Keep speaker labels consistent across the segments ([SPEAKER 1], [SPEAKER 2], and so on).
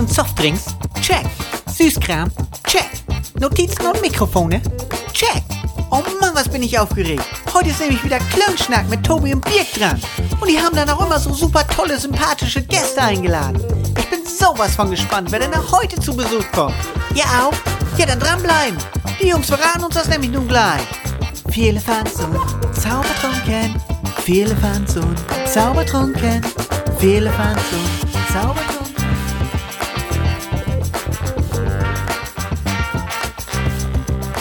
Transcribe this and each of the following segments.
[SPEAKER 1] Softdrinks? Check. Süßkram? Check. Notizen und Mikrofone? Check. Oh Mann, was bin ich aufgeregt. Heute ist nämlich wieder Klönschnack mit Tobi und Birk dran. Und die haben dann auch immer so super tolle, sympathische Gäste eingeladen. Ich bin sowas von gespannt, wer denn auch heute zu Besuch kommt. Ihr auch? Ja, dann dranbleiben. Die Jungs verraten uns das nämlich nun gleich. Viele Fans und zaubertrunken. Viele Fans und zaubertrunken. Viele Fans und zaubertrunken.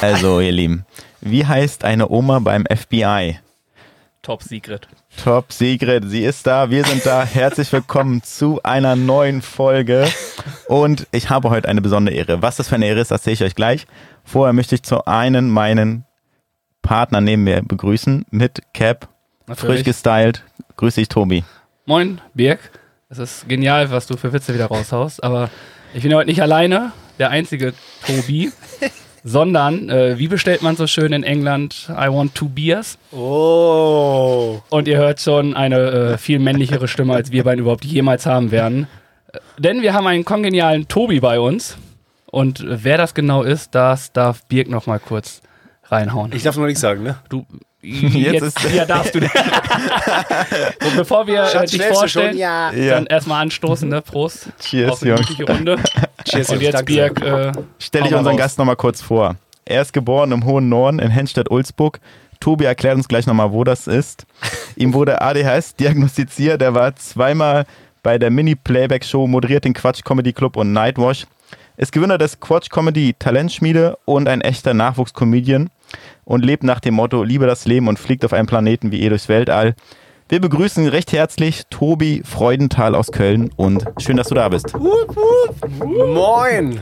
[SPEAKER 2] Also, ihr Lieben, wie heißt eine Oma beim FBI?
[SPEAKER 3] Top Secret.
[SPEAKER 2] Top Secret, sie ist da, wir sind da. Herzlich willkommen zu einer neuen Folge. Und ich habe heute eine besondere Ehre. Was das für eine Ehre ist, das sehe ich euch gleich. Vorher möchte ich zu einen meinen Partner neben mir begrüßen mit Cap, frisch gestylt. Grüß dich, Tobi.
[SPEAKER 3] Moin, Birg. Es ist genial, was du für Witze wieder raushaust, aber ich bin heute nicht alleine, der einzige Tobi, sondern, äh, wie bestellt man so schön in England, I want two beers.
[SPEAKER 4] Oh.
[SPEAKER 3] Und ihr hört schon eine äh, viel männlichere Stimme, als wir beiden überhaupt jemals haben werden. Äh, Denn wir haben einen kongenialen Tobi bei uns. Und äh, wer das genau ist, das darf Birg noch mal kurz reinhauen.
[SPEAKER 4] Ich darf noch nichts sagen, ne?
[SPEAKER 3] du, jetzt,
[SPEAKER 2] ist-
[SPEAKER 3] ja, darfst du. Und bevor wir äh,
[SPEAKER 4] Schatz,
[SPEAKER 3] dich
[SPEAKER 4] schläfst du
[SPEAKER 3] vorstellen,
[SPEAKER 4] schon? Ja.
[SPEAKER 2] Ja,
[SPEAKER 3] Dann erstmal anstoßen, ne? Prost.
[SPEAKER 2] Cheers,
[SPEAKER 3] Auf die
[SPEAKER 2] Jungs.
[SPEAKER 3] glückliche Runde.
[SPEAKER 4] Cheers,
[SPEAKER 3] Und
[SPEAKER 4] Jungs,
[SPEAKER 3] jetzt
[SPEAKER 4] danke.
[SPEAKER 3] Birg. Äh,
[SPEAKER 2] stelle ich
[SPEAKER 3] hau mal
[SPEAKER 2] unseren
[SPEAKER 3] raus.
[SPEAKER 2] Gast nochmal kurz vor. Er ist geboren im hohen Norden in Henstedt-Ulzburg. Tobi erklärt uns gleich nochmal, wo das ist. Ihm wurde ADHS diagnostiziert. Er war zweimal bei der Mini-Playback-Show, moderiert den Quatsch Comedy Club und Nightwash. Ist Gewinner des Quatsch Comedy Talentschmiede und ein echter Nachwuchskomedian und lebt nach dem Motto Liebe das Leben und fliegt auf einem Planeten wie eh durchs Weltall. Wir begrüßen recht herzlich Tobi Freudenthal aus Köln und schön, dass du da bist.
[SPEAKER 4] Moin.
[SPEAKER 3] Moin.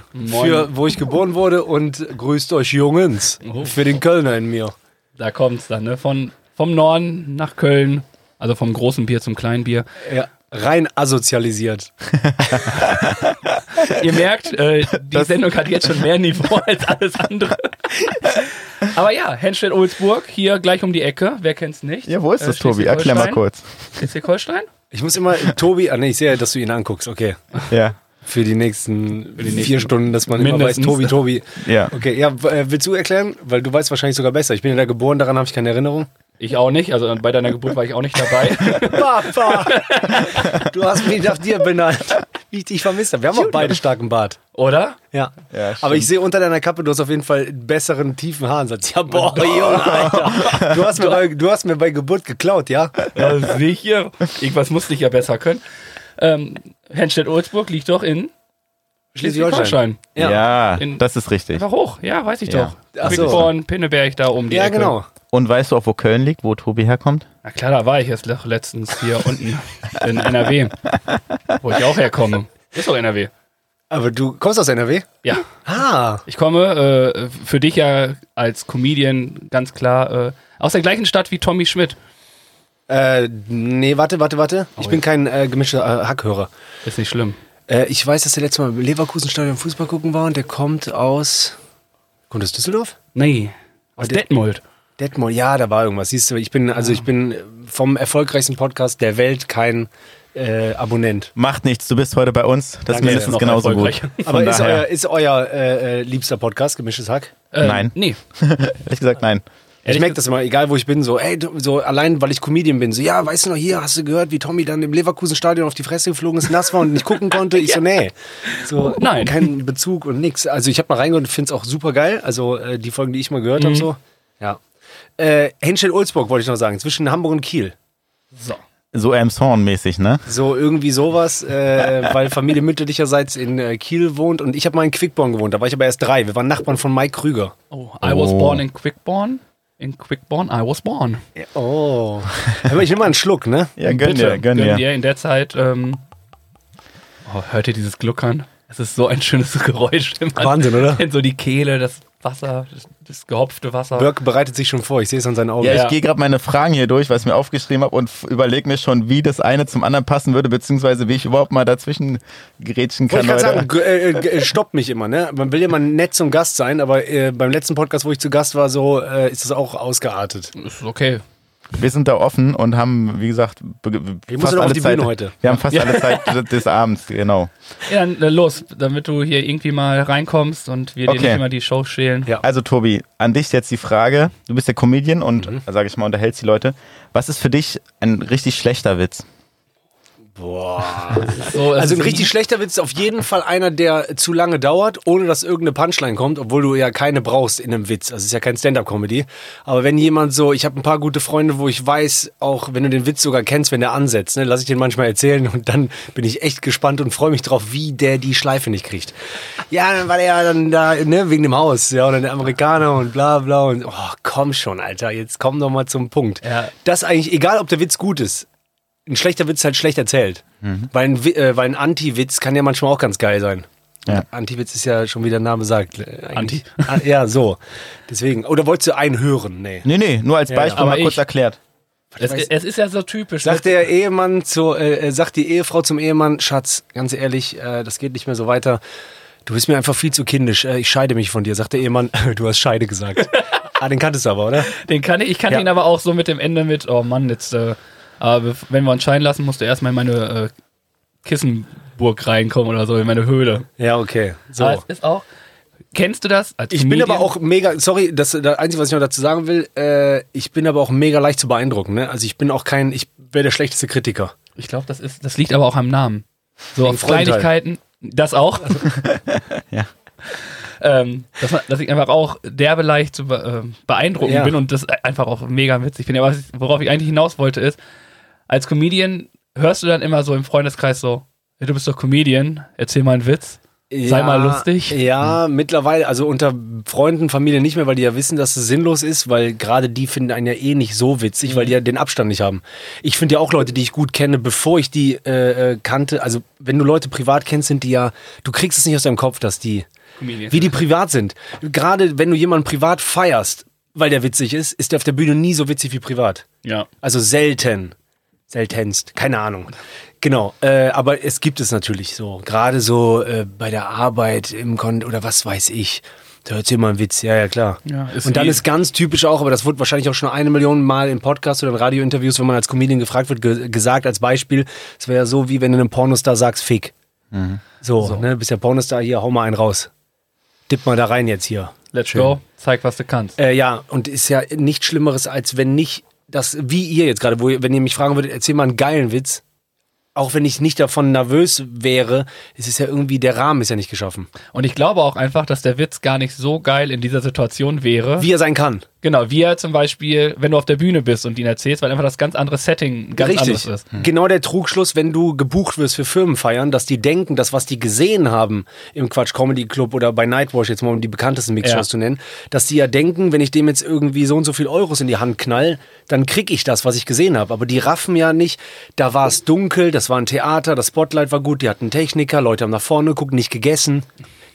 [SPEAKER 4] Für wo ich geboren wurde und grüßt euch Jungens.
[SPEAKER 3] Oh.
[SPEAKER 4] Für den Kölner in mir.
[SPEAKER 3] da kommt's dann, ne? Von, vom Norden nach Köln. Also vom großen Bier zum kleinen Bier.
[SPEAKER 4] Ja. Rein asozialisiert.
[SPEAKER 3] Ihr merkt, äh, die Sendung hat jetzt schon mehr Niveau als alles andere. Aber ja, Henstedt Ulzburg, hier gleich um die Ecke. Wer kennt's nicht?
[SPEAKER 2] Ja, wo ist
[SPEAKER 3] Äh,
[SPEAKER 2] das, Tobi? Erklär mal kurz.
[SPEAKER 3] Schleswig-Holstein?
[SPEAKER 4] Ich muss immer, Tobi, ah nee, ich sehe, ja, dass du ihn anguckst, okay.
[SPEAKER 2] Ja.
[SPEAKER 4] Für die nächsten
[SPEAKER 3] nächsten-
[SPEAKER 4] vier Stunden, dass man
[SPEAKER 3] Mindestens.
[SPEAKER 4] immer weiß, Tobi, Tobi.
[SPEAKER 2] Ja.
[SPEAKER 4] Okay, ja, w- äh, willst du erklären? Weil du weißt wahrscheinlich sogar besser. Ich bin ja da geboren, daran habe ich keine Erinnerung.
[SPEAKER 3] Ich auch nicht. Also bei deiner Geburt war ich auch nicht dabei.
[SPEAKER 4] Papa! du hast mich nach dir benannt. Wie ich dich vermisst habe. Wir haben auch beide starken Bart.
[SPEAKER 3] Oder?
[SPEAKER 4] Ja.
[SPEAKER 2] Ja, stimmt.
[SPEAKER 4] aber ich sehe unter deiner Kappe, du hast auf jeden Fall einen besseren tiefen Haarensatz. Ja, boah, Oh, Junge, Alter. Du hast, mir bei, du hast mir bei Geburt geklaut, ja?
[SPEAKER 3] Ja, sicher. Irgendwas musste ich ja besser können. Ähm, Henstedt-Ulzburg liegt doch in Schleswig-Holstein.
[SPEAKER 4] Ja.
[SPEAKER 2] Ja,
[SPEAKER 3] In-
[SPEAKER 2] das ist richtig.
[SPEAKER 3] Einfach hoch, ja, weiß ich
[SPEAKER 2] Ja.
[SPEAKER 3] doch.
[SPEAKER 4] Ach so.
[SPEAKER 3] Wigborn, Pinneberg da um die
[SPEAKER 4] Ja,
[SPEAKER 3] Ecke.
[SPEAKER 4] genau.
[SPEAKER 2] Und weißt du auch, wo Köln liegt, wo Tobi herkommt?
[SPEAKER 3] Na klar, da war ich jetzt le- letztens hier unten in NRW, wo ich auch herkomme. Ist doch NRW.
[SPEAKER 4] Aber du kommst aus NRW?
[SPEAKER 3] Ja,
[SPEAKER 4] Ah,
[SPEAKER 3] ich komme äh, für dich ja als Comedian ganz klar äh, aus der gleichen Stadt wie Tommy Schmidt.
[SPEAKER 4] äh, nee, warte, warte, warte. Ich bin kein äh, gemischter äh, Hackhörer.
[SPEAKER 3] Ist nicht schlimm.
[SPEAKER 4] Äh, ich weiß, dass der letzte Mal im Leverkusen-Stadion Fußball gucken war und der kommt aus. Kommt aus Düsseldorf?
[SPEAKER 3] Nee, aus
[SPEAKER 4] Und-
[SPEAKER 3] Detmold.
[SPEAKER 4] Detmold, ja, da war irgendwas. Siehst du, ich bin, also ich bin vom erfolgreichsten Podcast der Welt kein äh, Abonnent.
[SPEAKER 2] Macht nichts, du bist heute bei uns. Das ist
[SPEAKER 4] Danke.
[SPEAKER 2] mindestens
[SPEAKER 3] Noch
[SPEAKER 2] genauso gut.
[SPEAKER 3] erfolgreich.
[SPEAKER 2] Von
[SPEAKER 4] Aber ist
[SPEAKER 2] daher,
[SPEAKER 4] euer, ist euer äh, äh, liebster Podcast, gemischtes Hack?
[SPEAKER 3] Äh,
[SPEAKER 2] Nein.
[SPEAKER 3] Nee.
[SPEAKER 2] ehrlich gesagt, nein.
[SPEAKER 3] Ehrlich
[SPEAKER 4] ich merke das immer, egal wo ich bin, so, ey, du- so allein weil ich Comedian bin, so, ja, weißt du noch, hier hast du gehört, wie Tommy dann im Leverkusen-Stadion auf die Fresse geflogen ist, nass war und nicht gucken konnte. Ich so, nee. So,
[SPEAKER 3] Nein.
[SPEAKER 4] Keinen Bezug und nix. Also ich habe mal reingehört und finde es auch super geil. Also äh, die Folgen, die ich mal gehört habe, so. Ja. Äh, Henschel-Ulzburg wollte ich noch sagen, zwischen Hamburg und Kiel.
[SPEAKER 3] So.
[SPEAKER 2] So Elmshorn-mäßig, ne?
[SPEAKER 4] So irgendwie sowas, äh, weil Familie mütterlicherseits in äh, Kiel wohnt und ich habe mal in Quickborn gewohnt, da war ich aber erst drei. Wir waren Nachbarn von Mike Krüger.
[SPEAKER 3] Oh, I was
[SPEAKER 2] Oh.
[SPEAKER 3] born in Quickborn. In Quickborn, I was born.
[SPEAKER 4] Oh. Aber ich nehme mal einen Schluck, ne?
[SPEAKER 2] Ja, gönn
[SPEAKER 3] Bitte,
[SPEAKER 2] dir, gönn dir.
[SPEAKER 3] in der Zeit. Ähm, oh, hört ihr dieses Gluckern? Es ist so ein schönes Geräusch. wenn man-
[SPEAKER 4] Wahnsinn, oder?
[SPEAKER 3] Wenn so die Kehle, das Wasser, das, das gehopfte Wasser.
[SPEAKER 4] Birk bereitet sich schon vor, ich sehe es an seinen Augen.
[SPEAKER 2] Ja, ich
[SPEAKER 3] Ja.
[SPEAKER 2] gehe gerade meine Fragen hier durch, was ich mir aufgeschrieben habe und überlege mir schon, wie das eine zum anderen passen würde, beziehungsweise wie ich überhaupt mal dazwischen grätschen
[SPEAKER 4] Wollte
[SPEAKER 2] kann.
[SPEAKER 4] ich gerade
[SPEAKER 2] Leute.
[SPEAKER 4] sagen, g- äh, g- äh, stoppt mich immer, ne? Man will ja mal nett zum Gast sein, aber äh, beim letzten Podcast, wo ich zu Gast war, so äh, ist das auch ausgeartet.
[SPEAKER 3] Ist okay.
[SPEAKER 2] Wir sind da offen und haben, wie gesagt, be-
[SPEAKER 4] Ich muss
[SPEAKER 2] fast
[SPEAKER 4] noch auf
[SPEAKER 2] alle
[SPEAKER 4] die
[SPEAKER 2] Zeit.
[SPEAKER 4] Bühne heute.
[SPEAKER 2] Wir haben fast alle Zeit des- des Abends, genau.
[SPEAKER 3] Ja, dann äh, los, damit du hier irgendwie mal reinkommst und wir
[SPEAKER 2] Okay.
[SPEAKER 3] dir nicht immer die Show schälen.
[SPEAKER 4] Ja.
[SPEAKER 2] Also Tobi, an dich jetzt die Frage. Du bist der Comedian und,
[SPEAKER 4] Mhm.
[SPEAKER 2] sage ich mal, unterhältst die Leute. Was ist für dich ein richtig schlechter Witz?
[SPEAKER 4] Boah.
[SPEAKER 3] So,
[SPEAKER 4] Also ein richtig schlechter Witz ist auf jeden Fall einer, der zu lange dauert, ohne dass irgendeine Punchline kommt, obwohl du ja keine brauchst in einem Witz. Also es ist ja kein Stand-up-Comedy. Aber wenn jemand so, ich habe ein paar gute Freunde, wo ich weiß, auch wenn du den Witz sogar kennst, wenn der ansetzt, ne, lass ich den manchmal erzählen und dann bin ich echt gespannt und freue mich drauf, wie der die Schleife nicht kriegt. Ja, weil er dann da, ne, wegen dem Haus, ja, und dann der Amerikaner und bla bla und oh, komm schon, Alter, jetzt komm doch mal zum Punkt.
[SPEAKER 3] Ja.
[SPEAKER 4] Das eigentlich, egal ob der Witz gut ist, ein schlechter Witz halt schlecht erzählt. Weil ein, Wi- äh, weil ein Anti-Witz kann ja manchmal auch ganz geil sein.
[SPEAKER 2] Ja.
[SPEAKER 4] Anti-Witz ist ja schon, wie der Name sagt. äh, eigentlich.
[SPEAKER 3] Anti.
[SPEAKER 4] Ah, Ja, so. Deswegen. Oder wolltest du einen hören? Nee.
[SPEAKER 2] Nee, nee, nur als
[SPEAKER 4] ja.
[SPEAKER 2] Beispiel
[SPEAKER 3] Aber
[SPEAKER 2] mal kurz
[SPEAKER 3] ich-
[SPEAKER 2] erklärt.
[SPEAKER 3] Es, es ist ja so typisch.
[SPEAKER 4] Sagt der Ehemann zu, äh, äh, sagt die Ehefrau zum Ehemann, Schatz, ganz ehrlich, äh, das geht nicht mehr so weiter. Du bist mir einfach viel zu kindisch. Äh, ich scheide mich von dir. Sagt der Ehemann, du hast Scheide gesagt. ah, den kanntest du aber, oder?
[SPEAKER 3] Den kann ich, ich kann
[SPEAKER 4] Ja.
[SPEAKER 3] ihn aber auch so mit dem Ende mit, oh Mann, jetzt, äh, aber wenn wir uns scheiden lassen, musst du erstmal in meine äh, Kissenburg reinkommen oder so, in meine Höhle.
[SPEAKER 4] Ja, okay. So.
[SPEAKER 3] Aber es ist auch, kennst du das? Als
[SPEAKER 4] Ich bin
[SPEAKER 3] Comedian?
[SPEAKER 4] aber auch mega, sorry, das, das Einzige, was ich noch dazu sagen will, äh, ich bin aber auch mega leicht zu beeindrucken. Ne? Also ich bin auch kein, ich wäre der schlechteste Kritiker.
[SPEAKER 3] Ich glaube, das ist, das liegt aber auch am Namen. So auf
[SPEAKER 4] Frontal.
[SPEAKER 3] Kleinigkeiten, das auch.
[SPEAKER 2] Ja.
[SPEAKER 3] Ähm, dass, man- dass ich einfach auch derbe leicht zu be ähm, beeindrucken
[SPEAKER 4] Ja.
[SPEAKER 3] bin und das einfach auch mega witzig finde. Aber was ich- worauf ich eigentlich hinaus wollte ist, als Comedian hörst du dann immer so im Freundeskreis so, "Ja, du bist doch Comedian, erzähl mal einen Witz. Sei mal lustig. Hm.
[SPEAKER 4] Ja, mittlerweile, also unter Freunden, Familie nicht mehr, weil die ja wissen, dass es sinnlos ist, weil gerade die finden einen ja eh nicht so witzig,
[SPEAKER 3] Hm.
[SPEAKER 4] weil die ja den Abstand nicht haben. Ich finde ja auch Leute, die ich gut kenne, bevor ich die äh, äh, kannte, also wenn du Leute privat kennst, sind die ja, du kriegst es nicht aus deinem Kopf, dass die
[SPEAKER 3] Comedian.
[SPEAKER 4] wie die privat sind. Gerade wenn du jemanden privat feierst, weil der witzig ist, ist der auf der Bühne nie so witzig wie privat.
[SPEAKER 3] Ja.
[SPEAKER 4] Also selten. Seltenst. Keine Ahnung. Genau. Äh, aber es gibt es natürlich so. Gerade so äh, bei der Arbeit im Kon oder was weiß ich. Da hört immer ein Witz. Ja, ja, klar.
[SPEAKER 3] Ja, ist eh
[SPEAKER 4] Und dann
[SPEAKER 3] wie-
[SPEAKER 4] ist ganz typisch auch, aber das wurde wahrscheinlich auch schon eine Million Mal im Podcast oder in Radiointerviews, wenn man als Comedian gefragt wird, ge gesagt als Beispiel. Es wäre ja so, wie wenn du einem Pornostar sagst, Fick. So, ne, bist ja Pornostar, hier, hau mal einen raus. Dipp mal da rein jetzt hier.
[SPEAKER 3] Let's
[SPEAKER 4] Schön.
[SPEAKER 3] go, zeig, was du kannst.
[SPEAKER 4] Äh, ja, und ist ja nichts Schlimmeres, als wenn nicht das, wie ihr jetzt gerade, wo ihr, wenn ihr mich fragen würdet, erzähl mal einen geilen Witz. Auch wenn ich nicht davon nervös wäre, es ist ja irgendwie, der Rahmen ist ja nicht geschaffen.
[SPEAKER 3] Und ich glaube auch einfach, dass der Witz gar nicht so geil in dieser Situation wäre.
[SPEAKER 4] Wie er sein kann.
[SPEAKER 3] Genau, wie er zum Beispiel, wenn du auf der Bühne bist und ihn erzählst, weil einfach das ganz andere Setting ein ganz
[SPEAKER 4] Richtig.
[SPEAKER 3] anderes ist.
[SPEAKER 4] Genau der Trugschluss, wenn du gebucht wirst für Firmenfeiern, dass die denken, das, was die gesehen haben im Quatsch Comedy Club oder bei Nightwash, jetzt mal um die bekanntesten Mixshows
[SPEAKER 3] Ja.
[SPEAKER 4] zu nennen, dass die ja denken, wenn ich dem jetzt irgendwie so und so viel Euros in die Hand knall, dann krieg ich das, was ich gesehen habe. Aber die raffen ja nicht, da war es dunkel, das war ein Theater, das Spotlight war gut, die hatten Techniker, Leute haben nach vorne geguckt, nicht gegessen.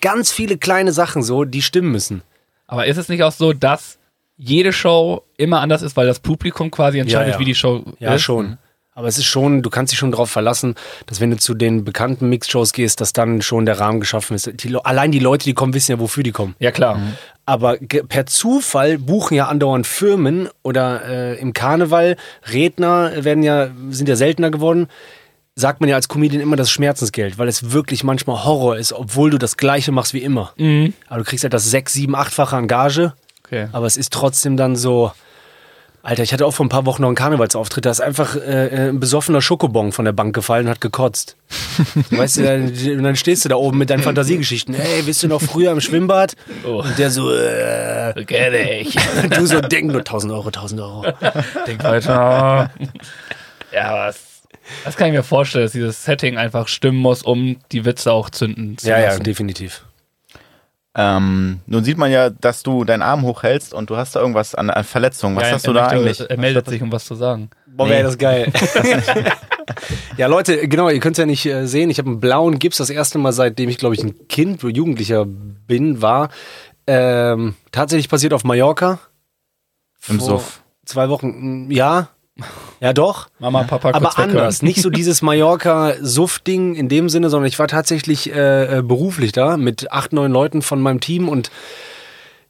[SPEAKER 4] Ganz viele kleine Sachen so, die stimmen müssen.
[SPEAKER 3] Aber ist es nicht auch so, dass jede Show immer anders ist, weil das Publikum quasi entscheidet,
[SPEAKER 4] ja.
[SPEAKER 3] wie die Show
[SPEAKER 4] Ja,
[SPEAKER 3] ist? Mhm.
[SPEAKER 4] schon. Aber es ist schon, du kannst dich schon darauf verlassen, dass wenn du zu den bekannten Mixshows gehst, dass dann schon der Rahmen geschaffen ist. Die, Le- allein die Leute, die kommen, wissen ja, wofür die kommen.
[SPEAKER 3] Ja, klar.
[SPEAKER 4] Mhm. Aber ge- per Zufall buchen ja andauernd Firmen oder äh, im Karneval Redner werden ja, sind ja seltener geworden. Sagt man ja als Comedian immer das Schmerzensgeld, weil es wirklich manchmal Horror ist, obwohl du das Gleiche machst wie immer.
[SPEAKER 3] Mhm.
[SPEAKER 4] Aber du kriegst halt das sechs, sieben, achtfache an Gage.
[SPEAKER 3] Okay.
[SPEAKER 4] Aber es ist trotzdem dann so. Alter, ich hatte auch vor ein paar Wochen noch einen Karnevalsauftritt. Da ist einfach äh, ein besoffener Schokobon von der Bank gefallen und hat gekotzt. weißt du, dann, und dann stehst du da oben mit deinen Fantasiegeschichten. Hey, bist du noch früher im Schwimmbad? Und der so, äh,
[SPEAKER 3] Okay, ich
[SPEAKER 4] du so, denk nur 1000 Euro, 1000 Euro.
[SPEAKER 3] denk weiter. ja, was? Das kann ich mir vorstellen, dass dieses Setting einfach stimmen muss, um die Witze auch zünden zu
[SPEAKER 4] Ja, ja,
[SPEAKER 3] lassen.
[SPEAKER 4] definitiv.
[SPEAKER 2] Ähm, nun sieht man ja, dass du deinen Arm hochhältst und du hast da irgendwas an, an Verletzung. Was
[SPEAKER 3] Ja,
[SPEAKER 2] hast
[SPEAKER 3] er
[SPEAKER 2] du da
[SPEAKER 3] möchte-
[SPEAKER 2] eigentlich?
[SPEAKER 4] äh,
[SPEAKER 3] Er meldet sich, um was zu sagen.
[SPEAKER 4] Boah, wäre das geil. ja, Leute, genau, ihr könnt es ja nicht äh, sehen. Ich habe einen blauen Gips das erste Mal, seitdem ich, glaube ich, ein Kind oder Jugendlicher bin, war. Ähm, tatsächlich passiert auf Mallorca.
[SPEAKER 2] Im
[SPEAKER 4] Vor
[SPEAKER 2] Suff.
[SPEAKER 4] Zwei Wochen, mm, ja. Ja, doch.
[SPEAKER 3] Mama, Papa, kurz
[SPEAKER 4] Aber
[SPEAKER 3] weghören.
[SPEAKER 4] anders. Nicht so dieses Mallorca-Suff-Ding in dem Sinne, sondern ich war tatsächlich äh, äh, beruflich da mit acht, neun Leuten von meinem Team und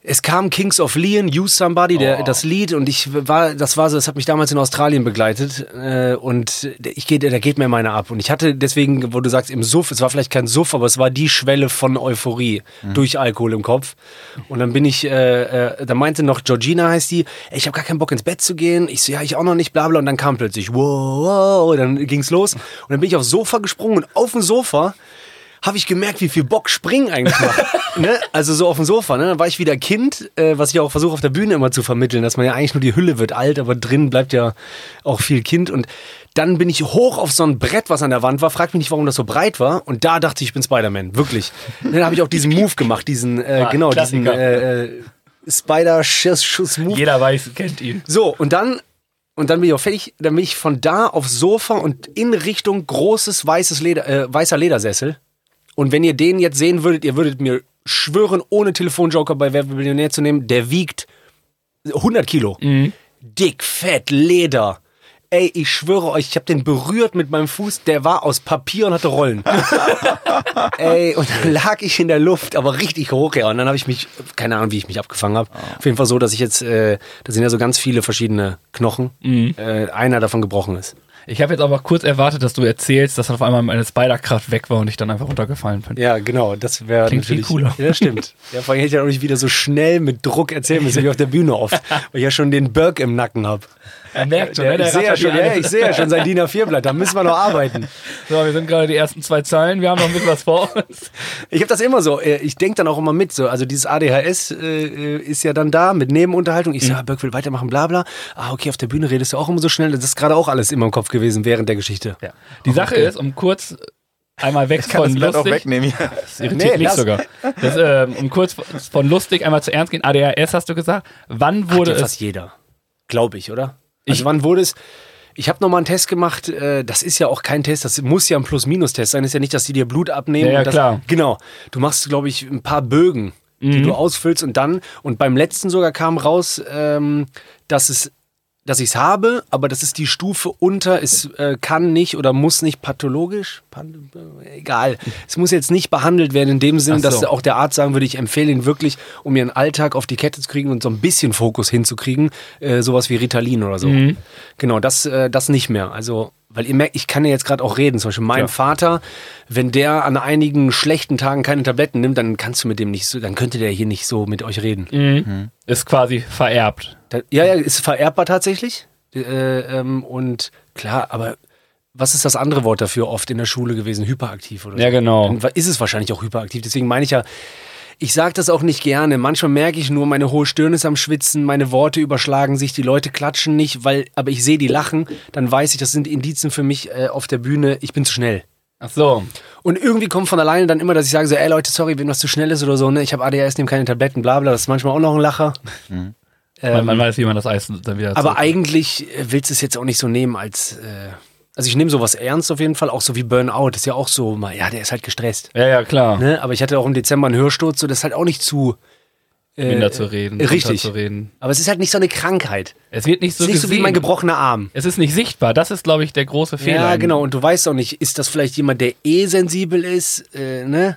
[SPEAKER 4] Es kam Kings of Leon, Use Somebody, der, das Lied, und ich war, das war so, das hat mich damals in Australien begleitet, äh, und ich geht, da geht mir meine ab. Und ich hatte deswegen, wo du sagst, im Suff, es war vielleicht kein Suff, aber es war die Schwelle von Euphorie durch Alkohol im Kopf. Und dann bin ich, äh, äh, da meinte noch Georgina heißt die, ey, ich habe gar keinen Bock ins Bett zu gehen. Ich so, ja, ich auch noch nicht, bla bla. Und dann kam plötzlich, wow, wow, dann ging's los. Und dann bin ich aufs Sofa gesprungen und auf dem Sofa habe ich gemerkt, wie viel Bock Springen eigentlich macht. ne? Also so auf dem Sofa. Ne? Dann war ich wieder Kind, äh, was ich auch versuche auf der Bühne immer zu vermitteln, dass man ja eigentlich nur die Hülle wird alt, aber drin bleibt ja auch viel Kind. Und dann bin ich hoch auf so ein Brett, was an der Wand war, fragt mich nicht, warum das so breit war. Und da dachte ich, ich bin Spider-Man, wirklich. Und dann habe ich auch diesen Move gemacht, diesen, äh,
[SPEAKER 3] Ah,
[SPEAKER 4] genau, diesen
[SPEAKER 3] Klassiker.
[SPEAKER 4] äh, äh, Spider-Schuss-Move.
[SPEAKER 3] Jeder weiß, kennt ihn.
[SPEAKER 4] So, und dann, und dann bin ich auch fertig, dann bin ich von da aufs Sofa und in Richtung großes weißes Leder, äh, weißer Ledersessel. Und wenn ihr den jetzt sehen würdet, ihr würdet mir schwören, ohne Telefonjoker bei Wer wird Millionär zu nehmen, der wiegt 100 Kilo. Dick, fett, Leder. Ey, ich schwöre euch, ich habe den berührt mit meinem Fuß, der war aus Papier und hatte Rollen.
[SPEAKER 3] Ah,
[SPEAKER 4] Ey, und dann lag ich in der Luft, aber richtig hoch, ja. Und dann habe ich mich, keine Ahnung, wie ich mich abgefangen habe.
[SPEAKER 3] Ah.
[SPEAKER 4] Auf jeden Fall so, dass ich jetzt, äh, da sind ja so ganz viele verschiedene Knochen.
[SPEAKER 3] Mhm.
[SPEAKER 4] Äh, einer davon gebrochen ist.
[SPEAKER 3] Ich habe jetzt aber kurz erwartet, dass du erzählst, dass auf einmal meine Spider-Kraft weg war und ich dann einfach runtergefallen bin.
[SPEAKER 4] Ja, genau, das wäre
[SPEAKER 3] Klingt viel
[SPEAKER 4] natürlich.
[SPEAKER 3] cooler.
[SPEAKER 4] Ja, stimmt. Ja, vor allem hätte ich ja auch nicht wieder so schnell mit Druck erzählen müssen, wie auf der Bühne oft, weil ich ja schon den Berg im Nacken habe.
[SPEAKER 3] Er merkt schon, ne?
[SPEAKER 4] Ich
[SPEAKER 3] der
[SPEAKER 4] sehe ja,
[SPEAKER 3] rattert
[SPEAKER 4] schon-
[SPEAKER 3] die
[SPEAKER 4] ja,
[SPEAKER 3] eine-
[SPEAKER 4] ich seh ja schon sein DIN A4-Blatt, da müssen wir noch arbeiten.
[SPEAKER 3] So, wir sind gerade die ersten zwei Zeilen, wir haben noch ein bisschen was vor uns.
[SPEAKER 4] Ich habe das immer so. äh, Ich denke dann auch immer mit. So. Also dieses ADHS äh, äh, ist ja dann da mit Nebenunterhaltung.
[SPEAKER 3] Mhm.
[SPEAKER 4] Ich sage, Birk will weitermachen, bla bla. Ah, okay, auf der Bühne redest du auch immer so schnell. Das ist gerade auch alles immer im Kopf gewesen während der Geschichte.
[SPEAKER 3] Ja. Die Sache ist, um kurz einmal weg
[SPEAKER 2] Kann
[SPEAKER 3] von
[SPEAKER 2] das Blatt auch
[SPEAKER 3] lustig.
[SPEAKER 2] wegnehmen. Ja.
[SPEAKER 3] Das irritiert
[SPEAKER 4] Nee,
[SPEAKER 3] mich
[SPEAKER 4] lass-
[SPEAKER 3] sogar. Das, ähm, um kurz von lustig einmal zu ernst gehen. ADHS hast du gesagt. Wann
[SPEAKER 4] Hat
[SPEAKER 3] wurde
[SPEAKER 4] ja
[SPEAKER 3] es?
[SPEAKER 4] fast jeder. Glaube ich, oder? Also wann wurde es... Ich habe nochmal einen Test gemacht, äh, das ist ja auch kein Test, das muss ja ein Plus-Minus-Test sein. Ist ja nicht, dass die dir Blut abnehmen.
[SPEAKER 3] Ja, ja,
[SPEAKER 4] und das,
[SPEAKER 3] klar. Mhm.
[SPEAKER 4] Genau. Du machst, glaube ich, ein paar Bögen, die du ausfüllst und dann, und beim letzten sogar kam raus, ähm, dass es dass ich es habe, aber das ist die Stufe unter, es äh, kann nicht oder muss nicht pathologisch, pan, äh, egal. Es muss jetzt nicht behandelt werden in dem Sinne,
[SPEAKER 3] Ach so.
[SPEAKER 4] dass auch der Arzt sagen würde, ich empfehle ihn wirklich, um ihren Alltag auf die Kette zu kriegen und so ein bisschen Fokus hinzukriegen, äh, sowas wie Ritalin oder so.
[SPEAKER 3] Mhm.
[SPEAKER 4] Genau, das, äh, das nicht mehr. Also, weil ihr merkt, ich kann ja jetzt gerade auch reden. Zum Beispiel mein Vater, wenn der an einigen schlechten Tagen keine Tabletten nimmt, dann kannst du mit dem nicht so, dann könnte der hier nicht so mit euch reden.
[SPEAKER 3] Ist quasi vererbt.
[SPEAKER 4] Da, ja, ja, ist vererbbar tatsächlich. Äh, ähm, und klar, aber was ist das andere Wort dafür oft in der Schule gewesen? Hyperaktiv oder so?
[SPEAKER 3] Ja, genau.
[SPEAKER 4] Dann wa- ist es wahrscheinlich auch hyperaktiv. Deswegen meine ich ja, ich sage das auch nicht gerne. Manchmal merke ich nur, meine hohe Stirn ist am Schwitzen, meine Worte überschlagen sich, die Leute klatschen nicht, weil, aber ich sehe die lachen, dann weiß ich, das sind Indizien für mich äh, auf der Bühne, ich bin zu schnell.
[SPEAKER 3] Ach so.
[SPEAKER 4] Und irgendwie kommt von alleine dann immer, dass ich sage so, ey Leute, sorry, wenn was zu schnell ist oder so, ne, ich habe ADHS, nehme keine Tabletten, bla bla, das ist manchmal auch noch ein Lacher.
[SPEAKER 3] man, man weiß, wie man das Eis dann wieder
[SPEAKER 4] Ähm, Aber
[SPEAKER 3] zurück-
[SPEAKER 4] eigentlich äh, willst du es jetzt auch nicht so nehmen als. Äh, also ich nehme sowas ernst auf jeden Fall, auch so wie Burnout. Ist ja auch so mal, ja, der ist halt gestresst.
[SPEAKER 3] Ja, ja, klar.
[SPEAKER 4] Ne? Aber ich hatte auch im Dezember einen Hörsturz, so das ist halt auch nicht zu. Äh,
[SPEAKER 3] Minder Um zu reden.
[SPEAKER 4] äh, richtig.
[SPEAKER 3] runter Zu reden.
[SPEAKER 4] Aber es ist halt nicht so eine Krankheit.
[SPEAKER 3] Es wird nicht
[SPEAKER 4] Es
[SPEAKER 3] so
[SPEAKER 4] ist nicht so wie
[SPEAKER 3] gesehen.
[SPEAKER 4] mein gebrochener Arm.
[SPEAKER 3] es ist nicht sichtbar. Das ist, glaube ich, der große Fehler.
[SPEAKER 4] Ja,
[SPEAKER 3] im-
[SPEAKER 4] genau. Und du weißt auch nicht, ist das vielleicht jemand, der eh sensibel ist, äh, ne?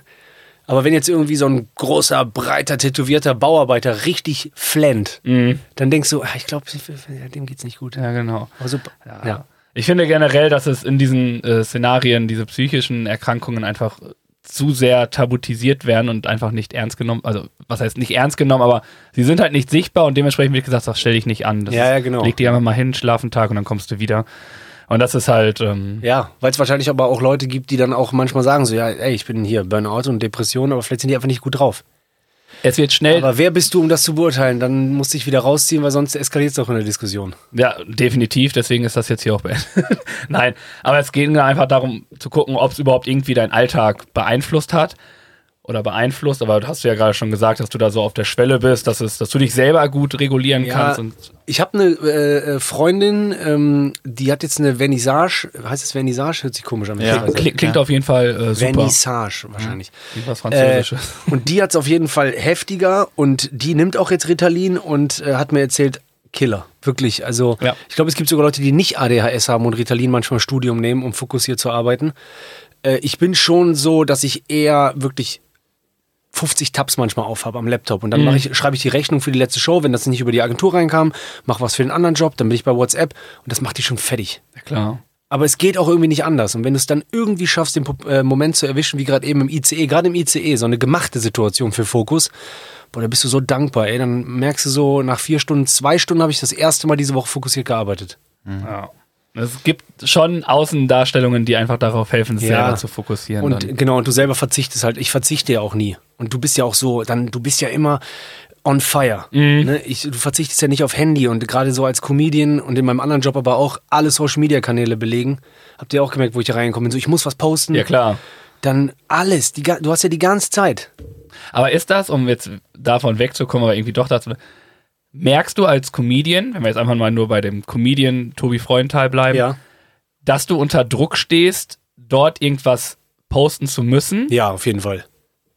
[SPEAKER 4] Aber wenn jetzt irgendwie so ein großer, breiter, tätowierter Bauarbeiter richtig flennt, dann denkst du, ah, ich glaube, dem geht's nicht gut.
[SPEAKER 3] Ja, genau.
[SPEAKER 4] Aber super. ja.
[SPEAKER 3] Ich finde generell, dass es in diesen äh, Szenarien diese psychischen Erkrankungen einfach äh, zu sehr tabutisiert werden und einfach nicht ernst genommen. Also, was heißt nicht ernst genommen, aber sie sind halt nicht sichtbar und dementsprechend wird gesagt, das stell dich nicht an. Das
[SPEAKER 4] Ja,
[SPEAKER 3] ist-
[SPEAKER 4] ja, genau.
[SPEAKER 3] Leg dich einfach mal hin, schlaf einen Tag und dann kommst du wieder. Und das ist halt, ähm,
[SPEAKER 4] Ja, weil es wahrscheinlich aber auch Leute gibt, die dann auch manchmal sagen so, ja, ey, ich bin hier Burnout und Depression, aber vielleicht sind die einfach nicht gut drauf.
[SPEAKER 3] es wird schnell.
[SPEAKER 4] Aber wer bist du, um das zu beurteilen? Dann musst du dich wieder rausziehen, weil sonst eskaliert es auch in der Diskussion.
[SPEAKER 3] Ja, definitiv, deswegen ist das jetzt hier auch beendet. Nein, aber es geht einfach darum zu gucken, ob es überhaupt irgendwie deinen Alltag beeinflusst hat oder beeinflusst, aber hast du ja gerade schon gesagt, dass du da so auf der Schwelle bist, dass, es, dass du dich selber gut regulieren kannst. Und
[SPEAKER 4] ich habe eine äh, äh, Freundin, ähm, die hat jetzt eine Vernissage, heißt es Vernissage? Hört sich komisch an. wenn ich
[SPEAKER 2] Ja.
[SPEAKER 4] das weiß.
[SPEAKER 3] klingt, klingt auf jeden Fall äh, super. Mhm.
[SPEAKER 4] Vernissage wahrscheinlich.
[SPEAKER 3] Irgendwas
[SPEAKER 4] Äh,
[SPEAKER 3] Französisches.
[SPEAKER 4] und die hat es auf jeden Fall heftiger und die nimmt auch jetzt Ritalin und äh, hat mir erzählt, Killer. Wirklich. Also
[SPEAKER 3] Ja.
[SPEAKER 4] ich glaube, es gibt sogar Leute, die nicht ADHS haben und Ritalin manchmal Studium nehmen, um fokussiert zu arbeiten. Äh, ich bin schon so, dass ich eher wirklich 50 Tabs manchmal aufhabe am Laptop. Und dann mache ich, schreibe ich die Rechnung für die letzte Show, wenn das nicht über die Agentur reinkam, mache was für den anderen Job, dann bin ich bei WhatsApp und das macht die schon fertig.
[SPEAKER 3] Ja, klar.
[SPEAKER 4] Aber es geht auch irgendwie nicht anders. Und wenn du es dann irgendwie schaffst, den Pop- äh, Moment zu erwischen, wie gerade eben im ICE, gerade im ICE, so eine gemachte Situation für Fokus, boah, da bist du so dankbar, ey. Dann merkst du so, nach vier Stunden, zwei Stunden habe ich das erste Mal diese Woche fokussiert gearbeitet.
[SPEAKER 3] Ja. Es gibt schon Außendarstellungen, die einfach darauf helfen, sich
[SPEAKER 4] Ja.
[SPEAKER 3] selber zu fokussieren.
[SPEAKER 4] Und
[SPEAKER 3] dann.
[SPEAKER 4] genau, und du selber verzichtest halt. Ich verzichte ja auch nie. Und du bist ja auch so, dann, du bist ja immer on fire.
[SPEAKER 3] Mhm.
[SPEAKER 4] Ne? Ich, du verzichtest ja nicht auf Handy und gerade so als Comedian und in meinem anderen Job aber auch alle Social Media Kanäle belegen. Habt ihr auch gemerkt, wo ich reingekommen bin? So, ich muss was posten.
[SPEAKER 3] Ja, klar.
[SPEAKER 4] Dann alles. Die, ga- du hast ja die ganze Zeit.
[SPEAKER 3] Aber ist das, um jetzt davon wegzukommen, aber irgendwie doch dazu, merkst du als Comedian, wenn wir jetzt einfach mal nur bei dem Comedian Tobi Freudenthal
[SPEAKER 4] Ähm,
[SPEAKER 3] bleiben, dass du unter Druck stehst, dort irgendwas posten zu müssen?
[SPEAKER 4] Ja, auf jeden Fall.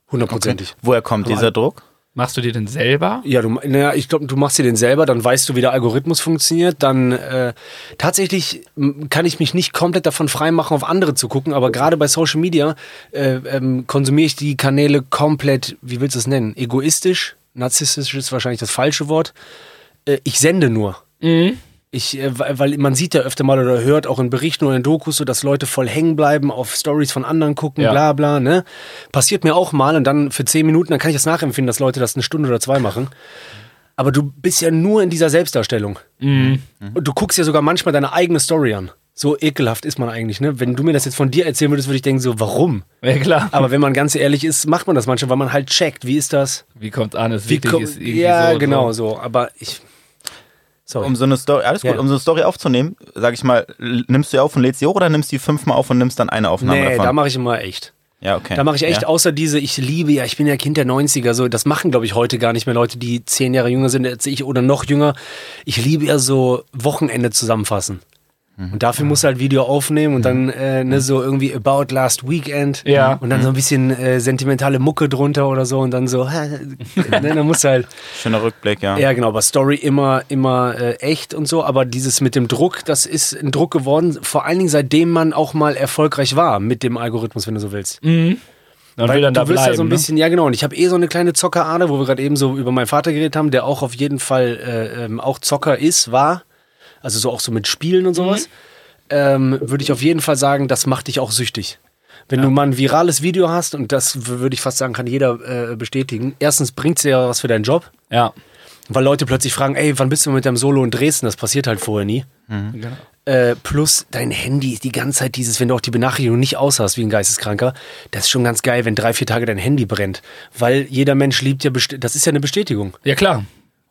[SPEAKER 4] Hundertprozentig.
[SPEAKER 2] Woher kommt dieser Druck?
[SPEAKER 3] Machst du dir den selber?
[SPEAKER 4] Ja, du, naja, ich glaube, du machst dir den selber, dann weißt du, wie der Algorithmus funktioniert. Dann äh, tatsächlich m, kann ich mich nicht komplett davon freimachen, auf andere zu gucken, aber gerade bei Social Media äh, ähm, konsumiere ich die Kanäle komplett, wie willst du es nennen? Egoistisch, narzisstisch ist wahrscheinlich das falsche Wort. Äh, ich sende nur. Ich, äh, weil weil man sieht ja öfter mal oder hört auch in Berichten oder in Dokus so, dass Leute voll hängen bleiben, auf Stories von anderen gucken,
[SPEAKER 3] Ja.
[SPEAKER 4] bla bla, ne? Passiert mir auch mal und dann für zehn Minuten, dann kann ich das nachempfinden, dass Leute das eine Stunde oder zwei machen. Aber du bist ja nur in dieser Selbstdarstellung.
[SPEAKER 3] Mhm.
[SPEAKER 4] Und du guckst ja sogar manchmal deine eigene Story an. So ekelhaft ist man eigentlich, ne? Wenn du mir das jetzt von dir erzählen würdest, würde ich denken, so, warum?
[SPEAKER 3] Ja, klar.
[SPEAKER 4] Aber wenn man ganz ehrlich ist, macht man das manchmal, weil man halt checkt, wie ist das?
[SPEAKER 3] Wie kommt's an? Ist
[SPEAKER 4] Wie
[SPEAKER 3] wichtig,
[SPEAKER 4] komm-
[SPEAKER 3] ist irgendwie
[SPEAKER 4] ja,
[SPEAKER 3] so,
[SPEAKER 4] genau
[SPEAKER 3] So.
[SPEAKER 4] so. Aber ich. Sorry.
[SPEAKER 2] Um so eine Story, alles gut,
[SPEAKER 4] Ja.
[SPEAKER 2] um so eine Story aufzunehmen, sag ich mal, l- nimmst du die auf und lädst sie hoch oder nimmst du die fünfmal auf und nimmst dann eine Aufnahme
[SPEAKER 4] nee,
[SPEAKER 2] davon?
[SPEAKER 4] da mache ich immer echt.
[SPEAKER 2] ja, okay.
[SPEAKER 4] Da mache ich echt,
[SPEAKER 2] ja.
[SPEAKER 4] außer diese, ich liebe ja, ich bin ja Kind der 90er, so, das machen, glaube ich, heute gar nicht mehr Leute, die zehn Jahre jünger sind als ich oder noch jünger. Ich liebe ja so Wochenende zusammenfassen.
[SPEAKER 2] Mhm.
[SPEAKER 4] Und dafür musst du halt Video aufnehmen und dann äh, ne, so irgendwie About Last Weekend
[SPEAKER 3] Ja.
[SPEAKER 4] und
[SPEAKER 2] Mhm.
[SPEAKER 4] dann so ein bisschen äh, sentimentale Mucke drunter oder so und dann so, ne, dann musst du halt,
[SPEAKER 2] Schöner Rückblick, ja.
[SPEAKER 4] ja genau, aber Story immer, immer äh, echt und so, aber dieses mit dem Druck, das ist ein Druck geworden, vor allen Dingen seitdem man auch mal erfolgreich war mit dem Algorithmus, wenn du so willst.
[SPEAKER 3] Man
[SPEAKER 4] Weil
[SPEAKER 3] Mhm. will dann
[SPEAKER 4] du
[SPEAKER 3] da
[SPEAKER 4] wirst
[SPEAKER 3] bleiben. ne?
[SPEAKER 4] ja so ein bisschen, ja genau, und ich habe eh so eine kleine Zockerader, wo wir gerade eben so über meinen Vater geredet haben, der auch auf jeden Fall äh, ähm, auch Zocker ist, war, also so auch so mit Spielen und sowas,
[SPEAKER 3] Mhm.
[SPEAKER 4] ähm, würde ich auf jeden Fall sagen, das macht dich auch süchtig. Wenn du mal ein virales Video hast, und das w- würde ich fast sagen, kann jeder äh, bestätigen, erstens bringt es dir ja was für deinen Job,
[SPEAKER 3] ne? Ja.
[SPEAKER 4] weil Leute plötzlich fragen, ey, wann bist du mit deinem Solo in Dresden? Das passiert halt vorher nie.
[SPEAKER 3] Genau.
[SPEAKER 4] Äh, plus dein Handy ist die ganze Zeit dieses, wenn du auch die Benachrichtigung nicht aushast wie ein Geisteskranker, das ist schon ganz geil, wenn drei, vier Tage dein Handy brennt. Weil jeder Mensch liebt ja, best- das ist ja eine Bestätigung.
[SPEAKER 3] Ja, klar.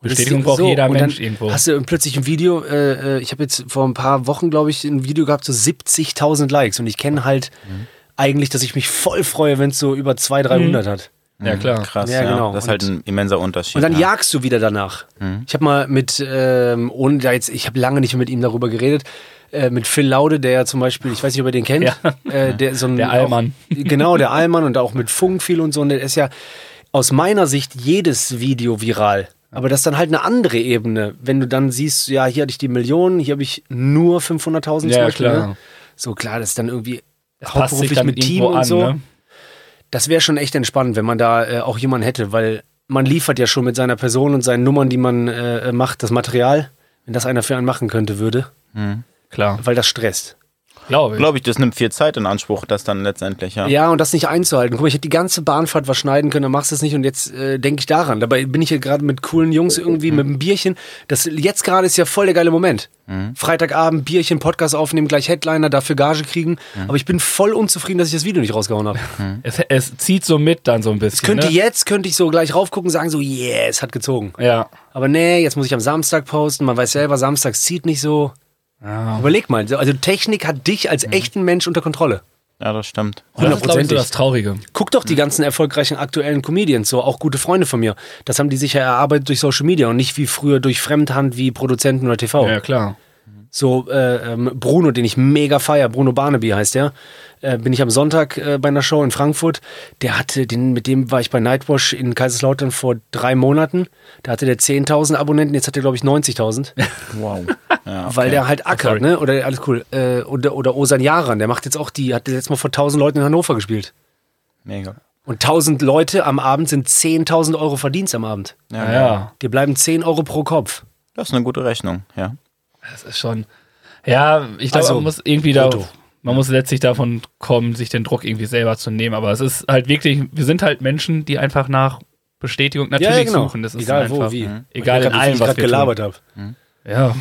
[SPEAKER 3] Bestätigung
[SPEAKER 4] Das
[SPEAKER 3] braucht
[SPEAKER 4] ist so,
[SPEAKER 3] jeder
[SPEAKER 4] und dann
[SPEAKER 3] Mensch irgendwo.
[SPEAKER 4] Hast du plötzlich ein Video, äh, äh, ich habe jetzt vor ein paar Wochen, glaube ich, ein Video gehabt, so 70.000 Likes und ich kenne halt
[SPEAKER 3] Mhm.
[SPEAKER 4] eigentlich, dass ich mich voll freue, wenn es so über 200, 300
[SPEAKER 3] Mhm.
[SPEAKER 4] hat.
[SPEAKER 3] Ja, klar.
[SPEAKER 2] Krass,
[SPEAKER 4] Ja,
[SPEAKER 2] ja,
[SPEAKER 4] genau.
[SPEAKER 2] Das ist halt
[SPEAKER 4] Und-
[SPEAKER 2] ein immenser Unterschied.
[SPEAKER 4] Und dann
[SPEAKER 2] ja.
[SPEAKER 4] jagst du wieder danach.
[SPEAKER 3] Mhm.
[SPEAKER 4] Ich habe mal mit, ähm, ohne da jetzt, ich habe lange nicht mehr mit ihm darüber geredet, äh, mit Phil Laude, der ja zum Beispiel, ich weiß nicht, ob ihr den kennt,
[SPEAKER 3] Ja.
[SPEAKER 4] äh, der, so ein,
[SPEAKER 3] Der Allmann.
[SPEAKER 4] Auch, genau, der Allmann und auch mit Funk viel und so. Und der ist ja aus meiner Sicht jedes Video viral. Aber das ist dann halt eine andere Ebene, wenn du dann siehst, ja, hier hatte ich die Millionen, hier habe ich nur 500.000 zum
[SPEAKER 3] Ja,
[SPEAKER 4] Beispiel.
[SPEAKER 3] klar.
[SPEAKER 4] Ne? So klar, das ist dann irgendwie
[SPEAKER 3] Passt sich
[SPEAKER 4] hauptberuflich
[SPEAKER 3] dann
[SPEAKER 4] mit Team
[SPEAKER 3] irgendwo
[SPEAKER 4] und
[SPEAKER 3] an,
[SPEAKER 4] so.
[SPEAKER 3] ne?
[SPEAKER 4] Das wäre schon echt entspannt, wenn man da äh, auch jemanden hätte, weil man liefert ja schon mit seiner Person und seinen Nummern, die man äh, macht, das Material. Wenn das einer für einen machen könnte, würde,
[SPEAKER 3] Klar.
[SPEAKER 4] weil das stresst.
[SPEAKER 3] Glaube ich.
[SPEAKER 2] Glaube ich, das nimmt viel Zeit in Anspruch, das dann letztendlich, ja.
[SPEAKER 4] Ja, und das nicht einzuhalten. Guck mal, ich hätte die ganze Bahnfahrt was schneiden können, dann machst du es nicht und jetzt äh, denke ich daran. Dabei bin ich hier gerade mit coolen Jungs irgendwie mit einem Bierchen. Das jetzt gerade ist ja voll der geile Moment. Freitagabend Bierchen, Podcast aufnehmen, gleich Headliner, dafür Gage kriegen. Aber ich bin voll unzufrieden, dass ich das Video nicht rausgehauen habe.
[SPEAKER 3] Es, es zieht so mit dann so ein bisschen.
[SPEAKER 4] Könnte
[SPEAKER 3] ne?
[SPEAKER 4] jetzt könnte ich so gleich raufgucken und sagen so, yeah, es hat gezogen.
[SPEAKER 3] Ja.
[SPEAKER 4] Aber nee, jetzt muss ich am Samstag posten. Man weiß selber, samstags zieht nicht so.
[SPEAKER 3] ja.
[SPEAKER 4] Überleg mal, also Technik hat dich als echten Mensch unter Kontrolle.
[SPEAKER 2] Ja, das stimmt.
[SPEAKER 3] Das ist, glaube ich, so
[SPEAKER 4] Hundertprozentig.
[SPEAKER 3] das Traurige.
[SPEAKER 4] Guck doch die ganzen erfolgreichen aktuellen Comedians, so auch gute Freunde von mir. Das haben die sich ja erarbeitet durch Social Media und nicht wie früher durch Fremdhand wie Produzenten oder TV.
[SPEAKER 3] Ja, klar.
[SPEAKER 4] So äh, ähm, Bruno, den ich mega feier, Bruno Barnaby heißt der, äh, bin ich am Sonntag äh, bei einer Show in Frankfurt. Der hatte, den, mit dem war ich bei Nightwash in Kaiserslautern vor drei Monaten. Da hatte der 10.000 Abonnenten, jetzt hat er glaube ich 90.000.
[SPEAKER 2] Wow. Ja, okay.
[SPEAKER 4] Weil der halt
[SPEAKER 3] Ah,
[SPEAKER 4] ackert, ne? Oder alles cool. Äh, oder, oder Osan Yaran, der macht jetzt auch die, hat jetzt mal vor 1000 Leuten in Hannover gespielt.
[SPEAKER 2] Mega.
[SPEAKER 4] Und 1000 Leute am Abend sind 10.000 Euro Verdienst am Abend.
[SPEAKER 3] Ja, ja,
[SPEAKER 4] Dir bleiben 10 Euro pro Kopf.
[SPEAKER 2] Das ist eine gute Rechnung, ja.
[SPEAKER 3] das ist schon. Ja, ich glaube,
[SPEAKER 4] Also,
[SPEAKER 3] man muss irgendwie da.
[SPEAKER 4] brutto.
[SPEAKER 3] Man muss letztlich davon kommen, sich den Druck irgendwie selber zu nehmen. Aber es ist halt wirklich, wir sind halt Menschen, die einfach nach Bestätigung natürlich suchen. Das ist
[SPEAKER 4] genau. Egal
[SPEAKER 3] einfach, ne?
[SPEAKER 4] wo, wie.
[SPEAKER 3] Egal in
[SPEAKER 4] Ich
[SPEAKER 3] allem, was
[SPEAKER 4] gerade
[SPEAKER 3] wir
[SPEAKER 4] gelabert habe.
[SPEAKER 3] Tun. Ja,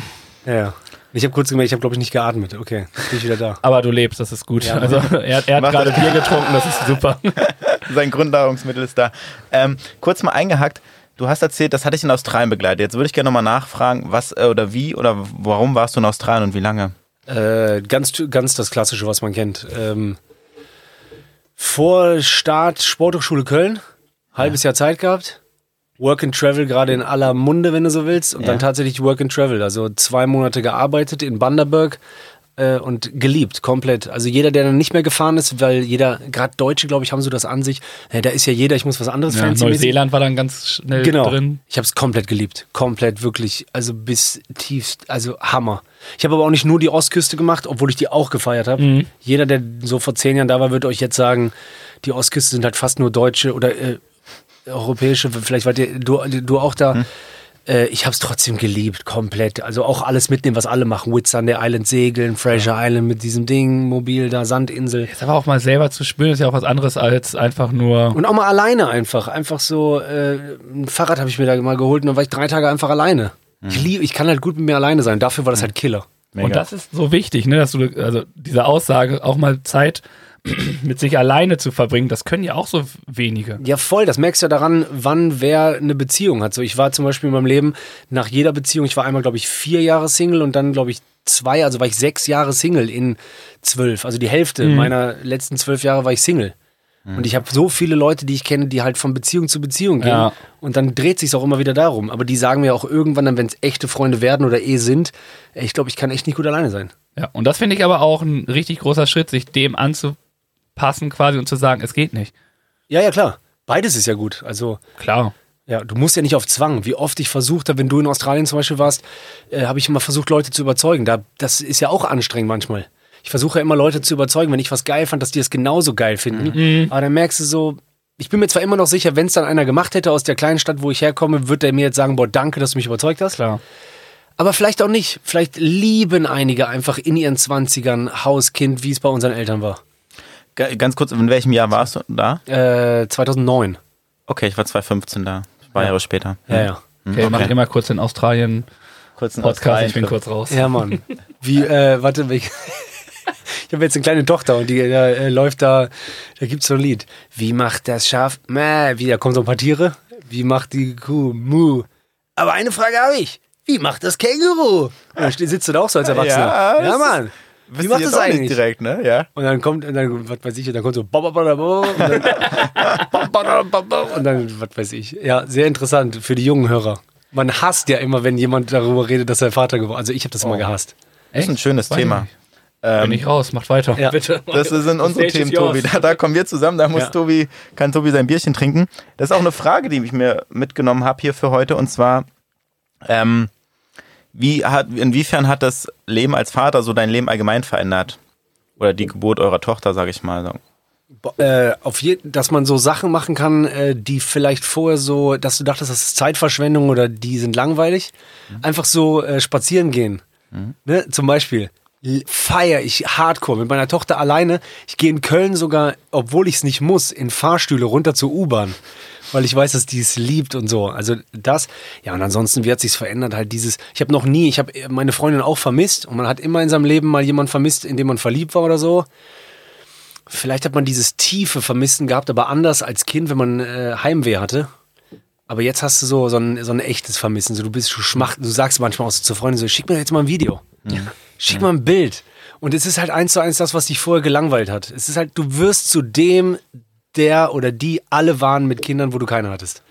[SPEAKER 4] Ja, ja. Ich habe kurz gemerkt, ich habe, glaube ich, nicht geatmet. Okay, jetzt bin ich wieder da.
[SPEAKER 3] aber du lebst, das ist gut.
[SPEAKER 4] Ja.
[SPEAKER 3] Also er, hat- er hat
[SPEAKER 2] Macht
[SPEAKER 3] gerade
[SPEAKER 2] er-
[SPEAKER 3] Bier getrunken, das ist super.
[SPEAKER 2] Sein Grundnahrungsmittel ist da. Ähm, kurz mal eingehackt. Du hast erzählt, das hatte ich in Australien begleitet. Jetzt würde ich gerne nochmal nachfragen, was äh, oder wie oder warum warst du in Australien und wie lange?
[SPEAKER 4] Äh, ganz, ganz das Klassische, was man kennt. Ähm, vor Start Sporthochschule Köln, halbes Jahr Zeit gehabt. Work and Travel gerade in aller Munde, wenn du so willst. Und
[SPEAKER 2] Ja.
[SPEAKER 4] dann tatsächlich Work and Travel. Also zwei Monate gearbeitet in Banderberg äh, und geliebt, komplett. Also jeder, der dann nicht mehr gefahren ist, weil jeder, gerade Deutsche, glaube ich, haben so das an sich, äh, da ist ja jeder, ich muss was anderes
[SPEAKER 3] Ja,
[SPEAKER 4] fancy-mäßig
[SPEAKER 3] Neuseeland war dann ganz schnell
[SPEAKER 4] genau.
[SPEAKER 3] drin.
[SPEAKER 4] Ich habe es komplett geliebt. Komplett, wirklich. Also bis tiefst, also Hammer. Ich habe aber auch nicht nur die Ostküste gemacht, obwohl ich die auch gefeiert habe.
[SPEAKER 3] Mhm.
[SPEAKER 4] Jeder, der so vor zehn Jahren da war, wird euch jetzt sagen, die Ostküste sind halt fast nur deutsche oder äh, europäische, vielleicht wart ihr, du, du auch da.
[SPEAKER 3] Mhm.
[SPEAKER 4] Äh, Ich habe es trotzdem geliebt, komplett. Also auch alles mitnehmen, was alle machen. Whitsunday Island segeln, Fraser Island mit diesem Ding, mobil da, Sandinsel.
[SPEAKER 3] Ist aber auch mal selber zu spüren, ist ja auch was anderes als einfach nur.
[SPEAKER 4] Und auch mal alleine einfach. Einfach so, äh, ein Fahrrad habe ich mir da mal geholt und dann war ich drei Tage einfach alleine. Ich liebe, ich kann halt gut mit mir alleine sein. Dafür war das halt Killer.
[SPEAKER 2] Mega.
[SPEAKER 3] Und das ist so wichtig, ne, dass du, also diese Aussage, auch mal Zeit mit sich alleine zu verbringen, das können ja auch so wenige.
[SPEAKER 4] Ja, voll. Das merkst du ja daran, wann wer eine Beziehung hat. So, ich war zum Beispiel in meinem Leben nach jeder Beziehung, ich war einmal, glaube ich, vier Jahre Single und dann, glaube ich, zwei, also war ich sechs Jahre Single in zwölf. Also die Hälfte meiner letzten zwölf Jahre war ich Single. Und ich habe so viele Leute, die ich kenne, die halt von Beziehung zu Beziehung gehen.
[SPEAKER 3] Ja.
[SPEAKER 4] Und dann dreht sich auch immer wieder darum. Aber die sagen mir auch irgendwann dann, wenn es echte Freunde werden oder eh sind, ey, ich glaube, ich kann echt nicht gut alleine sein.
[SPEAKER 3] Ja, und das finde ich aber auch ein richtig großer Schritt, sich dem anzupassen quasi und zu sagen, es geht nicht.
[SPEAKER 4] Ja, ja, klar. Beides ist ja gut. Also
[SPEAKER 3] Klar.
[SPEAKER 4] Ja, du musst ja nicht auf Zwang. Wie oft ich versucht habe, wenn du in Australien zum Beispiel warst, äh, habe ich immer versucht, Leute zu überzeugen. Da, das ist ja auch anstrengend manchmal. Ich versuche ja immer Leute zu überzeugen, wenn ich was geil fand, dass die es genauso geil finden. Aber dann merkst du so, ich bin mir zwar immer noch sicher, wenn es dann einer gemacht hätte aus der kleinen Stadt, wo ich herkomme, wird der mir jetzt sagen, boah, danke, dass du mich überzeugt hast.
[SPEAKER 3] Klar.
[SPEAKER 4] Aber vielleicht auch nicht. Vielleicht lieben einige einfach in ihren 20ern Hauskind, wie es bei unseren Eltern war.
[SPEAKER 2] Ga- Ganz kurz, in welchem Jahr warst du da?
[SPEAKER 4] Äh, 2009.
[SPEAKER 2] Okay, ich war 2015 da, ein paar Jahre später.
[SPEAKER 4] Ja, ja.
[SPEAKER 3] Okay,
[SPEAKER 2] Mhm.
[SPEAKER 3] mach ich immer kurz den Australien
[SPEAKER 2] kurz einen
[SPEAKER 3] Podcast, ich bin
[SPEAKER 2] Australien-Trip.
[SPEAKER 3] kurz raus.
[SPEAKER 4] Ja, Mann. Wie, äh, warte, ich, ich habe jetzt eine kleine Tochter und die da, äh, läuft da, da gibt's so ein Lied. Wie macht das Schaf? Mäh, wie, da kommen so ein paar Tiere. Wie macht die Kuh? Mu. Aber eine Frage habe ich. Wie macht das Känguru? Und dann ste- sitzt du da auch so als
[SPEAKER 2] Ja,
[SPEAKER 4] Erwachsener.
[SPEAKER 2] das
[SPEAKER 4] Ja,
[SPEAKER 2] ist-
[SPEAKER 4] Mann.
[SPEAKER 2] Wisst
[SPEAKER 4] Wie
[SPEAKER 2] ihr
[SPEAKER 4] macht
[SPEAKER 2] jetzt
[SPEAKER 4] das
[SPEAKER 2] auch nicht
[SPEAKER 4] eigentlich?
[SPEAKER 2] direkt, ne? Ja.
[SPEAKER 4] Und dann kommt, und dann, was weiß ich, und dann kommt so, ba, ba, ba, da, ba, und dann, ba, ba, da, ba, ba, und dann, was weiß ich. Ja, sehr interessant für die jungen Hörer. Man hasst ja immer, wenn jemand darüber redet, dass er Vater geworden ist. Also ich habe das immer gehasst.
[SPEAKER 2] Das ist ein schönes
[SPEAKER 3] Weiß
[SPEAKER 2] Thema. Ähm,
[SPEAKER 3] nicht. Bin ich raus, macht weiter.
[SPEAKER 4] Ja.
[SPEAKER 3] Bitte.
[SPEAKER 2] Das sind unsere
[SPEAKER 3] Stage
[SPEAKER 2] Themen,
[SPEAKER 3] is yours.
[SPEAKER 2] Tobi. Da, da kommen wir zusammen, da muss
[SPEAKER 4] Ja.
[SPEAKER 2] Tobi, kann Tobi sein Bierchen trinken. Das ist auch eine Frage, die ich mir mitgenommen habe hier für heute. Und zwar, ähm, wie hat, inwiefern hat das Leben als Vater so dein Leben allgemein verändert? Oder die Geburt eurer Tochter, sage ich mal.
[SPEAKER 4] Bo- äh, auf je, dass man so Sachen machen kann, äh, die vielleicht vorher so, dass du dachtest, das ist Zeitverschwendung oder die sind langweilig. Einfach so äh, spazieren gehen. Ne? Zum Beispiel l- feier ich hardcore mit meiner Tochter alleine. Ich gehe in Köln sogar, obwohl ich es nicht muss, in Fahrstühle runter zur U-Bahn. Weil ich weiß, dass die es liebt und so. Also das, ja, und ansonsten, wie hat sich's verändert? Halt dieses, ich habe noch nie, ich habe meine Freundin auch vermisst und man hat immer in seinem Leben mal jemanden vermisst, in dem man verliebt war oder so. Vielleicht hat man dieses tiefe Vermissen gehabt, aber anders als Kind, wenn man äh, Heimweh hatte. Aber jetzt hast du so, so, ein, so ein echtes Vermissen. So, du bist du schmacht, du sagst manchmal auch so zu Freunden so, schick mir jetzt mal ein Video. Schick mal ein Bild. Und es ist halt eins zu eins das, was dich vorher gelangweilt hat. Es ist halt, du wirst zu dem, der oder die alle waren mit Kindern, wo du keine hattest.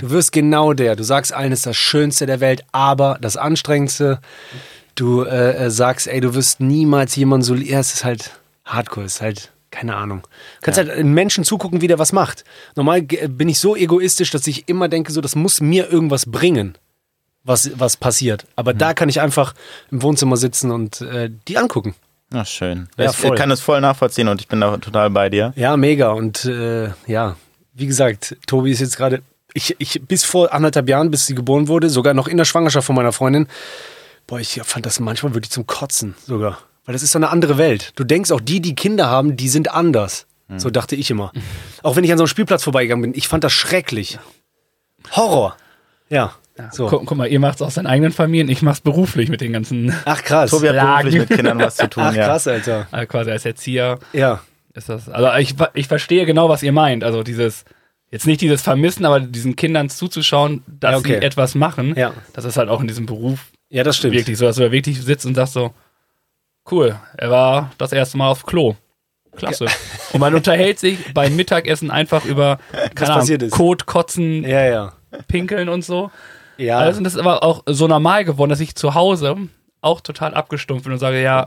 [SPEAKER 4] Du wirst genau der. Du sagst allen, es ist das Schönste der Welt, aber das Anstrengendste. Du äh, äh, sagst, ey, du wirst niemals jemanden so. li- Ja, es ist halt Hardcore, es ist halt. Keine Ahnung. Du kannst halt einen Menschen zugucken, wie der was macht. Normal ge- äh, bin ich so egoistisch, dass ich immer denke, so, das muss mir irgendwas bringen, was, was passiert. Aber da kann ich einfach im Wohnzimmer sitzen und äh, die angucken.
[SPEAKER 2] Na schön.
[SPEAKER 4] Ja,
[SPEAKER 2] ich
[SPEAKER 4] voll.
[SPEAKER 2] kann das voll nachvollziehen und ich bin da total bei dir.
[SPEAKER 4] Ja, mega. Und äh, ja, wie gesagt, Tobi ist jetzt gerade, ich, ich, bis vor anderthalb Jahren, bis sie geboren wurde, sogar noch in der Schwangerschaft von meiner Freundin, boah, ich fand das manchmal wirklich zum Kotzen sogar. Weil das ist so eine andere Welt. Du denkst auch, die, die Kinder haben, die sind anders. So dachte ich immer. Auch wenn ich an so einem Spielplatz vorbeigegangen bin, ich fand das schrecklich. Horror. Ja. So.
[SPEAKER 3] Guck, guck mal, ihr macht's aus deinen eigenen Familien, ich mach's beruflich mit den ganzen,
[SPEAKER 4] Ach krass.
[SPEAKER 2] Tobi hat
[SPEAKER 3] Lagen.
[SPEAKER 2] beruflich mit Kindern was zu tun,
[SPEAKER 4] Ach
[SPEAKER 2] ja.
[SPEAKER 4] krass, Alter.
[SPEAKER 3] äh, quasi als Erzieher.
[SPEAKER 4] Ja.
[SPEAKER 3] Ist das, also ich, ver- ich verstehe genau, was ihr meint. Also dieses, jetzt nicht dieses Vermissen, aber diesen Kindern zuzuschauen, dass
[SPEAKER 4] Ja, okay.
[SPEAKER 3] sie etwas machen,
[SPEAKER 4] Ja.
[SPEAKER 3] das ist halt auch in diesem Beruf
[SPEAKER 4] Ja, das stimmt.
[SPEAKER 3] wirklich so, dass du da wirklich sitzt und sagst so, cool, er war das erste Mal auf Klo. Klasse. Und man unterhält sich beim Mittagessen einfach über keine
[SPEAKER 4] passiert
[SPEAKER 3] Ahnung,
[SPEAKER 4] ist.
[SPEAKER 3] Kot, Kotzen,
[SPEAKER 4] Ja, Ah. ja.
[SPEAKER 3] Pinkeln und so.
[SPEAKER 4] Ja.
[SPEAKER 3] Also das ist aber auch so normal geworden, dass ich zu Hause auch total abgestumpft bin und sage, ja,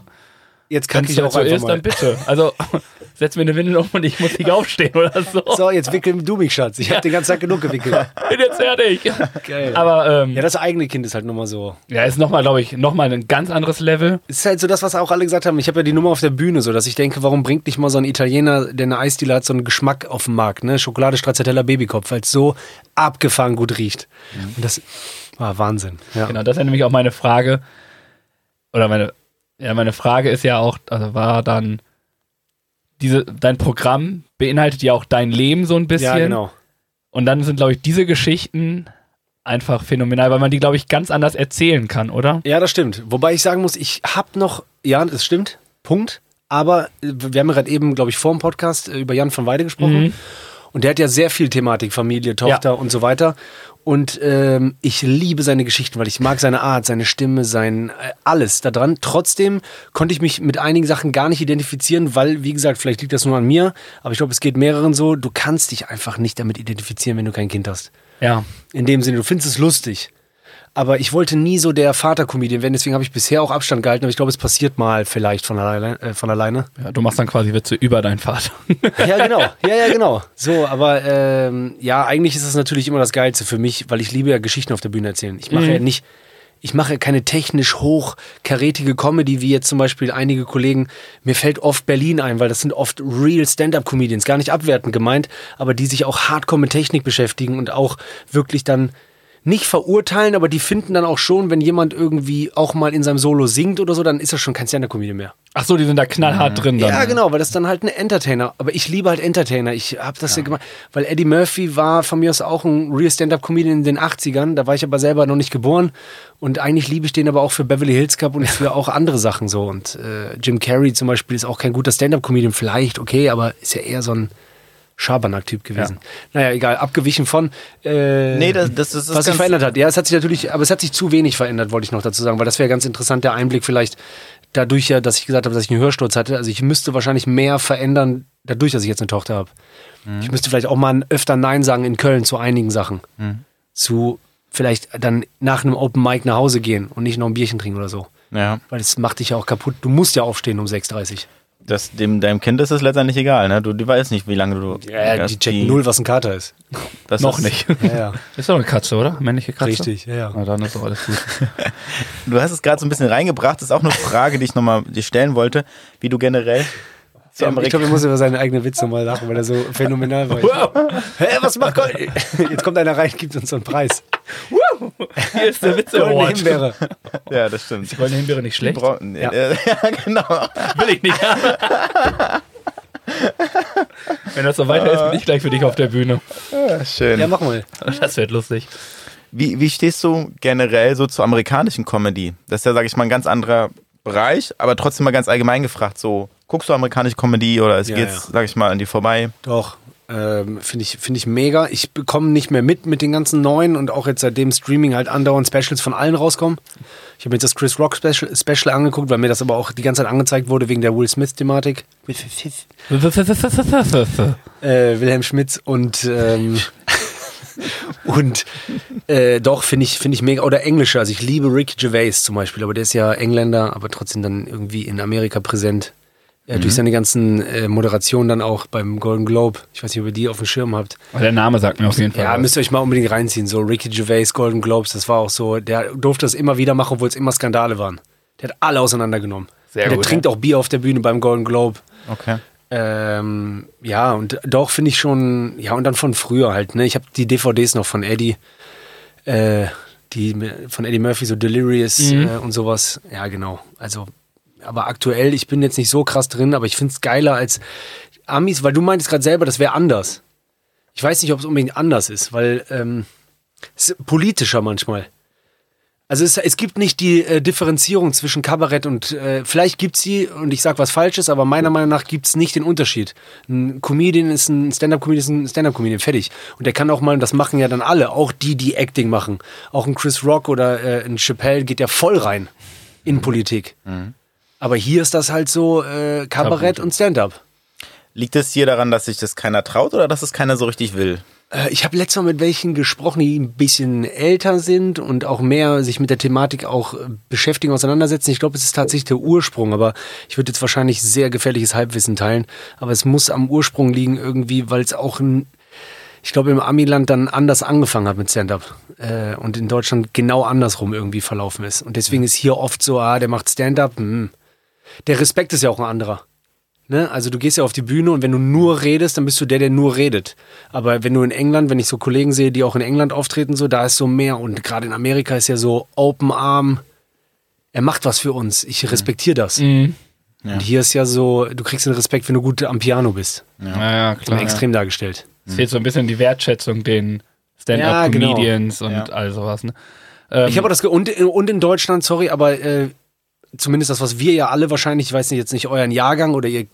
[SPEAKER 4] jetzt
[SPEAKER 3] wenn
[SPEAKER 4] kacke
[SPEAKER 3] es
[SPEAKER 4] ich
[SPEAKER 3] halt
[SPEAKER 4] auch
[SPEAKER 3] so
[SPEAKER 4] einfach
[SPEAKER 3] ist,
[SPEAKER 4] mal.
[SPEAKER 3] dann bitte. Also setz mir eine Windel um und ich muss nicht aufstehen oder so.
[SPEAKER 4] So, jetzt wickeln du mich, Schatz. Ich hab den ganzen Tag genug gewickelt.
[SPEAKER 3] Bin jetzt fertig.
[SPEAKER 4] Geil.
[SPEAKER 3] Aber ähm,
[SPEAKER 4] ja,
[SPEAKER 3] ja,
[SPEAKER 4] das eigene Kind ist halt nochmal so.
[SPEAKER 3] ist nochmal, glaube ich, nochmal ein ganz anderes Level.
[SPEAKER 4] Es ist halt so das, was auch alle gesagt haben. Ich habe ja die Nummer auf der Bühne, so dass ich denke, warum bringt nicht mal so ein Italiener, der eine Eisdiele hat, so einen Geschmack auf den Markt, ne? Schokolade, Stracciatella, Babykopf, weil es so abgefahren gut riecht. Und das war Wahnsinn. Ja.
[SPEAKER 3] Mhm. Genau, das ist nämlich auch meine Frage. Oder meine, ja, meine Frage ist ja auch, also war dann diese, dein Programm beinhaltet ja auch dein Leben so ein bisschen.
[SPEAKER 4] ja, genau.
[SPEAKER 3] Und dann sind, glaube ich, diese Geschichten einfach phänomenal, weil man die, glaube ich, ganz anders erzählen kann, oder?
[SPEAKER 4] Ja, das stimmt. Wobei ich sagen muss, ich habe noch, ja, das stimmt, Punkt. Aber äh, wir haben ja gerade eben, glaube ich, vor dem Podcast äh, über Jan van Weide gesprochen. Und der hat ja sehr viel Thematik, Familie, Tochter
[SPEAKER 3] Ja.
[SPEAKER 4] und so weiter. Und ähm, ich liebe seine Geschichten, weil ich mag seine Art, seine Stimme, sein äh, alles daran. Trotzdem konnte ich mich mit einigen Sachen gar nicht identifizieren, weil, wie gesagt, vielleicht liegt das nur an mir, aber ich glaube, es geht mehreren so. Du kannst dich einfach nicht damit identifizieren, wenn du kein Kind hast.
[SPEAKER 3] Ja.
[SPEAKER 4] In dem Sinne, du findest es lustig. Aber ich wollte nie so der Vater-Comedian werden, deswegen habe ich bisher auch Abstand gehalten, aber ich glaube, es passiert mal vielleicht von alleine. Äh, von alleine.
[SPEAKER 3] ja. Du machst dann quasi Witze über deinen Vater.
[SPEAKER 4] Ja, genau. Ja, ja, genau. So, aber ähm, ja, eigentlich ist es natürlich immer das Geilste für mich, weil ich liebe ja Geschichten auf der Bühne erzählen. Ich mache ja nicht, ich mache keine technisch hochkarätige Comedy, wie jetzt zum Beispiel einige Kollegen. Mir fällt oft Berlin ein, weil das sind oft real Stand-up-Comedians, gar nicht abwertend gemeint, aber die sich auch hardcore mit Technik beschäftigen und auch wirklich dann nicht verurteilen, aber die finden dann auch schon, wenn jemand irgendwie auch mal in seinem Solo singt oder so, dann ist das schon kein Stand-up-Comedian mehr.
[SPEAKER 3] Ach so, die sind da knallhart drin dann. ne?
[SPEAKER 4] Ja, genau, weil das ist dann halt ein Entertainer. Aber ich liebe halt Entertainer. Ich hab das ja, gemacht, weil Eddie Murphy war von mir aus auch ein real Stand-Up-Comedian in den 80ern. Da war ich aber selber noch nicht geboren. Und eigentlich liebe ich den aber auch für Beverly Hills Cup und für auch andere Sachen so. Und äh, Jim Carrey zum Beispiel ist auch kein guter Stand-Up-Comedian. Vielleicht, okay, aber ist ja eher so ein Schabernack-Typ gewesen. Naja, egal, abgewichen von. Äh,
[SPEAKER 2] Nee, das, das, das ist
[SPEAKER 4] was sich
[SPEAKER 2] ganz,
[SPEAKER 4] verändert hat. Ja, es hat sich natürlich, aber es hat sich zu wenig verändert, wollte ich noch dazu sagen, weil das wäre ganz interessant, der Einblick vielleicht dadurch ja, dass ich gesagt habe, dass ich einen Hörsturz hatte. Also ich müsste wahrscheinlich mehr verändern, dadurch, dass ich jetzt eine Tochter habe. Ich müsste vielleicht auch mal öfter Nein sagen in Köln zu einigen Sachen. Zu vielleicht dann nach einem Open Mic nach Hause gehen und nicht noch ein Bierchen trinken oder so.
[SPEAKER 2] Ja,
[SPEAKER 4] Weil das macht dich ja auch kaputt. Du musst ja aufstehen um 6.30
[SPEAKER 2] das, dem, deinem Kind ist es letztendlich egal, ne? Du, die weiß nicht, wie lange du.
[SPEAKER 4] Uhr. Ja, die
[SPEAKER 2] das-
[SPEAKER 4] checken null, was ein Kater ist.
[SPEAKER 2] das
[SPEAKER 3] Noch
[SPEAKER 2] ist-
[SPEAKER 3] nicht.
[SPEAKER 4] Ja, ja.
[SPEAKER 3] Ist doch eine Katze, oder? Männliche Katze.
[SPEAKER 4] Richtig, ja, ja.
[SPEAKER 3] Na, dann ist doch alles gut.
[SPEAKER 2] Du hast es gerade so ein bisschen reingebracht. Das ist auch eine Frage, die ich nochmal dir stellen wollte, wie du generell zu
[SPEAKER 4] Ja, Ich
[SPEAKER 2] Amerika.
[SPEAKER 4] glaube, er muss über seine eigenen Witze mal lachen, weil er so phänomenal war.
[SPEAKER 3] wow,
[SPEAKER 4] Hä, was macht Gold? Oh, Jetzt kommt einer rein, gibt uns so einen Preis.
[SPEAKER 3] hier ist der Witze
[SPEAKER 4] Goldene
[SPEAKER 3] Award.
[SPEAKER 4] Himbeere.
[SPEAKER 2] Ja, das stimmt.
[SPEAKER 3] Goldene Himbeere nicht schlecht.
[SPEAKER 2] Bra-
[SPEAKER 4] Ja.
[SPEAKER 2] Äh, ja, genau.
[SPEAKER 3] Will ich nicht. Wenn das so weiter ist, bin ich gleich für dich auf der Bühne.
[SPEAKER 2] Schön.
[SPEAKER 4] Ja, mach mal.
[SPEAKER 3] Das wird lustig.
[SPEAKER 2] Wie, wie stehst du generell so zur amerikanischen Comedy? Das ist ja, sage ich mal, ein ganz anderer Bereich, aber trotzdem mal ganz allgemein gefragt. So, guckst du amerikanische Comedy oder es
[SPEAKER 4] Ja,
[SPEAKER 2] geht's,
[SPEAKER 4] ja.
[SPEAKER 2] sage ich mal, an dir vorbei?
[SPEAKER 4] Doch. Ähm, Finde ich, find ich mega. Ich bekomme nicht mehr mit mit den ganzen neuen und auch jetzt seitdem Streaming halt andauernd Specials von allen rauskommen. Ich habe mir jetzt das Chris Rock Special, Special angeguckt, weil mir das aber auch die ganze Zeit angezeigt wurde wegen der Will Smith-Thematik. äh, Wilhelm Schmitz und ähm, und äh, doch finde ich finde ich mega oder englische also ich liebe Ricky Gervais zum Beispiel aber der ist ja Engländer aber trotzdem dann irgendwie in Amerika präsent ja,
[SPEAKER 3] Mhm.
[SPEAKER 4] durch seine ganzen äh, Moderationen dann auch beim Golden Globe ich weiß nicht ob ihr die auf dem Schirm habt
[SPEAKER 3] Aber der Name sagt mir auf jeden Fall.
[SPEAKER 4] ja,
[SPEAKER 3] was.
[SPEAKER 4] müsst ihr euch mal unbedingt reinziehen. So Ricky Gervais, Golden Globes, das war auch so. Der durfte das immer wieder machen, obwohl es immer Skandale waren. Der hat alle auseinandergenommen.
[SPEAKER 3] Sehr
[SPEAKER 4] der
[SPEAKER 3] gut,
[SPEAKER 4] trinkt auch Bier auf der Bühne beim Golden Globe.
[SPEAKER 2] Okay.
[SPEAKER 4] Ähm, ja, und doch finde ich schon, ja, und dann von früher halt, ne? Ich habe die DVDs noch von Eddie, äh, die mir- von Eddie Murphy, so Delirious äh, und sowas. Ja, genau. Also, aber aktuell, ich bin jetzt nicht so krass drin, aber ich finde es geiler als Amis, weil du meintest gerade selber, das wäre anders. Ich weiß nicht, ob es unbedingt anders ist, weil ähm, es ist politischer manchmal. Also es, es gibt nicht die äh, Differenzierung zwischen Kabarett und äh, vielleicht gibt sie, und ich sage was Falsches, aber meiner Meinung nach gibt es nicht den Unterschied. Ein Comedian ist ein Stand-Up-Comedian, ist ein Stand-Up-Comedian, fertig. Und der kann auch mal, und das machen ja dann alle, auch die, die Acting machen. Auch ein Chris Rock oder äh, ein Chappelle geht ja voll rein in Politik. Aber hier ist das halt so äh, Kabarett und Stand-Up.
[SPEAKER 2] Liegt es hier daran, dass sich das keiner traut oder dass es keiner so richtig will?
[SPEAKER 4] Äh, Ich habe letztes Mal mit welchen gesprochen, die ein bisschen älter sind und auch mehr sich mit der Thematik auch äh, beschäftigen, auseinandersetzen. Ich glaube, es ist tatsächlich der Ursprung, aber ich würde jetzt wahrscheinlich sehr gefährliches Halbwissen teilen. Aber es muss am Ursprung liegen irgendwie, weil es auch, ein, ich glaube, im Amiland dann anders angefangen hat mit Stand-Up äh, und in Deutschland genau andersrum irgendwie verlaufen ist. Und deswegen ist hier oft so, ah, der macht Stand-Up. hm. Der Respekt ist ja auch ein anderer. Ne? Also du gehst ja auf die Bühne und wenn du nur redest, dann bist du der, der nur redet. Aber wenn du in England, wenn ich so Kollegen sehe, die auch in England auftreten, so, da ist so mehr. Und gerade in Amerika ist ja so Open Arm, er macht was für uns, ich respektiere das. Und hier ist ja so, du kriegst den Respekt, wenn du gut am Piano bist.
[SPEAKER 3] Ja, ja klar. Es
[SPEAKER 4] Extrem dargestellt.
[SPEAKER 3] fehlt so ein bisschen die Wertschätzung den
[SPEAKER 4] Ja, genau.
[SPEAKER 3] Stand-Up-Comedians
[SPEAKER 2] Ja.
[SPEAKER 3] und all sowas. Ne?
[SPEAKER 4] Ich habe das ge und, äh, und in Deutschland, sorry, aber äh, zumindest das, was wir ja alle wahrscheinlich, ich weiß nicht, jetzt nicht euren Jahrgang oder ihr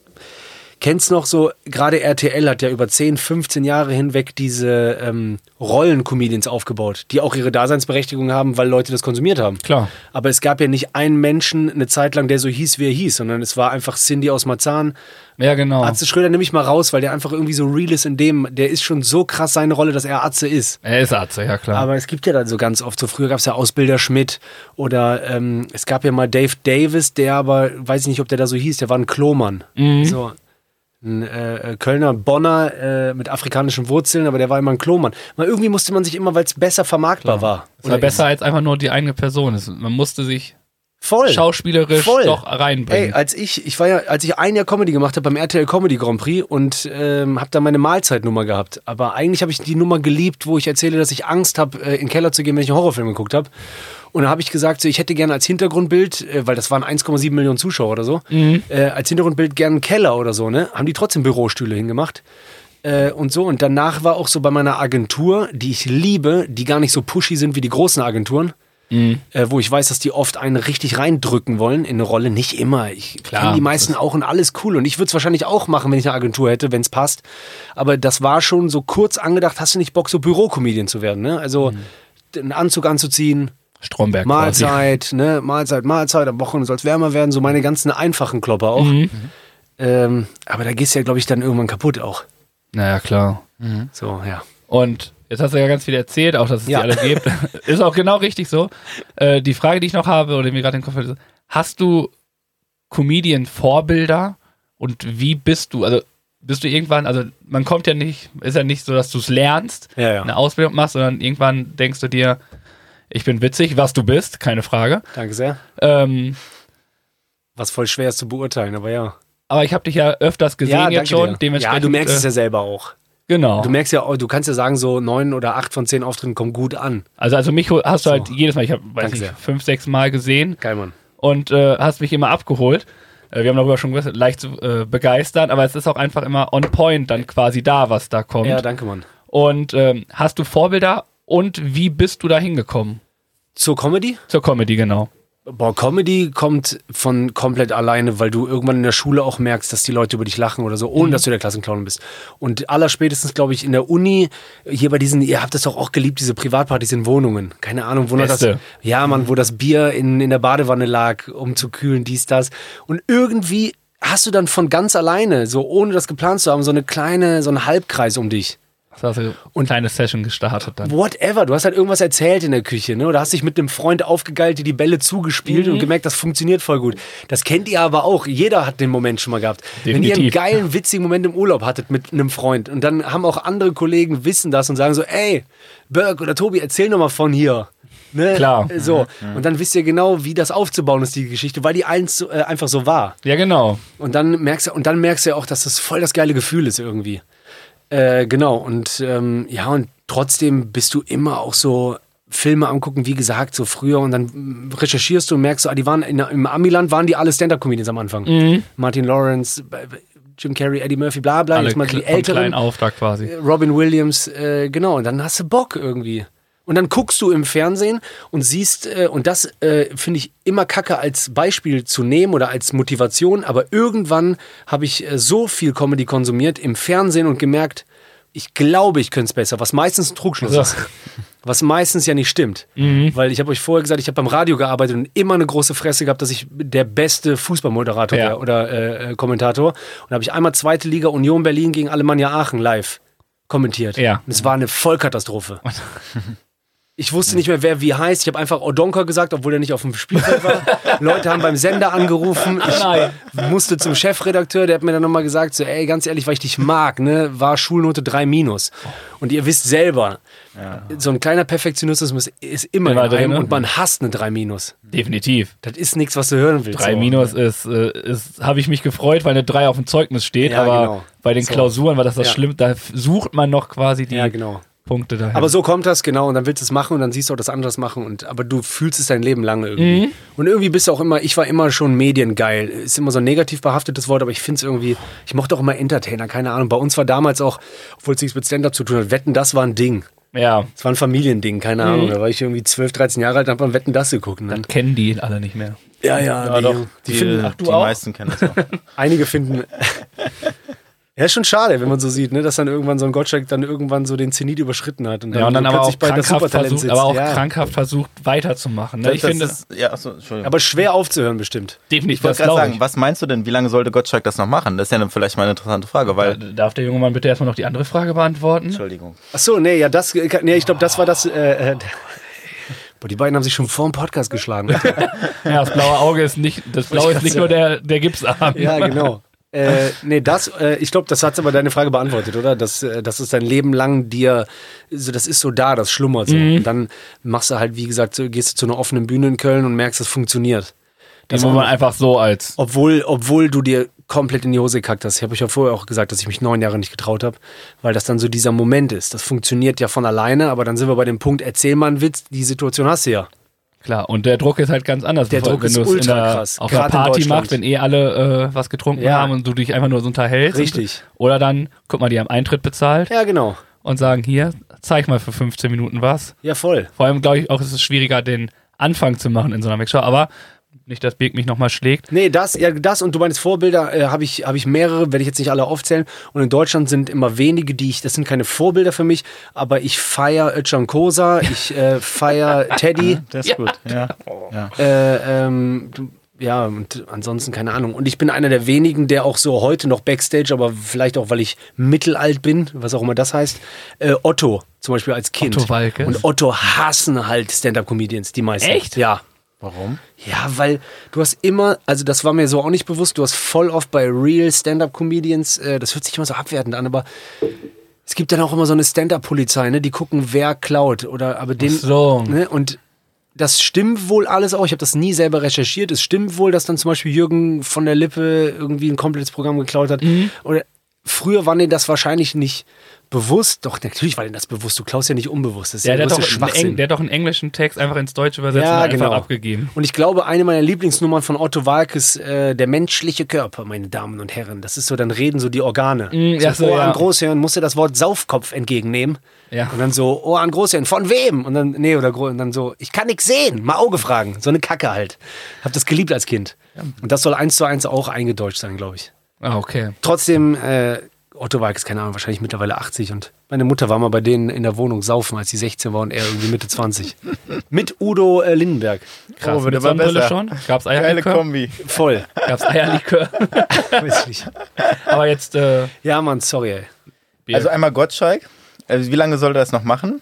[SPEAKER 4] kennt's noch so, gerade RTL hat ja über 10, 15 Jahre hinweg diese ähm, Rollen-Comedians aufgebaut, die auch ihre Daseinsberechtigung haben, weil Leute das konsumiert haben.
[SPEAKER 3] Klar.
[SPEAKER 4] Aber es gab ja nicht einen Menschen eine Zeit lang, der so hieß, wie er hieß, sondern es war einfach Cindy aus Marzahn,
[SPEAKER 3] Ja, genau.
[SPEAKER 4] Atze Schröder nehme ich mal raus, weil der einfach irgendwie so real ist in dem, der ist schon so krass seine Rolle, dass er Atze ist.
[SPEAKER 3] Er ist Arzt, ja klar.
[SPEAKER 4] Aber es gibt ja dann so ganz oft, so früher gab es ja Ausbilder Schmidt oder ähm, es gab ja mal Dave Davis, der aber, weiß ich nicht, ob der da so hieß, der war ein Klomann.
[SPEAKER 3] Mhm.
[SPEAKER 4] So ein äh, äh, Kölner Bonner äh, mit afrikanischen Wurzeln, aber der war immer ein Klomann. Mal irgendwie musste man sich immer, weil es besser vermarktbar war.
[SPEAKER 3] es war besser als einfach nur die eigene Person. Es- Man musste sich
[SPEAKER 4] Voll.
[SPEAKER 3] schauspielerisch
[SPEAKER 4] Voll.
[SPEAKER 3] doch
[SPEAKER 4] Ey,
[SPEAKER 3] reinbringen.
[SPEAKER 4] als ich, ich war ja, als ich ein Jahr Comedy gemacht habe beim RTL Comedy Grand Prix und ähm, habe da meine Mahlzeitnummer gehabt. Aber eigentlich habe ich die Nummer geliebt, wo ich erzähle, dass ich Angst habe, äh, in den Keller zu gehen, wenn ich einen Horrorfilm geguckt habe. Und da habe ich gesagt, so, ich hätte gerne als Hintergrundbild, äh, weil das waren 1,7 Millionen Zuschauer oder so,
[SPEAKER 3] Mhm.
[SPEAKER 4] äh, als Hintergrundbild gerne einen Keller oder so, ne? Haben die trotzdem Bürostühle hingemacht. Äh, und so. Und danach war auch so bei meiner Agentur, die ich liebe, die gar nicht so pushy sind wie die großen Agenturen, äh, wo ich weiß, dass die oft einen richtig reindrücken wollen in eine Rolle. Nicht immer. Ich kenne die meisten auch und alles cool. Und ich würde es wahrscheinlich auch machen, wenn ich eine Agentur hätte, wenn es passt. Aber das war schon so kurz angedacht, hast du nicht Bock, so Bürokomedian zu werden, ne? Also einen Anzug anzuziehen,
[SPEAKER 3] Stromberg quasi.
[SPEAKER 4] Mahlzeit, ne? Mahlzeit, Mahlzeit, am Wochenende soll es wärmer werden, so meine ganzen einfachen Klopper auch. Ähm, aber da gehst du ja, glaube ich, dann irgendwann kaputt auch.
[SPEAKER 3] Naja, klar.
[SPEAKER 4] So, ja.
[SPEAKER 3] Und jetzt hast du ja ganz viel erzählt, auch dass es
[SPEAKER 4] Ja.
[SPEAKER 3] die alle gibt. ist auch genau richtig so. Äh, die Frage, die ich noch habe oder die mir gerade in den Kopf fällt, ist, hast du Comedian-Vorbilder und wie bist du? Also bist du irgendwann, also man kommt ja nicht, ist ja nicht so, dass du es lernst,
[SPEAKER 4] Ja, ja.
[SPEAKER 3] eine Ausbildung machst, sondern irgendwann denkst du dir, ich bin witzig, was du bist, keine Frage.
[SPEAKER 4] Danke sehr.
[SPEAKER 3] Ähm,
[SPEAKER 4] Was voll schwer ist zu beurteilen, aber ja.
[SPEAKER 3] aber ich habe dich ja öfters gesehen
[SPEAKER 4] ja, danke
[SPEAKER 3] jetzt schon. äh,
[SPEAKER 4] dir. Ja, du merkst es ja selber auch.
[SPEAKER 3] Genau.
[SPEAKER 4] Du merkst ja, auch- du kannst ja sagen, so neun oder acht von zehn Auftritten kommen gut an.
[SPEAKER 3] Also, also mich hol- hast du halt jedes Mal, ich habe, weiß
[SPEAKER 4] Danke
[SPEAKER 3] nicht,
[SPEAKER 4] sehr.
[SPEAKER 3] fünf, sechs Mal gesehen
[SPEAKER 4] Geil, Mann.
[SPEAKER 3] und äh, hast mich immer abgeholt. Äh, wir haben darüber schon gesagt, leicht zu äh, begeistern, aber es ist auch einfach immer on point dann quasi da, was da kommt.
[SPEAKER 4] Ja, danke, Mann.
[SPEAKER 3] und ähm, hast du Vorbilder und wie bist du da hingekommen?
[SPEAKER 4] Zur Comedy?
[SPEAKER 3] Zur Comedy, genau.
[SPEAKER 4] Boah, Comedy kommt von komplett alleine, weil du irgendwann in der Schule auch merkst, dass die Leute über dich lachen oder so, ohne dass du der Klassenclown bist. Und allerspätestens, glaube ich, in der Uni, hier bei diesen, ihr habt das doch auch geliebt, diese Privatpartys in Wohnungen. Keine Ahnung, wo noch das.
[SPEAKER 3] Beste.
[SPEAKER 4] Ja, Mann, wo das Bier in, in der Badewanne lag, um zu kühlen, dies, das. Und irgendwie hast du dann von ganz alleine, so ohne das geplant zu haben, so eine kleine, so einen Halbkreis um dich.
[SPEAKER 3] Das hast du und kleine Session gestartet dann.
[SPEAKER 4] Whatever, du hast halt irgendwas erzählt in der Küche, ne? Oder hast dich mit einem Freund aufgegeilt, dir die Bälle zugespielt
[SPEAKER 3] Mhm.
[SPEAKER 4] und gemerkt, das funktioniert voll gut. Das kennt ihr aber auch. Jeder hat den Moment schon mal gehabt. Wenn ihr einen
[SPEAKER 3] Definitiv.
[SPEAKER 4] geilen, witzigen Moment im Urlaub hattet mit einem Freund und dann haben auch andere Kollegen wissen das und sagen so, ey, Birk oder Tobi, erzähl noch mal von hier. Ne?
[SPEAKER 3] Klar. Mhm.
[SPEAKER 4] So. Und dann wisst ihr genau, wie das aufzubauen ist, die Geschichte, weil die eins so- äh, einfach so war.
[SPEAKER 3] Ja, genau.
[SPEAKER 4] Und dann merkst du, und dann merkst du ja auch, dass das voll das geile Gefühl ist irgendwie. Äh, genau, und ähm, ja, und trotzdem bist du immer auch so Filme angucken, wie gesagt, so früher und dann mm, recherchierst du und merkst so, ah, die waren in, im Amiland waren die alle Stand-Up-Comedians am Anfang.
[SPEAKER 3] Mhm.
[SPEAKER 4] Martin Lawrence, äh, Jim Carrey, Eddie Murphy, bla bla,
[SPEAKER 3] Alle
[SPEAKER 4] jetzt mal
[SPEAKER 3] kle- vom
[SPEAKER 4] die
[SPEAKER 3] kleinen
[SPEAKER 4] Älteren,
[SPEAKER 3] Auftrag quasi.
[SPEAKER 4] Äh, Robin Williams, äh, genau, und dann hast du Bock irgendwie. Und dann guckst du im Fernsehen und siehst, äh, und das äh, finde ich immer kacke als Beispiel zu nehmen oder als Motivation, aber irgendwann habe ich äh, so viel Comedy konsumiert im Fernsehen und gemerkt, ich glaube, ich könnte es besser, was meistens ein Trugschluss
[SPEAKER 3] Ja.
[SPEAKER 4] ist. Was meistens ja nicht stimmt.
[SPEAKER 3] Mhm.
[SPEAKER 4] Weil ich habe euch vorher gesagt, ich habe beim Radio gearbeitet und immer eine große Fresse gehabt, dass ich der beste Fußballmoderator
[SPEAKER 3] Ja.
[SPEAKER 4] wäre oder äh, äh, Kommentator. Und habe ich einmal zweite Liga Union Berlin gegen Alemannia Aachen live kommentiert.
[SPEAKER 3] Ja.
[SPEAKER 4] Und es war eine Vollkatastrophe. Ich wusste nicht mehr, wer wie heißt. Ich habe einfach Odonka gesagt, obwohl er nicht auf dem Spielfeld war. Leute haben beim Sender angerufen. Ich
[SPEAKER 3] Ah, Nein.
[SPEAKER 4] musste zum Chefredakteur, der hat mir dann nochmal gesagt, so, ey, ganz ehrlich, weil ich dich mag, ne, war Schulnote 3 minus. Und ihr wisst selber, so ein kleiner Perfektionismus ist immer in
[SPEAKER 3] Immer drin,
[SPEAKER 4] einem
[SPEAKER 3] ne?
[SPEAKER 4] und man hasst eine 3 minus.
[SPEAKER 3] Definitiv.
[SPEAKER 4] Das ist nichts, was du hören willst.
[SPEAKER 3] 3
[SPEAKER 4] so. ne?
[SPEAKER 3] minus ist, äh, ist habe ich mich gefreut, weil eine 3 auf dem Zeugnis steht,
[SPEAKER 4] Ja,
[SPEAKER 3] aber
[SPEAKER 4] genau.
[SPEAKER 3] bei den
[SPEAKER 4] So.
[SPEAKER 3] Klausuren war das das
[SPEAKER 4] Ja.
[SPEAKER 3] schlimm, da f- sucht man noch quasi die
[SPEAKER 4] Ja, genau.
[SPEAKER 3] Punkte dahin.
[SPEAKER 4] Aber so kommt das, genau, und dann willst du es machen und dann siehst du auch, dass andere es machen. Und, aber du fühlst es dein Leben lang irgendwie. Und irgendwie bist du auch immer, ich war immer schon mediengeil. Ist immer so ein negativ behaftetes Wort, aber ich finde es irgendwie, ich mochte auch immer Entertainer, keine Ahnung. Bei uns war damals auch, obwohl es nichts mit Stand-Up zu tun hat, Wetten, das war ein Ding.
[SPEAKER 3] ja,
[SPEAKER 4] Es war ein Familiending, keine Ahnung. Da war ich irgendwie 12, 13 Jahre alt und hab beim Wetten, das geguckt. Ne?
[SPEAKER 3] dann kennen die alle nicht mehr.
[SPEAKER 4] Ja, ja, die,
[SPEAKER 3] doch.
[SPEAKER 4] die finden,
[SPEAKER 2] die meisten kennen das auch.
[SPEAKER 4] einige finden. Ja, ist schon schade, wenn man so sieht, ne, dass dann irgendwann so ein Gottschalk dann irgendwann so den Zenit überschritten hat und dann,
[SPEAKER 3] Ja, und dann aber auch,
[SPEAKER 4] plötzlich bei das
[SPEAKER 3] krankhaft
[SPEAKER 4] Supertalent
[SPEAKER 3] versucht,
[SPEAKER 4] sitzt.
[SPEAKER 3] aber auch
[SPEAKER 4] ja.
[SPEAKER 3] krankhaft versucht weiterzumachen. Ne? Ich
[SPEAKER 2] Das
[SPEAKER 3] finde das
[SPEAKER 2] ist- ja, achso, Entschuldigung.
[SPEAKER 4] Aber schwer aufzuhören bestimmt.
[SPEAKER 3] definitiv,
[SPEAKER 2] ich wollte
[SPEAKER 3] das
[SPEAKER 2] gerade
[SPEAKER 3] glaube
[SPEAKER 2] sagen,
[SPEAKER 3] ich.
[SPEAKER 2] was meinst du denn, wie lange sollte Gottschalk das noch machen? Das ist ja dann vielleicht mal eine interessante Frage, weil.
[SPEAKER 3] Darf der junge Mann bitte erstmal noch die andere Frage beantworten?
[SPEAKER 2] Entschuldigung.
[SPEAKER 4] Ach so, nee, ja, das, nee, ich glaube, das war das. Äh, äh, boah, die beiden haben sich schon vor dem Podcast geschlagen. Alter.
[SPEAKER 3] Ja, das blaue Auge ist nicht, das blaue ist nicht nur der, der Gipsarm.
[SPEAKER 4] ja, genau. Äh, nee, das, äh, ich glaube, das hat aber deine Frage beantwortet, oder? Das, äh, das ist dein Leben lang dir, so, das ist so da, das schlummert so.
[SPEAKER 3] Mhm.
[SPEAKER 4] Und dann machst du halt, wie gesagt, so, gehst du zu einer offenen Bühne in Köln und merkst, es funktioniert.
[SPEAKER 3] Das muss man einfach so als.
[SPEAKER 4] Obwohl, obwohl du dir komplett in die Hose gekackt hast. Ich habe euch ja vorher auch gesagt, dass ich mich neun Jahre nicht getraut habe, weil das dann so dieser Moment ist. Das funktioniert ja von alleine, aber dann sind wir bei dem Punkt, erzähl mal einen Witz, die Situation hast du ja.
[SPEAKER 3] Klar, und der Druck ist halt ganz anders.
[SPEAKER 4] Der
[SPEAKER 3] bevor-
[SPEAKER 4] Druck
[SPEAKER 3] wenn
[SPEAKER 4] ist
[SPEAKER 3] du es in
[SPEAKER 4] ultra
[SPEAKER 3] der,
[SPEAKER 4] krass,
[SPEAKER 3] Auf einer
[SPEAKER 4] gerade in
[SPEAKER 3] Party
[SPEAKER 4] Deutschland.
[SPEAKER 3] machst, wenn eh alle äh, was getrunken
[SPEAKER 4] Ja.
[SPEAKER 3] haben und du dich einfach nur so unterhältst.
[SPEAKER 4] Richtig.
[SPEAKER 3] Und, oder dann, guck mal, die haben Eintritt bezahlt
[SPEAKER 4] Ja, genau.
[SPEAKER 3] und sagen, hier, zeig mal für 15 Minuten was.
[SPEAKER 4] Ja, voll.
[SPEAKER 3] Vor allem, glaube ich, auch ist es schwieriger, den Anfang zu machen in so einer Mixshow, aber nicht, dass Birk mich nochmal schlägt.
[SPEAKER 4] Nee, das, ja, das und du meinst Vorbilder äh, habe ich, hab ich mehrere, werde ich jetzt nicht alle aufzählen. Und in Deutschland sind immer wenige, die ich, das sind keine Vorbilder für mich, aber ich feiere Özcan Kosa, ich äh, feiere Teddy.
[SPEAKER 2] Das ist gut, ja. ja.
[SPEAKER 4] Äh, ähm, du- ja, und ansonsten keine Ahnung. Und ich bin einer der wenigen, der auch so heute noch Backstage, aber vielleicht auch, weil ich mittelalt bin, was auch immer das heißt, äh, Otto zum Beispiel als Kind.
[SPEAKER 3] Otto Walke.
[SPEAKER 4] Und Otto hassen halt Stand-Up-Comedians, die meisten.
[SPEAKER 3] Echt?
[SPEAKER 4] Ja.
[SPEAKER 2] Warum?
[SPEAKER 4] Ja, weil du hast immer, also das war mir so auch nicht bewusst, du hast voll oft bei Real Stand-Up-Comedians, äh, das hört sich immer so abwertend an, aber es gibt dann auch immer so eine Stand-Up-Polizei, ne? die gucken, wer klaut oder aber den.
[SPEAKER 3] so.
[SPEAKER 4] Ne? Und das stimmt wohl alles auch. Ich habe das nie selber recherchiert. Es stimmt wohl, dass dann zum Beispiel Jürgen von der Lippe irgendwie ein komplettes Programm geklaut hat.
[SPEAKER 3] Mhm.
[SPEAKER 4] Oder früher war denen das wahrscheinlich nicht bewusst. Doch, natürlich war denen das bewusst. Du klaust ja nicht unbewusst. Das ist
[SPEAKER 3] Ja, der, hat
[SPEAKER 4] größte
[SPEAKER 3] doch einen
[SPEAKER 4] Schwachsinn.
[SPEAKER 3] Eng, der hat doch einen englischen Text einfach ins Deutsche übersetzt und einfach
[SPEAKER 2] genau.
[SPEAKER 3] abgegeben.
[SPEAKER 4] genau. Und ich glaube, eine meiner Lieblingsnummern von Otto Walke ist äh, der menschliche Körper, meine Damen und Herren. Das ist so, dann reden so die Organe.
[SPEAKER 3] Mm, ja, so,
[SPEAKER 4] Ohr
[SPEAKER 3] ja.
[SPEAKER 4] an Großhirn musste das Wort Saufkopf entgegennehmen.
[SPEAKER 3] Ja.
[SPEAKER 4] Und dann so, Ohr an Großhirn, von wem? Und dann, nee, oder Gro- und dann so, ich kann nix sehen, mal Auge fragen. So eine Kacke halt. Hab das geliebt als Kind. Und das soll eins zu eins auch eingedeutscht sein, glaube ich.
[SPEAKER 3] Ah, okay.
[SPEAKER 4] Trotzdem, äh, Otto Walke ist, keine Ahnung, wahrscheinlich mittlerweile 80 und meine Mutter war mal bei denen in der Wohnung saufen, als die 16 war und er irgendwie Mitte 20. Mit Udo äh, Lindenberg.
[SPEAKER 3] Krass.
[SPEAKER 2] Oh,
[SPEAKER 3] Mit
[SPEAKER 2] wird aber
[SPEAKER 3] Sonnenbrille
[SPEAKER 2] besser.
[SPEAKER 3] schon? Gab's
[SPEAKER 2] Geile
[SPEAKER 3] Eierlikör?
[SPEAKER 2] Kombi.
[SPEAKER 4] Voll.
[SPEAKER 3] Gab's Eierlikör.
[SPEAKER 4] Weiß ich nicht.
[SPEAKER 3] aber jetzt, äh,
[SPEAKER 4] Ja, Mann, sorry, ey.
[SPEAKER 3] Bier.
[SPEAKER 2] Also einmal Gottschalk. Also wie lange soll er das noch machen?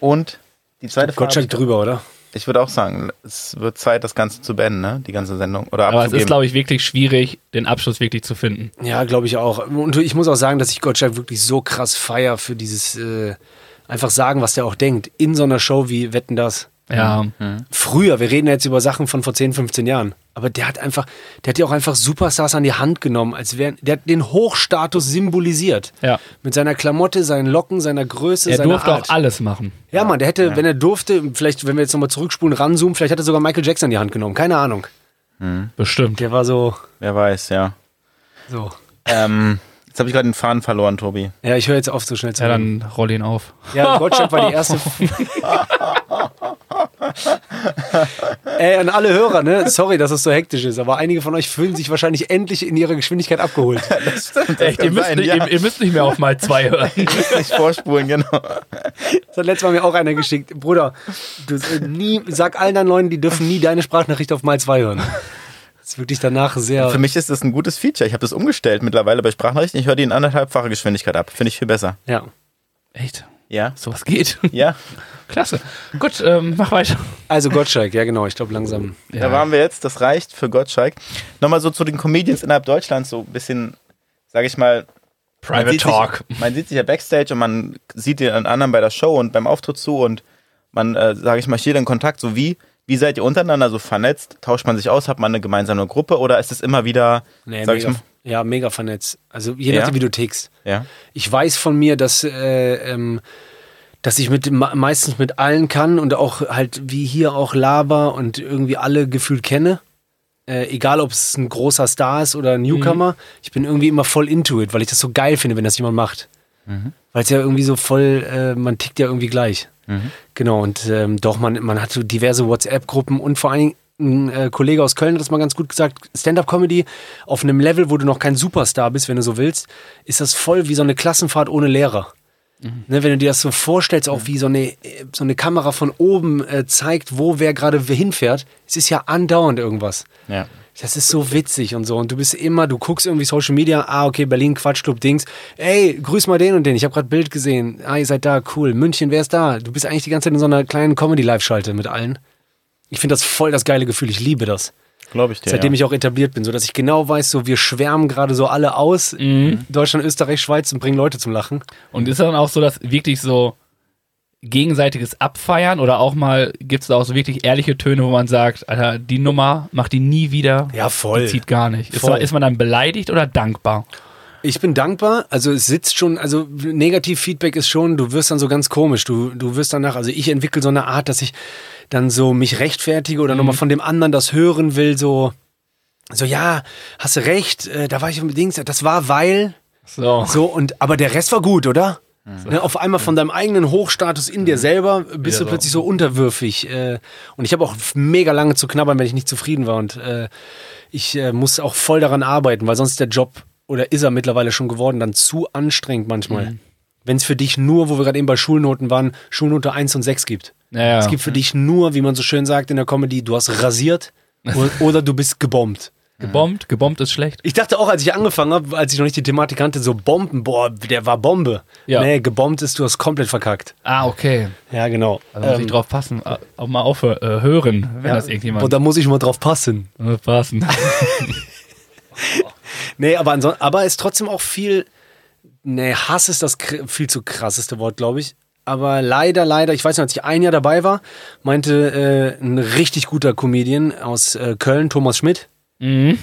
[SPEAKER 2] Und die zweite Frage.
[SPEAKER 4] Gottschalk drüber, oder?
[SPEAKER 2] Ich würde auch sagen, es wird Zeit, das Ganze zu beenden, ne? Die ganze Sendung. Oder
[SPEAKER 3] aber es
[SPEAKER 2] abzugeben.
[SPEAKER 3] ist, glaube ich, wirklich schwierig, den Abschluss wirklich zu finden.
[SPEAKER 4] Ja, glaube ich auch. Und ich muss auch sagen, dass ich Gottschalk wirklich so krass feier für dieses äh, einfach sagen, was der auch denkt. In so einer Show wie Wetten das.
[SPEAKER 2] Mhm.
[SPEAKER 3] Ja.
[SPEAKER 4] Früher, wir reden jetzt über Sachen von vor 10, 15 Jahren. Aber der hat einfach, der hat ja auch einfach Superstars an die Hand genommen, als wären, der hat den Hochstatus symbolisiert.
[SPEAKER 3] Ja.
[SPEAKER 4] Mit seiner Klamotte, seinen Locken, seiner Größe,
[SPEAKER 3] Er
[SPEAKER 4] seiner
[SPEAKER 3] durfte
[SPEAKER 4] Art.
[SPEAKER 3] auch alles machen.
[SPEAKER 4] Ja, Mann, der hätte, wenn er durfte, vielleicht, wenn wir jetzt nochmal zurückspulen, ranzoomen, vielleicht hat er sogar Michael Jackson in die Hand genommen. Keine Ahnung.
[SPEAKER 3] Bestimmt.
[SPEAKER 4] Der war so,
[SPEAKER 2] Wer weiß, ja.
[SPEAKER 4] so.
[SPEAKER 2] Ähm, jetzt habe ich gerade den Faden verloren, Tobi.
[SPEAKER 4] Ja, ich höre jetzt auf, so schnell zu
[SPEAKER 3] Ja,
[SPEAKER 4] reden.
[SPEAKER 2] Mhm.
[SPEAKER 3] dann roll ihn auf.
[SPEAKER 4] Ja, Gottschalk war die erste. Ey, an alle Hörer, ne? Sorry, dass es so hektisch ist, aber einige von euch fühlen sich wahrscheinlich endlich in ihrer Geschwindigkeit abgeholt.
[SPEAKER 3] Echt, ihr
[SPEAKER 2] kann
[SPEAKER 3] müsst,
[SPEAKER 2] sein,
[SPEAKER 3] nicht,
[SPEAKER 2] ja.
[SPEAKER 3] ihr, ihr müsst nicht mehr auf mal zwei hören.
[SPEAKER 2] Nicht vorspulen, genau.
[SPEAKER 4] Das hat letztes Mal mir auch einer geschickt. Bruder, du äh, nie, sag allen anderen Leuten, die dürfen nie deine Sprachnachricht auf mal zwei hören. Das ist wirklich danach sehr.
[SPEAKER 2] Für mich ist das ein gutes Feature. Ich habe das umgestellt mittlerweile bei Sprachnachrichten. Ich höre die in anderthalbfacher Geschwindigkeit ab. Finde ich viel besser.
[SPEAKER 4] Ja.
[SPEAKER 3] Echt?
[SPEAKER 2] Ja?
[SPEAKER 3] Sowas geht.
[SPEAKER 2] Ja?
[SPEAKER 3] Klasse. Gut, ähm, mach weiter.
[SPEAKER 4] Also Gottschalk, ja genau, ich glaube langsam.
[SPEAKER 2] Da waren wir jetzt, das reicht für Gottschalk. Nochmal so zu den Comedians innerhalb Deutschlands, so ein bisschen, sage ich mal, man sieht Sich, man sieht sich ja Backstage und man sieht den anderen bei der Show und beim Auftritt zu und man, äh, sage ich mal, steht in Kontakt. So wie, wie seid ihr untereinander so vernetzt? Tauscht man sich aus? Hat man eine gemeinsame Gruppe oder ist es immer wieder,
[SPEAKER 4] Nee,
[SPEAKER 2] sag ich
[SPEAKER 4] mega,
[SPEAKER 2] mal,
[SPEAKER 4] ja, mega vernetzt. Also je
[SPEAKER 2] Ja?
[SPEAKER 4] nachdem, wie du tickst.
[SPEAKER 2] ja?
[SPEAKER 4] Ich weiß von mir, dass, äh, ähm, dass ich mit, me- meistens mit allen kann und auch halt wie hier auch laber und irgendwie alle gefühlt kenne. Äh, egal, ob es ein großer Star ist oder ein Newcomer, ich bin irgendwie immer voll into it, weil ich das so geil finde, wenn das jemand macht. Weil es ja irgendwie so voll, äh, man tickt ja irgendwie gleich. Genau, und ähm, doch, man, man hat so diverse WhatsApp-Gruppen und vor allen Dingen ein äh, Kollege aus Köln hat das mal ganz gut gesagt, Stand-up-Comedy auf einem Level, wo du noch kein Superstar bist, wenn du so willst, ist das voll wie so eine Klassenfahrt ohne Lehrer. Ne, wenn du dir das so vorstellst, auch wie so eine, äh, so eine Kamera von oben äh, zeigt, wo wer gerade w- hinfährt, es ist ja andauernd irgendwas.
[SPEAKER 2] Ja.
[SPEAKER 4] Das ist so witzig und so. Und du bist immer, du guckst irgendwie Social Media, ah, okay, Berlin, Quatschclub, Dings. Ey, grüß mal den und den. Ich habe gerade Bild gesehen. Ah, ihr seid da, cool. München, wer ist da? Du bist eigentlich die ganze Zeit in so einer kleinen Comedy-Live-Schalte mit allen. Ich finde das voll das geile Gefühl. Ich liebe das.
[SPEAKER 2] Glaube ich dir.
[SPEAKER 4] Seitdem
[SPEAKER 2] ja.
[SPEAKER 4] ich auch etabliert bin, sodass ich genau weiß, so wir schwärmen gerade so alle aus.
[SPEAKER 2] Mhm.
[SPEAKER 4] Deutschland, Österreich, Schweiz und bringen Leute zum Lachen.
[SPEAKER 3] Und ist dann auch so, dass wirklich so gegenseitiges Abfeiern oder auch mal gibt es da auch so wirklich ehrliche Töne, wo man sagt, Alter, die Nummer macht die nie wieder.
[SPEAKER 4] Ja, voll.
[SPEAKER 3] Die zieht gar nicht. Ist,
[SPEAKER 4] Voll.
[SPEAKER 3] man- ist man dann beleidigt oder dankbar?
[SPEAKER 4] Ich bin dankbar. Also es sitzt schon, also Negativ-Feedback ist schon, du wirst dann so ganz komisch. Du, du wirst danach, also ich entwickle so eine Art, dass ich dann so mich rechtfertige oder nochmal von dem anderen das hören will, so, so ja, hast du recht, äh, da war ich unbedingt, das war weil,
[SPEAKER 3] So.
[SPEAKER 4] so und, aber der Rest war gut, oder? Ne, auf einmal von deinem eigenen Hochstatus in dir selber bist du
[SPEAKER 3] so.
[SPEAKER 4] plötzlich so unterwürfig. Äh, und ich habe auch mega lange zu knabbern, wenn ich nicht zufrieden war. Und äh, ich äh, muss auch voll daran arbeiten, weil sonst ist der Job oder ist er mittlerweile schon geworden, dann zu anstrengend manchmal. Wenn es für dich nur, wo wir gerade eben bei Schulnoten waren, Schulnote 1 und 6 gibt.
[SPEAKER 3] Naja.
[SPEAKER 4] Es gibt für dich nur, wie man so schön sagt in der Comedy, du hast rasiert oder, oder du bist gebombt.
[SPEAKER 3] Mhm. gebombt, gebombt ist schlecht.
[SPEAKER 4] Ich dachte auch, als ich angefangen habe, als ich noch nicht die Thematik kannte, so Bomben, boah, der war Bombe.
[SPEAKER 3] Ja.
[SPEAKER 4] Nee, gebombt ist, du hast komplett verkackt.
[SPEAKER 3] Ah, okay.
[SPEAKER 4] Ja, genau.
[SPEAKER 3] Also muss ich drauf passen, äh, auch mal aufhören, äh, hören, wenn das irgendjemand
[SPEAKER 4] Und da muss ich mal drauf passen.
[SPEAKER 3] äh, passen.
[SPEAKER 4] Nee, aber ansonsten, aber ist trotzdem auch viel. Nee, Hass ist das kr- viel zu krasseste Wort, glaube ich. Aber leider, leider, ich weiß noch, als ich ein Jahr dabei war, meinte äh, ein richtig guter Comedian aus äh, Köln, Thomas Schmidt.
[SPEAKER 3] mhm.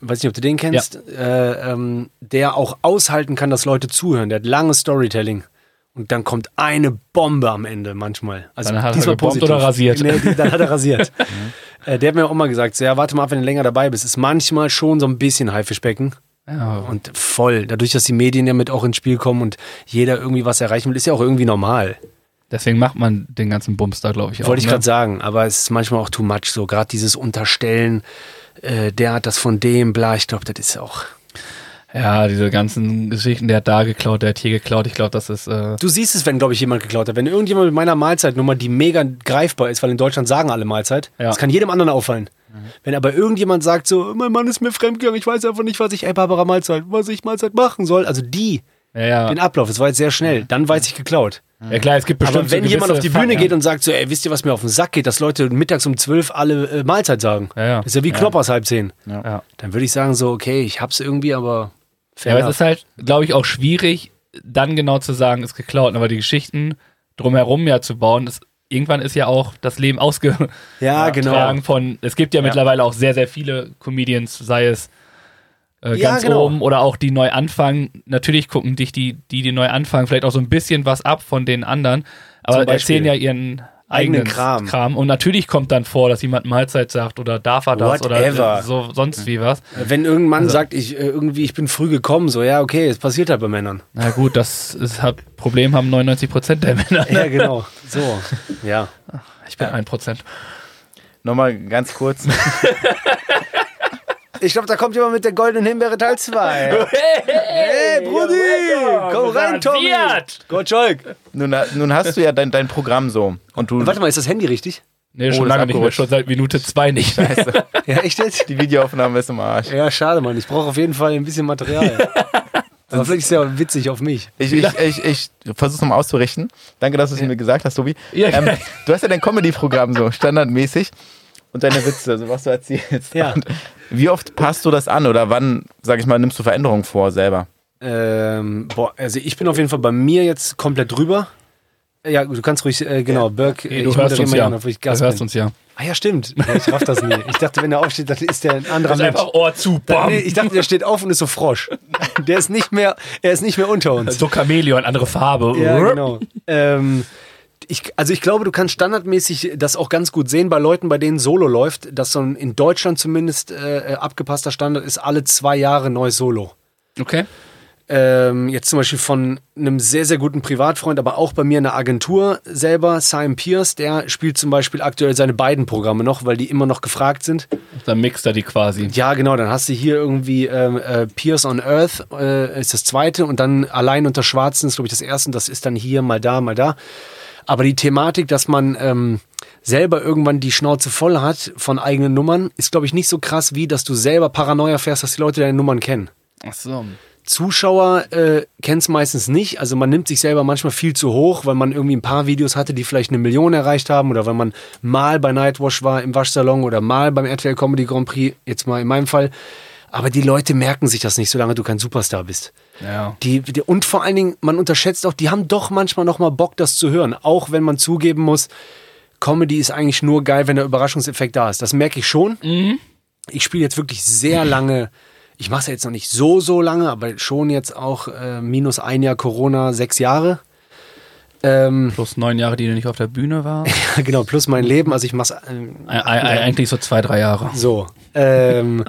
[SPEAKER 4] Weiß nicht, ob du den kennst. Äh, ähm, der auch aushalten kann, dass Leute zuhören. Der hat langes Storytelling. Und dann kommt eine Bombe am Ende manchmal. Also
[SPEAKER 3] Dann hat er
[SPEAKER 4] diesmal
[SPEAKER 3] gebombt
[SPEAKER 4] positiv.
[SPEAKER 3] oder rasiert?
[SPEAKER 4] Nee, die- dann hat er rasiert. äh, der hat mir auch mal gesagt, so, ja, warte mal ab, wenn du länger dabei bist. Ist manchmal schon so ein bisschen Haifischbecken.
[SPEAKER 3] Ja,
[SPEAKER 4] Und voll. Dadurch, dass die Medien ja mit auch ins Spiel kommen und jeder irgendwie was erreichen will, ist ja auch irgendwie normal.
[SPEAKER 3] deswegen macht man den ganzen Bums da, glaube ich, auch.
[SPEAKER 4] Wollte ich
[SPEAKER 3] ne?
[SPEAKER 4] gerade sagen, aber es ist manchmal auch too much. So gerade dieses Unterstellen, äh, der hat das von dem, bla, ich glaube, das ist auch.
[SPEAKER 3] Ja, diese ganzen Geschichten, der hat da geklaut, der hat hier geklaut. Ich glaube, das ist. Äh,
[SPEAKER 4] Du siehst es, wenn, glaube ich, jemand geklaut hat. Wenn irgendjemand mit meiner Mahlzeitnummer, die mega greifbar ist, weil in Deutschland sagen alle Mahlzeit,
[SPEAKER 3] Ja. Mhm.
[SPEAKER 4] das kann jedem anderen auffallen. Wenn aber irgendjemand sagt so, mein Mann ist mir fremdgegangen, ich weiß einfach nicht, was ich, ey Barbara Mahlzeit, was ich Mahlzeit machen soll. Also die,
[SPEAKER 3] ja, ja.
[SPEAKER 4] den Ablauf, es war jetzt sehr schnell, dann weiß ich geklaut.
[SPEAKER 3] ja, klar, es gibt bestimmt.
[SPEAKER 4] Aber wenn
[SPEAKER 3] so
[SPEAKER 4] jemand auf die
[SPEAKER 3] gewisse
[SPEAKER 4] Bühne
[SPEAKER 3] Fakten.
[SPEAKER 4] geht und sagt so, ey, wisst ihr, was mir auf den Sack geht, dass Leute mittags um zwölf alle äh, Mahlzeit sagen.
[SPEAKER 3] Ja, ja.
[SPEAKER 4] Das ist ja wie Knoppers halb zehn.
[SPEAKER 3] Ja.
[SPEAKER 4] Dann würde ich sagen so, okay, ich hab's irgendwie, aber fair
[SPEAKER 3] Ja, aber es
[SPEAKER 4] enough.
[SPEAKER 3] ist halt, glaube ich, auch schwierig, dann genau zu sagen, ist geklaut. Aber die Geschichten drumherum ja zu bauen, ist irgendwann ist ja auch das Leben ausgetragen
[SPEAKER 4] Ja, genau.
[SPEAKER 3] von. Es gibt ja, mittlerweile auch sehr, sehr viele Comedians, sei es äh,
[SPEAKER 4] Ja,
[SPEAKER 3] ganz
[SPEAKER 4] genau.
[SPEAKER 3] oben oder auch die neu anfangen. Natürlich gucken dich die, die, die neu anfangen, vielleicht auch so ein bisschen was ab von den anderen, aber
[SPEAKER 4] Zum Beispiel.
[SPEAKER 3] erzählen ja ihren
[SPEAKER 4] Eigenen
[SPEAKER 3] eigenen
[SPEAKER 4] Kram.
[SPEAKER 3] Kram. Und natürlich kommt dann vor, dass jemand Mahlzeit sagt oder darf er das
[SPEAKER 4] Whatever.
[SPEAKER 3] oder so sonst wie was.
[SPEAKER 4] Wenn irgendein Mann sagt, ich äh, irgendwie, ich bin früh gekommen, so, ja, okay, es passiert halt bei Männern.
[SPEAKER 3] Na gut, das ist, hab, Problem haben 99% der Männer.
[SPEAKER 4] Ja, genau. So. Ja.
[SPEAKER 3] Ich bin 1%.
[SPEAKER 2] Nochmal ganz kurz.
[SPEAKER 4] Ich glaube, da kommt jemand mit der goldenen Himbeere Teil 2. Hey, Brudi! Komm rein, Tommy!
[SPEAKER 3] Rasiert!
[SPEAKER 4] Gottschalk!
[SPEAKER 2] Nun, ha- nun hast du ja dein, dein Programm so. Und du.
[SPEAKER 4] Warte mal, ist das Handy richtig?
[SPEAKER 3] Nee,
[SPEAKER 2] Oh,
[SPEAKER 3] schon
[SPEAKER 2] ist
[SPEAKER 3] lange nicht mehr,
[SPEAKER 2] abgerutscht.
[SPEAKER 3] schon seit Minute 2 nicht. mehr.
[SPEAKER 4] Ja, echt jetzt?
[SPEAKER 2] Die Videoaufnahme ist im Arsch.
[SPEAKER 4] Ja, schade, Mann. Ich brauche auf jeden Fall ein bisschen Material. Aber vielleicht ist ja witzig auf mich.
[SPEAKER 2] Ich, ich, ich, ich versuch's nochmal auszurichten. Danke, dass du es mir gesagt hast, Tobi.
[SPEAKER 3] Ja,
[SPEAKER 2] ähm,
[SPEAKER 3] gerne.
[SPEAKER 2] du hast ja dein Comedy-Programm so standardmäßig und deine Witze, also was du erzählst.
[SPEAKER 4] Ja.
[SPEAKER 2] Und wie oft passt du das an oder wann, sag ich mal, nimmst du Veränderungen vor selber?
[SPEAKER 4] Ähm, boah, also ich bin auf jeden Fall bei mir jetzt komplett drüber. Ja, gut, du kannst ruhig, äh, genau, Birk,
[SPEAKER 3] Nee,
[SPEAKER 4] ich
[SPEAKER 3] du hörst
[SPEAKER 4] moderiere
[SPEAKER 3] uns
[SPEAKER 4] mal
[SPEAKER 3] ja.
[SPEAKER 4] an, obwohl ich
[SPEAKER 3] Du
[SPEAKER 4] Gast
[SPEAKER 3] hörst
[SPEAKER 4] bin.
[SPEAKER 3] uns ja.
[SPEAKER 4] Ah ja, stimmt. Ja, ich raff das nie. Ich dachte, wenn er aufsteht, dann ist der ein anderer
[SPEAKER 3] Das ist
[SPEAKER 4] Mensch.
[SPEAKER 3] einfach Ohr zu,
[SPEAKER 4] Also Dann,
[SPEAKER 3] bam.
[SPEAKER 4] nee, ich dachte, der steht auf und ist so Frosch. Der ist nicht mehr, er ist nicht mehr unter uns.
[SPEAKER 3] so Chamäleon, andere Farbe.
[SPEAKER 4] Ja, genau. ähm, ich, also ich glaube, du kannst standardmäßig das auch ganz gut sehen bei Leuten, bei denen Solo läuft, dass so ein in Deutschland zumindest äh, abgepasster Standard ist, alle zwei Jahre neues Solo.
[SPEAKER 3] Okay.
[SPEAKER 4] Ähm, jetzt zum Beispiel von einem sehr, sehr guten Privatfreund, aber auch bei mir in der Agentur selber, Simon Pierce, der spielt zum Beispiel aktuell seine beiden Programme noch, weil die immer noch gefragt sind.
[SPEAKER 3] Dann mixt er die quasi.
[SPEAKER 4] Ja, genau, dann hast du hier irgendwie ähm, äh, Pierce on Earth äh, ist das zweite und dann Allein unter Schwarzen ist, glaube ich, das erste und das ist dann hier, mal da, mal da. Aber die Thematik, dass man ähm, selber irgendwann die Schnauze voll hat von eigenen Nummern, ist, glaube ich, nicht so krass, wie dass du selber Paranoia fährst, dass die Leute deine Nummern kennen.
[SPEAKER 3] Ach so.
[SPEAKER 4] Zuschauer äh, kennen es meistens nicht. Also man nimmt sich selber manchmal viel zu hoch, weil man irgendwie ein paar Videos hatte, die vielleicht eine Million erreicht haben oder weil man mal bei Nightwash war im Waschsalon oder mal beim RTL Comedy Grand Prix, jetzt mal in meinem Fall. Aber die Leute merken sich das nicht, solange du kein Superstar bist.
[SPEAKER 3] Ja.
[SPEAKER 4] Die, die, und vor allen Dingen, man unterschätzt auch, die haben doch manchmal noch mal Bock, das zu hören. Auch wenn man zugeben muss, Comedy ist eigentlich nur geil, wenn der Überraschungseffekt da ist. Das merke ich schon. Ich spiele jetzt wirklich sehr lange. Ich mache es ja jetzt noch nicht so, so lange, aber schon jetzt auch äh, minus ein Jahr Corona, sechs Jahre. Ähm,
[SPEAKER 3] Plus neun Jahre, die du nicht auf der Bühne warst.
[SPEAKER 4] genau, plus mein Leben. Also ich mache es ähm,
[SPEAKER 3] Ei- ei- ei- Eigentlich so zwei, drei Jahre.
[SPEAKER 4] so. Ähm,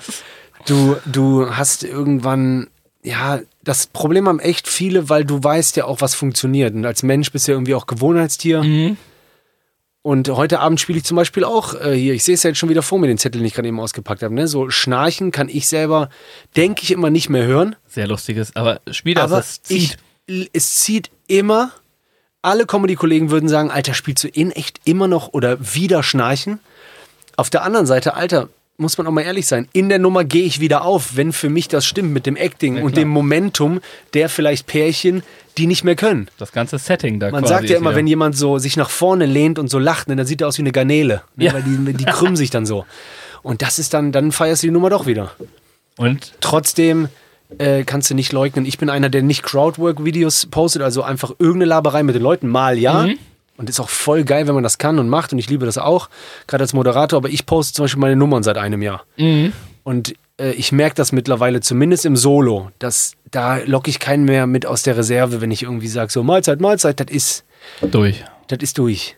[SPEAKER 4] du, du hast irgendwann, ja, das Problem haben echt viele, weil du weißt ja auch, was funktioniert. Und als Mensch bist du ja irgendwie auch Gewohnheitstier. Und heute Abend spiele ich zum Beispiel auch äh, hier, ich sehe es ja jetzt schon wieder vor mir, den Zettel, den ich gerade eben ausgepackt habe. Ne? So Schnarchen kann ich selber, denke ich, immer nicht mehr hören.
[SPEAKER 3] Sehr lustiges. Aber spiel das,
[SPEAKER 4] aber
[SPEAKER 3] das zieht.
[SPEAKER 4] Ich, es zieht immer. Alle Comedy-Kollegen würden sagen, Alter, spielst du in echt immer noch oder wieder Schnarchen? Auf der anderen Seite, Alter, muss man auch mal ehrlich sein, in der Nummer gehe ich wieder auf, wenn für mich das stimmt mit dem Acting und dem Momentum der vielleicht Pärchen, die nicht mehr können.
[SPEAKER 3] Das ganze Setting da
[SPEAKER 4] Man
[SPEAKER 3] quasi.
[SPEAKER 4] sagt ja
[SPEAKER 3] ist
[SPEAKER 4] immer,
[SPEAKER 3] wieder-
[SPEAKER 4] wenn jemand so sich nach vorne lehnt und so lacht, ne, dann sieht er aus wie eine Garnele, ne,
[SPEAKER 3] Ja.
[SPEAKER 4] weil die, die krümmen sich dann so. Und das ist dann, dann feierst du die Nummer doch wieder
[SPEAKER 3] Und
[SPEAKER 4] trotzdem äh, kannst du nicht leugnen, ich bin einer, der nicht Crowdwork-Videos postet, also einfach irgendeine Laberei mit den Leuten, mal ja. Und ist auch voll geil, wenn man das kann und macht. Und ich liebe das auch, gerade als Moderator. Aber ich poste zum Beispiel meine Nummern seit einem Jahr. Und äh, ich merke das mittlerweile, zumindest im Solo, dass da locke ich keinen mehr mit aus der Reserve, wenn ich irgendwie sage, so Mahlzeit, Mahlzeit, das ist,
[SPEAKER 3] durch.
[SPEAKER 4] das ist durch.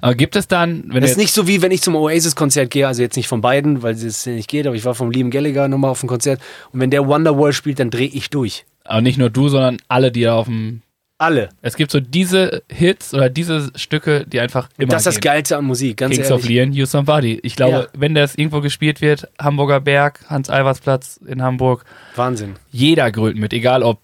[SPEAKER 3] Aber gibt es dann, wenn jetzt-
[SPEAKER 4] Das ist nicht so wie wenn ich zum Oasis-Konzert gehe, also jetzt nicht von beiden, weil es nicht geht, aber ich war vom lieben Gallagher nochmal auf dem Konzert. Und wenn der Wonderwall spielt, dann drehe ich durch.
[SPEAKER 3] aber nicht nur du, sondern alle, die da auf dem.
[SPEAKER 4] Alle.
[SPEAKER 3] Es gibt so diese Hits oder diese Stücke, die einfach immer.
[SPEAKER 4] das ist das
[SPEAKER 3] gehen.
[SPEAKER 4] Geilste an Musik, ganz
[SPEAKER 3] Kings of
[SPEAKER 4] ehrlich.
[SPEAKER 3] Leon, You Somebody. Ich glaube,
[SPEAKER 4] Ja.
[SPEAKER 3] wenn das irgendwo gespielt wird, Hamburger Berg, Hans-Albers-Platz in Hamburg,
[SPEAKER 4] Wahnsinn.
[SPEAKER 3] jeder grölt mit, egal ob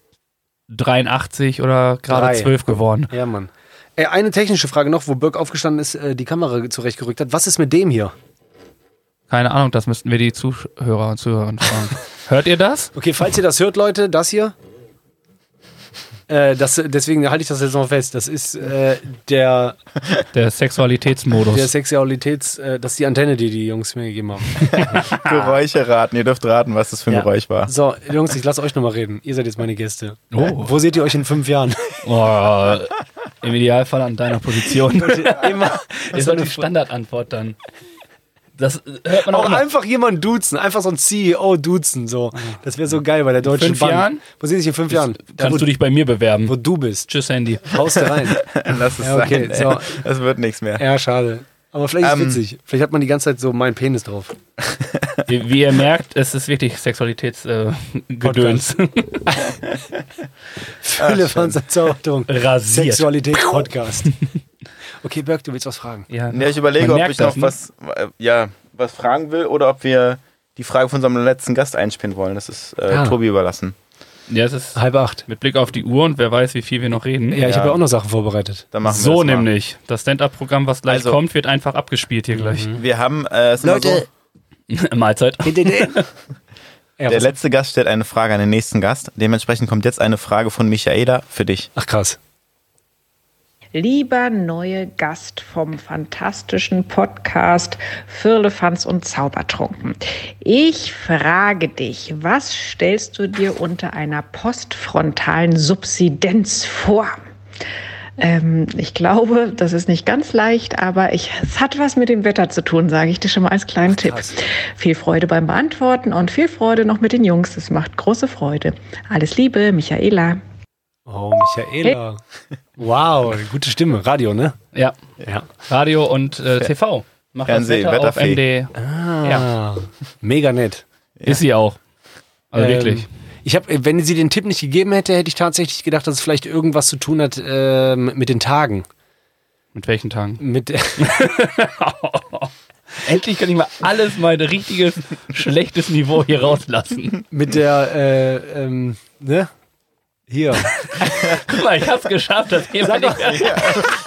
[SPEAKER 3] 83 oder
[SPEAKER 4] Drei.
[SPEAKER 3] gerade 12 geworden.
[SPEAKER 4] Ja, Mann. Äh, eine technische Frage noch, wo Birk aufgestanden ist, äh, die Kamera zurechtgerückt hat. Was ist mit dem hier?
[SPEAKER 3] Keine Ahnung, das müssten wir die Zuhörer und Zuhörerinnen fragen. Hört ihr das?
[SPEAKER 4] Okay, falls ihr das hört, Leute, das hier. Äh, das, deswegen halte ich das jetzt noch fest. Das ist äh, der,
[SPEAKER 3] Der
[SPEAKER 4] der
[SPEAKER 3] Sexualitätsmodus.
[SPEAKER 4] Sexualitäts, äh, das ist die Antenne, die die Jungs mir gegeben haben.
[SPEAKER 2] Geräusche raten. Ihr dürft raten, was das für ein
[SPEAKER 4] Ah. Ja.
[SPEAKER 2] Geräusch war.
[SPEAKER 4] So, Jungs, ich lasse euch nochmal reden. Ihr seid jetzt meine Gäste.
[SPEAKER 3] Oh.
[SPEAKER 4] Wo seht ihr euch in fünf Jahren?
[SPEAKER 3] Oh, Im Idealfall an deiner Position.
[SPEAKER 4] Immer.
[SPEAKER 3] ist halt die Standardantwort dann. Das hört man auch,
[SPEAKER 4] Auch
[SPEAKER 3] immer.
[SPEAKER 4] einfach jemanden duzen, einfach so ein CEO duzen, so. Das wäre so geil bei der Deutschen
[SPEAKER 3] fünf
[SPEAKER 4] Bank.
[SPEAKER 3] Jahren?
[SPEAKER 4] Wo sehe ich in fünf Jahren? Da, wo,
[SPEAKER 3] Kannst du dich bei mir
[SPEAKER 4] wo
[SPEAKER 3] bewerben.
[SPEAKER 4] du bist.
[SPEAKER 3] Tschüss, Handy.
[SPEAKER 4] Haust du rein.
[SPEAKER 2] Lass es
[SPEAKER 4] Ja, okay,
[SPEAKER 2] sein.
[SPEAKER 4] so.
[SPEAKER 2] ey. Das wird nichts mehr.
[SPEAKER 4] Ja, schade. Aber vielleicht ist es
[SPEAKER 2] Ähm.
[SPEAKER 4] witzig. Vielleicht hat man die ganze Zeit so meinen Penis drauf.
[SPEAKER 3] Wie, wie ihr merkt, es ist wirklich Sexualitätsgedöns. Äh, Gedöns.
[SPEAKER 4] Fülle von Zerzaubung.
[SPEAKER 3] Rasiert.
[SPEAKER 4] Sexualität-Podcast. Okay, Berg, du willst was fragen.
[SPEAKER 3] ja,
[SPEAKER 2] Ja, ich überlege,
[SPEAKER 3] man
[SPEAKER 2] ob
[SPEAKER 3] merkt
[SPEAKER 2] ich
[SPEAKER 3] das, ne?
[SPEAKER 2] noch
[SPEAKER 4] ne?
[SPEAKER 2] was, äh, ja, was fragen will oder ob wir die Frage von unserem letzten Gast einspinnen wollen. Das ist äh,
[SPEAKER 4] Ah.
[SPEAKER 2] Tobi überlassen.
[SPEAKER 3] Ne? Ja, es ist
[SPEAKER 4] Halb acht.
[SPEAKER 3] mit Blick auf die Uhr und wer weiß, wie viel wir noch reden.
[SPEAKER 4] Ja, ich
[SPEAKER 2] Ja.
[SPEAKER 4] habe ja auch noch Sachen vorbereitet.
[SPEAKER 2] Dann machen
[SPEAKER 3] so
[SPEAKER 2] wir das mal.
[SPEAKER 3] nämlich. Das Stand-Up-Programm, was gleich
[SPEAKER 2] Also-
[SPEAKER 3] kommt, wird einfach abgespielt hier gleich.
[SPEAKER 2] Wir haben, äh, es ist immer so,
[SPEAKER 3] Mahlzeit.
[SPEAKER 4] Ja,
[SPEAKER 2] der
[SPEAKER 4] was-
[SPEAKER 2] letzte Gast stellt eine Frage an den nächsten Gast. Dementsprechend kommt jetzt eine Frage von Michaela für dich.
[SPEAKER 4] Ach krass.
[SPEAKER 5] Lieber neue Gast vom fantastischen Podcast Firlefanz und Zaubertrunken. Ich frage dich, was stellst du dir unter einer postfrontalen Subsidenz vor? Ähm, ich glaube, das ist nicht ganz leicht, aber ich, es hat was mit dem Wetter zu tun, sage ich dir schon mal als kleinen Tipp. Viel Freude beim Beantworten und viel Freude noch mit den Jungs. Es macht große Freude. Alles Liebe, Michaela.
[SPEAKER 4] Oh, Michaela. Wow, gute Stimme. Radio, ne?
[SPEAKER 3] Ja,
[SPEAKER 4] Ja.
[SPEAKER 3] Radio und äh, TV. Macht das
[SPEAKER 2] Fernsehen,
[SPEAKER 3] Wetter auf
[SPEAKER 2] Wetterfee.
[SPEAKER 3] MD.
[SPEAKER 4] Ah, mega nett.
[SPEAKER 3] Ist sie auch. Also
[SPEAKER 4] Ähm,
[SPEAKER 3] wirklich.
[SPEAKER 4] Ich habe, wenn sie den Tipp nicht gegeben hätte, hätte ich tatsächlich gedacht, dass es vielleicht irgendwas zu tun hat ähm, mit den Tagen.
[SPEAKER 3] Mit welchen Tagen?
[SPEAKER 4] Mit,
[SPEAKER 3] Endlich kann ich mal alles mein richtiges, schlechtes Niveau hier rauslassen.
[SPEAKER 4] mit der, äh, ähm, ne? Hier.
[SPEAKER 3] Guck mal, ich hab's geschafft, das Thema nicht.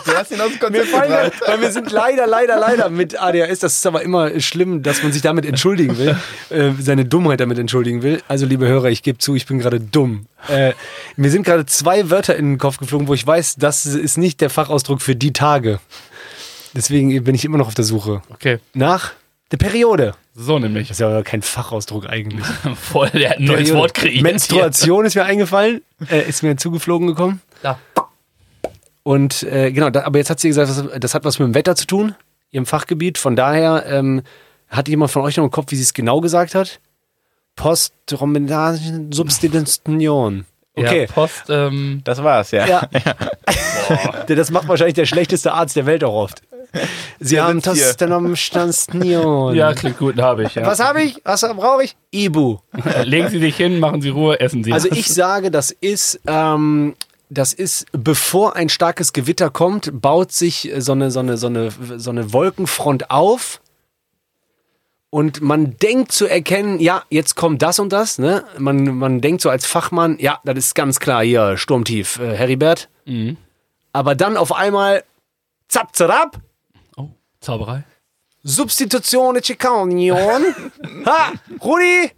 [SPEAKER 2] Du hast ihn aus dem
[SPEAKER 4] Wir
[SPEAKER 2] Konzept
[SPEAKER 4] fallen, ja- weil wir sind leider, leider, leider mit ADHS. Das ist aber immer schlimm, dass man sich damit entschuldigen will, äh, seine Dummheit damit entschuldigen will. Also, liebe Hörer, ich gebe zu, ich bin gerade dumm. Äh, mir sind gerade zwei Wörter in den Kopf geflogen, wo ich weiß, das ist nicht der Fachausdruck für die Tage. Deswegen bin ich immer noch auf der Suche.
[SPEAKER 3] Okay,
[SPEAKER 4] Nach der Periode.
[SPEAKER 3] so nämlich.
[SPEAKER 4] Das ist ja kein Fachausdruck eigentlich.
[SPEAKER 3] Voll, der hat ein neues
[SPEAKER 4] Periode.
[SPEAKER 3] Wort kreiert.
[SPEAKER 4] Menstruation ist mir eingefallen, äh, ist mir zugeflogen gekommen.
[SPEAKER 3] Ja.
[SPEAKER 4] Und äh, genau, da, aber jetzt hat sie gesagt, das, das hat was mit dem Wetter zu tun, ihrem Fachgebiet. Von daher ähm, hat jemand von euch noch im Kopf, wie sie es genau gesagt hat? Postromenasischen Substitution. Okay,
[SPEAKER 3] Ja, Post, ähm,
[SPEAKER 2] Das war's, ja.
[SPEAKER 4] Ja. das macht wahrscheinlich der schlechteste Arzt der Welt auch oft. Sie haben
[SPEAKER 2] sitzt hier.
[SPEAKER 4] Tostenomstantion.
[SPEAKER 3] ja, klingt gut, habe ich. Ja.
[SPEAKER 4] Was habe ich? Was brauche ich? Ibu.
[SPEAKER 3] Legen Sie sich hin, machen Sie Ruhe, essen Sie.
[SPEAKER 4] Also ich sage, das ist, ähm, das ist, bevor ein starkes Gewitter kommt, baut sich äh, so eine, so eine, so eine, so eine Wolkenfront auf. Und man denkt zu erkennen, ja, jetzt kommt das und das. Ne? Man, man denkt so als Fachmann, ja, das ist ganz klar hier, Sturmtief, äh, Heribert. Aber dann auf einmal, zap, zap,
[SPEAKER 3] oh, Zauberei.
[SPEAKER 4] Substitution Chicanion. Ha, Rudi,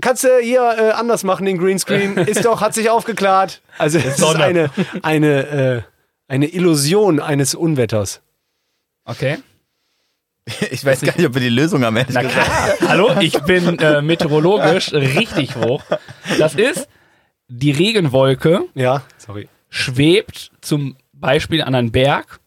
[SPEAKER 4] kannst du hier äh, anders machen den Greenscreen? Ist doch, hat sich aufgeklärt. Also es ist
[SPEAKER 3] Sonne.
[SPEAKER 4] eine, eine, äh, eine Illusion eines Unwetters.
[SPEAKER 3] Okay.
[SPEAKER 2] Ich weiß gar nicht, ob wir die Lösung am Ende
[SPEAKER 3] Na
[SPEAKER 2] gesagt
[SPEAKER 3] klar. Hallo, ich bin äh, meteorologisch richtig hoch. Das ist, die Regenwolke
[SPEAKER 4] Ja, sorry.
[SPEAKER 3] schwebt zum Beispiel an einen Berg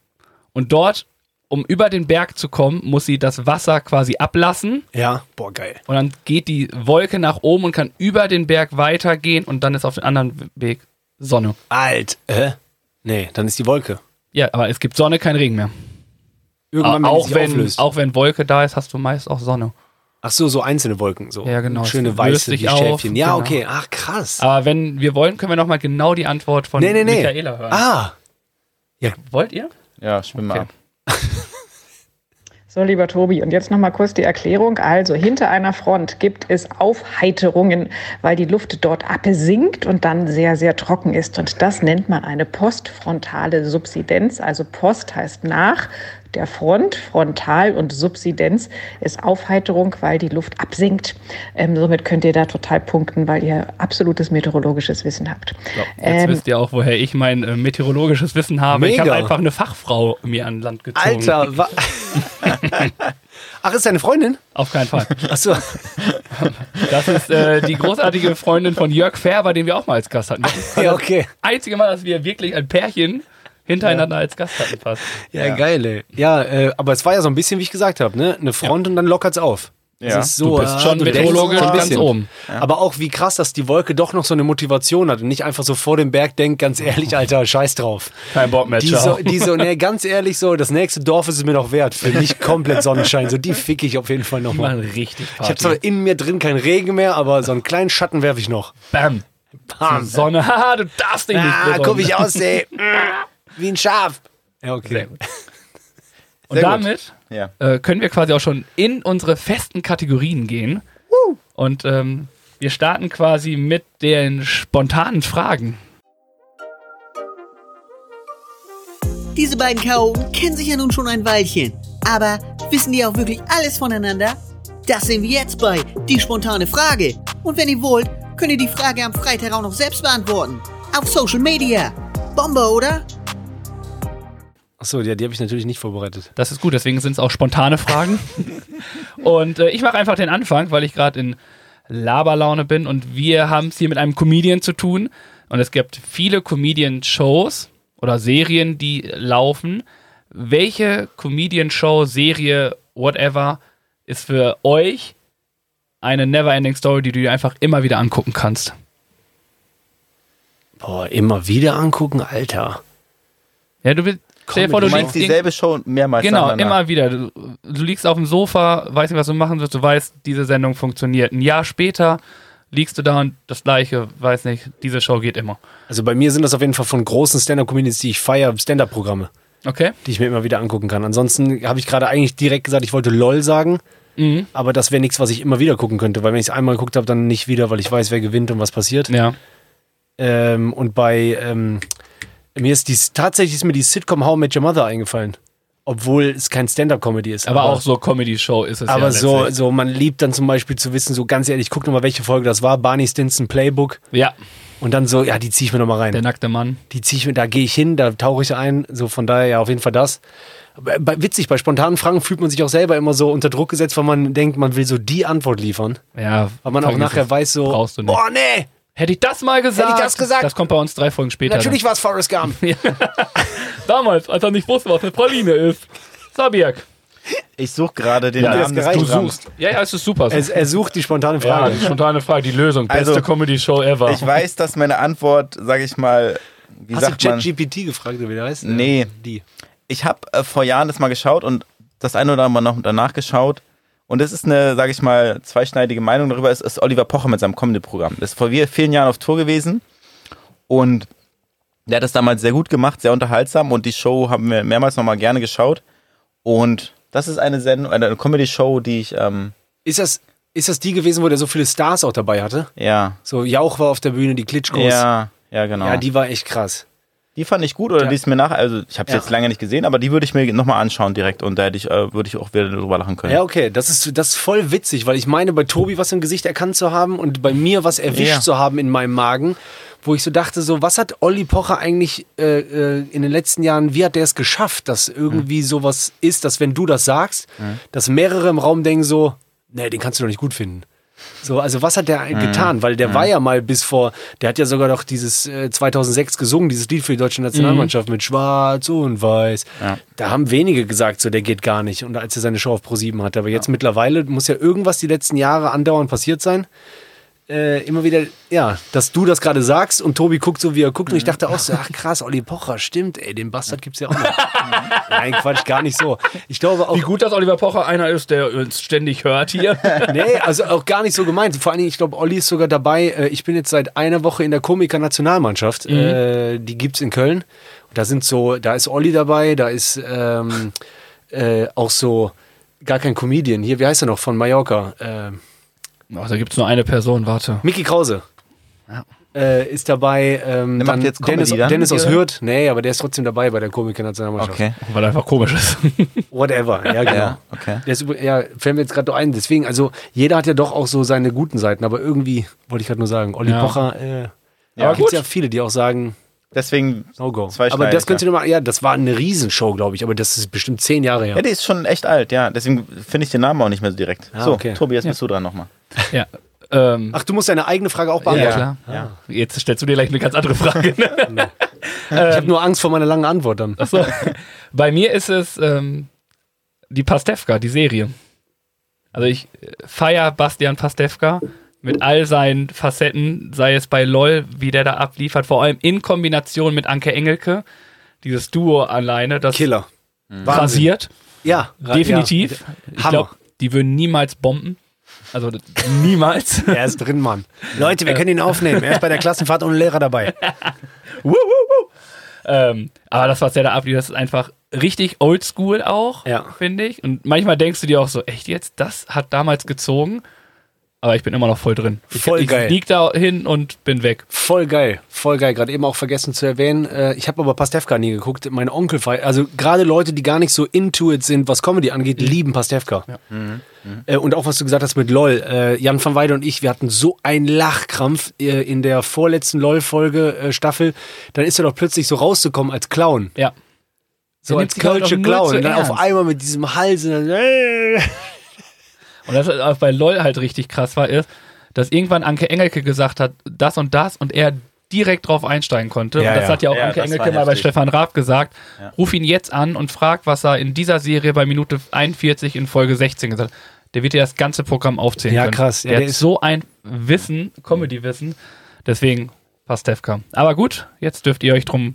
[SPEAKER 3] und dort, um über den Berg zu kommen, muss sie das Wasser quasi ablassen
[SPEAKER 4] Ja, boah, geil.
[SPEAKER 3] und dann geht die Wolke nach oben und kann über den Berg weitergehen und dann ist auf dem anderen Weg Sonne.
[SPEAKER 4] Alt. Äh? Nee, dann ist die Wolke.
[SPEAKER 3] Ja, aber es gibt Sonne, kein Regen mehr.
[SPEAKER 4] Irgendwann, wenn
[SPEAKER 3] auch,
[SPEAKER 4] sie sich
[SPEAKER 3] wenn,
[SPEAKER 4] auflöst.
[SPEAKER 3] auch wenn Wolke da ist, hast du meist auch Sonne.
[SPEAKER 4] Ach so, so einzelne Wolken. So.
[SPEAKER 3] Ja, genau.
[SPEAKER 4] Schöne
[SPEAKER 3] Es löst
[SPEAKER 4] weiße
[SPEAKER 3] sich
[SPEAKER 4] die
[SPEAKER 3] auf,
[SPEAKER 4] Schäfchen. Ja,
[SPEAKER 3] genau. Ah.
[SPEAKER 4] okay. Ach, krass.
[SPEAKER 3] Aber wenn wir wollen, können wir nochmal genau die Antwort von
[SPEAKER 4] nee, nee, nee.
[SPEAKER 3] Michaela hören.
[SPEAKER 4] Ah,
[SPEAKER 3] Wollt ihr?
[SPEAKER 2] Ja, schwimm mal
[SPEAKER 3] Okay.
[SPEAKER 2] ab.
[SPEAKER 5] So, lieber Tobi, und jetzt nochmal kurz die Erklärung. Also, hinter einer Front gibt es Aufheiterungen, weil die Luft dort absinkt und dann sehr, sehr trocken ist. Und das nennt man eine postfrontale Subsidenz. Also, Post heißt nach der Front, frontal und Subsidenz ist Aufheiterung, weil die Luft absinkt. Ähm, somit könnt ihr da total punkten, weil ihr absolutes meteorologisches Wissen habt.
[SPEAKER 3] Jetzt
[SPEAKER 5] Ähm,
[SPEAKER 3] wisst ihr auch, woher ich mein äh, meteorologisches Wissen habe. Ich habe
[SPEAKER 4] Mega.
[SPEAKER 3] einfach eine Fachfrau mir an Land gezogen.
[SPEAKER 4] Alter. wa- Ach, ist deine Freundin?
[SPEAKER 3] Auf keinen Fall.
[SPEAKER 4] Ach so.
[SPEAKER 3] Das ist äh, die großartige Freundin von Jörg Färber, den wir auch mal als Gast hatten. Das ist
[SPEAKER 4] Ja, okay.
[SPEAKER 3] das einzige Mal, dass wir wirklich ein Pärchen hintereinander als Gast hatten fast.
[SPEAKER 4] Ja, geil, ey. Ja, äh, aber es war ja so ein bisschen, wie ich gesagt habe, ne? Eine Front und dann lockert's auf. Es
[SPEAKER 2] Ja.
[SPEAKER 4] ist so,
[SPEAKER 3] Du bist
[SPEAKER 4] ah,
[SPEAKER 3] schon
[SPEAKER 4] du
[SPEAKER 3] meteorologisch
[SPEAKER 4] denkst, ah,
[SPEAKER 3] ganz
[SPEAKER 4] ein bisschen.
[SPEAKER 3] oben.
[SPEAKER 4] Aber auch wie krass, dass die Wolke doch noch so eine Motivation hat und nicht einfach so vor dem Berg denkt, ganz ehrlich, Alter, scheiß drauf.
[SPEAKER 3] Kein Bock mehr,
[SPEAKER 4] Die
[SPEAKER 3] ciao.
[SPEAKER 4] so, die so, nee, ganz ehrlich, so, das nächste Dorf ist es mir noch wert. Für mich komplett Sonnenschein. So, die fick ich auf jeden Fall
[SPEAKER 3] Die
[SPEAKER 4] nochmal.
[SPEAKER 3] machen richtig
[SPEAKER 4] Ich
[SPEAKER 3] Party.
[SPEAKER 4] habe zwar in mir drin keinen Regen mehr, aber so einen kleinen Schatten werfe ich noch.
[SPEAKER 3] Bam.
[SPEAKER 4] Bam.
[SPEAKER 3] Sonne, haha, du darfst dich nicht.
[SPEAKER 4] Ah,
[SPEAKER 3] besonnen.
[SPEAKER 4] guck ich aus, ey. Wie ein Schaf. Ja, okay.
[SPEAKER 3] Sehr gut. Und
[SPEAKER 2] Sehr gut.
[SPEAKER 3] damit
[SPEAKER 2] Ja.
[SPEAKER 3] äh, können wir quasi auch schon in unsere festen Kategorien gehen. Und ähm, wir starten quasi mit den spontanen Fragen.
[SPEAKER 1] Diese beiden Chaoten kennen sich ja nun schon ein Weilchen. Aber wissen die auch wirklich alles voneinander? Das sehen wir jetzt bei Die spontane Frage. Und wenn ihr wollt, könnt ihr die Frage am Freitag auch noch selbst beantworten. Auf Social Media. Bombe, oder?
[SPEAKER 4] Achso, ja, die habe ich natürlich nicht vorbereitet.
[SPEAKER 3] Das ist gut, deswegen sind es auch spontane Fragen. und äh, ich mache einfach den Anfang, weil ich gerade in Laberlaune bin und wir haben es hier mit einem Comedian zu tun. Und es gibt viele Comedian-Shows oder Serien, die laufen. Welche Comedian-Show, Serie, whatever, ist für euch eine Neverending Story, die du dir einfach immer wieder angucken kannst?
[SPEAKER 4] Boah, immer wieder angucken, Alter.
[SPEAKER 3] Ja, du bist. Stell dir vor, du,
[SPEAKER 2] Du
[SPEAKER 4] Comedy.
[SPEAKER 2] meinst
[SPEAKER 3] liegst irgend-
[SPEAKER 2] dieselbe Show mehrmals
[SPEAKER 3] Genau,
[SPEAKER 2] nacheinander.
[SPEAKER 3] immer wieder. Du, du liegst auf dem Sofa, weißt nicht, was du machen sollst, du weißt, diese Sendung funktioniert. Ein Jahr später liegst du da und das gleiche, weiß nicht, diese Show geht immer.
[SPEAKER 4] Also bei mir sind das auf jeden Fall von großen Stand-Up-Comedians, die ich feiere, Stand-Up-Programme,
[SPEAKER 3] Okay?
[SPEAKER 4] die ich mir immer wieder angucken kann. Ansonsten habe ich gerade eigentlich direkt gesagt, ich wollte LOL sagen,
[SPEAKER 3] Mhm.
[SPEAKER 4] aber das wäre nichts, was ich immer wieder gucken könnte, weil wenn ich es einmal geguckt habe, dann nicht wieder, weil ich weiß, wer gewinnt und was passiert.
[SPEAKER 3] Ja.
[SPEAKER 4] Ähm, und bei ähm, mir ist die, tatsächlich ist mir die Sitcom How I Met Your Mother eingefallen. Obwohl es kein Stand-Up-Comedy ist.
[SPEAKER 3] Aber auch so Comedy-Show ist es
[SPEAKER 4] Aber
[SPEAKER 3] ja.
[SPEAKER 4] so,
[SPEAKER 3] letztlich.
[SPEAKER 4] so, man liebt dann zum Beispiel zu wissen, so ganz ehrlich, guck nochmal, welche Folge das war, Barney Stinson Playbook.
[SPEAKER 3] Ja,
[SPEAKER 4] Und dann so, ja, die ziehe ich mir nochmal
[SPEAKER 3] der
[SPEAKER 4] rein.
[SPEAKER 3] nackte Mann.
[SPEAKER 4] Die ziehe ich mir, da gehe ich hin, da tauche ich ein. So von daher ja auf jeden Fall das. Aber Bei, witzig, bei spontanen Fragen fühlt man sich auch selber immer so unter Druck gesetzt, weil man denkt, man will so die Antwort liefern.
[SPEAKER 3] Ja.
[SPEAKER 4] Weil man auch
[SPEAKER 3] vergiss
[SPEAKER 4] nachher
[SPEAKER 3] es.
[SPEAKER 4] weiß so,
[SPEAKER 3] Brauchst du nicht.
[SPEAKER 4] boah, nee,
[SPEAKER 3] Hätte ich das mal gesagt.
[SPEAKER 4] das gesagt?
[SPEAKER 3] Das kommt bei uns drei Folgen später.
[SPEAKER 4] natürlich war es Forrest Gump.
[SPEAKER 3] Dann. Damals, als er nicht wusste, was eine Praline ist. Sabirk.
[SPEAKER 2] Ich suche gerade den
[SPEAKER 4] Ja,
[SPEAKER 2] Namen
[SPEAKER 4] das
[SPEAKER 2] des
[SPEAKER 4] gereicht.
[SPEAKER 2] Programms.
[SPEAKER 4] Du
[SPEAKER 3] Ja, ja, es ist super.
[SPEAKER 4] Er, er sucht die spontane
[SPEAKER 3] ja,
[SPEAKER 4] Frage.
[SPEAKER 3] die spontane Frage, die Lösung. Beste
[SPEAKER 2] Also,
[SPEAKER 3] Comedy-Show ever.
[SPEAKER 2] Ich weiß, dass meine Antwort, sage ich mal, wie
[SPEAKER 4] Hast du
[SPEAKER 2] sagt man?
[SPEAKER 4] ChatGPT gefragt, oder wie der heißt? Äh,
[SPEAKER 2] Nee.
[SPEAKER 4] Die.
[SPEAKER 2] Ich habe äh, vor Jahren das mal geschaut und das eine oder andere Mal noch danach geschaut. Und es ist eine, sage ich mal, zweischneidige Meinung darüber. Es ist Oliver Pocher mit seinem Comedy-Programm. Das ist vor wir- vielen Jahren auf Tour gewesen und der hat das damals sehr gut gemacht, sehr unterhaltsam und die Show haben wir mehrmals nochmal gerne geschaut. Und das ist eine Sendung, eine Comedy-Show, die ich, ähm,
[SPEAKER 4] Ist das, ist das die gewesen, wo der so viele Stars auch dabei hatte?
[SPEAKER 2] ja,
[SPEAKER 4] So, Jauch war auf der Bühne, die Klitschkos.
[SPEAKER 2] ja, ja, genau.
[SPEAKER 4] Ja,
[SPEAKER 2] die,
[SPEAKER 4] die war echt krass.
[SPEAKER 2] fand ich gut oder die ist mir nach, also ich habe
[SPEAKER 4] Ja.
[SPEAKER 2] jetzt lange nicht gesehen, aber die würde ich mir nochmal anschauen direkt und da hätte ich, äh, würde ich auch wieder drüber lachen können.
[SPEAKER 4] Ja, okay, das ist, das ist voll witzig, weil ich meine, bei Tobi was im Gesicht erkannt zu haben und bei mir was erwischt
[SPEAKER 2] Ja.
[SPEAKER 4] zu haben in meinem Magen, wo ich so dachte, so, was hat Olli Pocher eigentlich äh, äh, in den letzten Jahren, wie hat der es geschafft, dass irgendwie sowas ist, dass wenn du das sagst, dass mehrere im Raum denken so, nee, den kannst du doch nicht gut finden. So, also was hat der getan? Weil der war ja mal bis vor, der hat ja sogar noch dieses äh, 2006 gesungen, dieses Lied für die deutsche Nationalmannschaft mit Schwarz und Weiß. Da haben wenige gesagt, so der geht gar nicht. Und als er seine Show auf Pro7 hatte, aber jetzt mittlerweile muss ja irgendwas die letzten Jahre andauernd passiert sein. Äh, immer wieder, ja, dass du das gerade sagst und Tobi guckt so, wie er
[SPEAKER 3] Mhm.
[SPEAKER 4] guckt. Und ich dachte auch so, ach krass, Olli Pocher, stimmt, ey, den Bastard gibt's ja auch noch. Nein, Quatsch, gar nicht so. Ich glaube auch,
[SPEAKER 3] Wie gut, dass Oliver Pocher einer ist, der uns ständig hört hier.
[SPEAKER 4] Nee, also auch gar nicht so gemeint. Vor allen Dingen, ich glaube, Olli ist sogar dabei. Äh, Ich bin jetzt seit einer Woche in der
[SPEAKER 3] Mhm.
[SPEAKER 4] Komiker-Nationalmannschaft. Äh, die gibt's in Köln. Und da sind so, da ist Olli dabei, da ist ähm, äh, auch so gar kein Comedian. Hier, wie heißt er noch? Von Mallorca. Äh,
[SPEAKER 3] Oh, da gibt es nur eine Person, warte.
[SPEAKER 4] Mickey Krause. Äh, ist dabei ähm,
[SPEAKER 2] Der macht
[SPEAKER 4] dann
[SPEAKER 2] jetzt Comedy
[SPEAKER 4] Dennis,
[SPEAKER 2] dann?
[SPEAKER 4] Dennis aus Hürth. Nee, aber der ist trotzdem dabei bei der Komiker-Nationalmannschaft.
[SPEAKER 2] Okay.
[SPEAKER 3] Weil er einfach komisch ist.
[SPEAKER 4] Whatever, ja genau.
[SPEAKER 2] Ja, okay.
[SPEAKER 4] Der ist, übr- ja, fällt mir jetzt gerade doch ein. Deswegen, also jeder hat ja doch auch so seine guten Seiten, aber irgendwie wollte ich gerade nur sagen, Olli
[SPEAKER 3] Ja.
[SPEAKER 4] Pocher, äh,
[SPEAKER 2] Ja,
[SPEAKER 4] ja, gibt
[SPEAKER 2] gut.
[SPEAKER 4] ja viele, die auch sagen,
[SPEAKER 2] Deswegen,
[SPEAKER 4] no go.
[SPEAKER 2] Zwei
[SPEAKER 4] Aber das
[SPEAKER 2] Schneiden,
[SPEAKER 4] könnt ihr nochmal, ja, das war eine Riesenshow, glaube ich, aber das ist bestimmt zehn Jahre her.
[SPEAKER 2] ja, die ist schon echt alt, ja. Deswegen finde ich den Namen auch nicht mehr so direkt.
[SPEAKER 4] Ah,
[SPEAKER 2] so,
[SPEAKER 4] okay.
[SPEAKER 2] Tobi, jetzt bist du dran nochmal.
[SPEAKER 3] ja. Ähm,
[SPEAKER 4] Ach, du musst deine eigene Frage auch
[SPEAKER 3] ja,
[SPEAKER 4] beantworten.
[SPEAKER 3] klar. Jetzt stellst du dir gleich eine ganz andere Frage. Ne?
[SPEAKER 4] Ich habe nur Angst vor meiner langen Antwort dann.
[SPEAKER 3] So. Bei mir ist es ähm, die Pastewka, die Serie. Also ich äh, feier Bastian Pastewka mit all seinen Facetten, sei es bei LOL, wie der da abliefert, vor allem in Kombination mit Anke Engelke, dieses Duo alleine, das
[SPEAKER 4] Killer. Wahnsinn.
[SPEAKER 3] rasiert,
[SPEAKER 4] Ja, ra-
[SPEAKER 3] definitiv. Ich
[SPEAKER 4] Hammer.
[SPEAKER 3] glaube, die würden niemals bomben. Also d- niemals.
[SPEAKER 4] Ja. Er ist drin, Mann. Leute, wir können ihn aufnehmen. Er ist bei der Klassenfahrt ohne Lehrer dabei.
[SPEAKER 3] Wuh, wuh, wuh. Ähm, aber das, was der da abliefert, das ist einfach richtig oldschool auch,
[SPEAKER 4] Ja.
[SPEAKER 3] finde ich. Und manchmal denkst du dir auch so, echt jetzt, das hat damals gezogen, aber ich bin immer noch voll drin. Ich,
[SPEAKER 4] Voll
[SPEAKER 3] ich
[SPEAKER 4] geil.
[SPEAKER 3] lieg da hin und bin weg.
[SPEAKER 4] Voll geil, voll geil. Gerade eben auch vergessen zu erwähnen, äh, ich habe aber Pastewka nie geguckt. Mein Onkel, fei- also gerade Leute, die gar nicht so into it sind, was Comedy angeht, lieben Pastewka.
[SPEAKER 3] Mhm.
[SPEAKER 4] Äh, und auch was du gesagt hast mit LOL. Äh, Jan van Weide und ich, wir hatten so einen Lachkrampf äh, in der vorletzten LOL-Folge, äh, Staffel. Dann ist er doch plötzlich so rausgekommen als Clown.
[SPEAKER 3] Ja.
[SPEAKER 4] So
[SPEAKER 3] Der
[SPEAKER 4] als
[SPEAKER 3] nimmt sich halt auch
[SPEAKER 4] Kölsche
[SPEAKER 3] null
[SPEAKER 4] Clown.
[SPEAKER 3] zu
[SPEAKER 4] Und dann
[SPEAKER 3] ernst.
[SPEAKER 4] auf einmal mit diesem Hals. Und dann, äh,
[SPEAKER 3] Und das ist auch bei LOL halt richtig krass war, ist, dass irgendwann Anke Engelke gesagt hat, das und das und er direkt drauf einsteigen konnte.
[SPEAKER 2] Ja,
[SPEAKER 3] und das
[SPEAKER 2] ja.
[SPEAKER 3] hat ja auch
[SPEAKER 6] Ja,
[SPEAKER 3] Anke
[SPEAKER 6] das
[SPEAKER 3] Engelke
[SPEAKER 6] war
[SPEAKER 3] mal bei
[SPEAKER 6] heftig.
[SPEAKER 3] Stefan Raab gesagt. Ruf ihn jetzt an und frag, was er in dieser Serie bei Minute 41 in Folge 16 gesagt hat. Der wird dir das ganze Programm aufzählen
[SPEAKER 4] Ja,
[SPEAKER 3] können.
[SPEAKER 4] krass. Ja,
[SPEAKER 3] der
[SPEAKER 4] der
[SPEAKER 3] hat
[SPEAKER 4] ist-
[SPEAKER 3] so ein Wissen, Comedy-Wissen. Deswegen Pastewka. Aber gut, jetzt dürft ihr euch drum
[SPEAKER 4] Nee,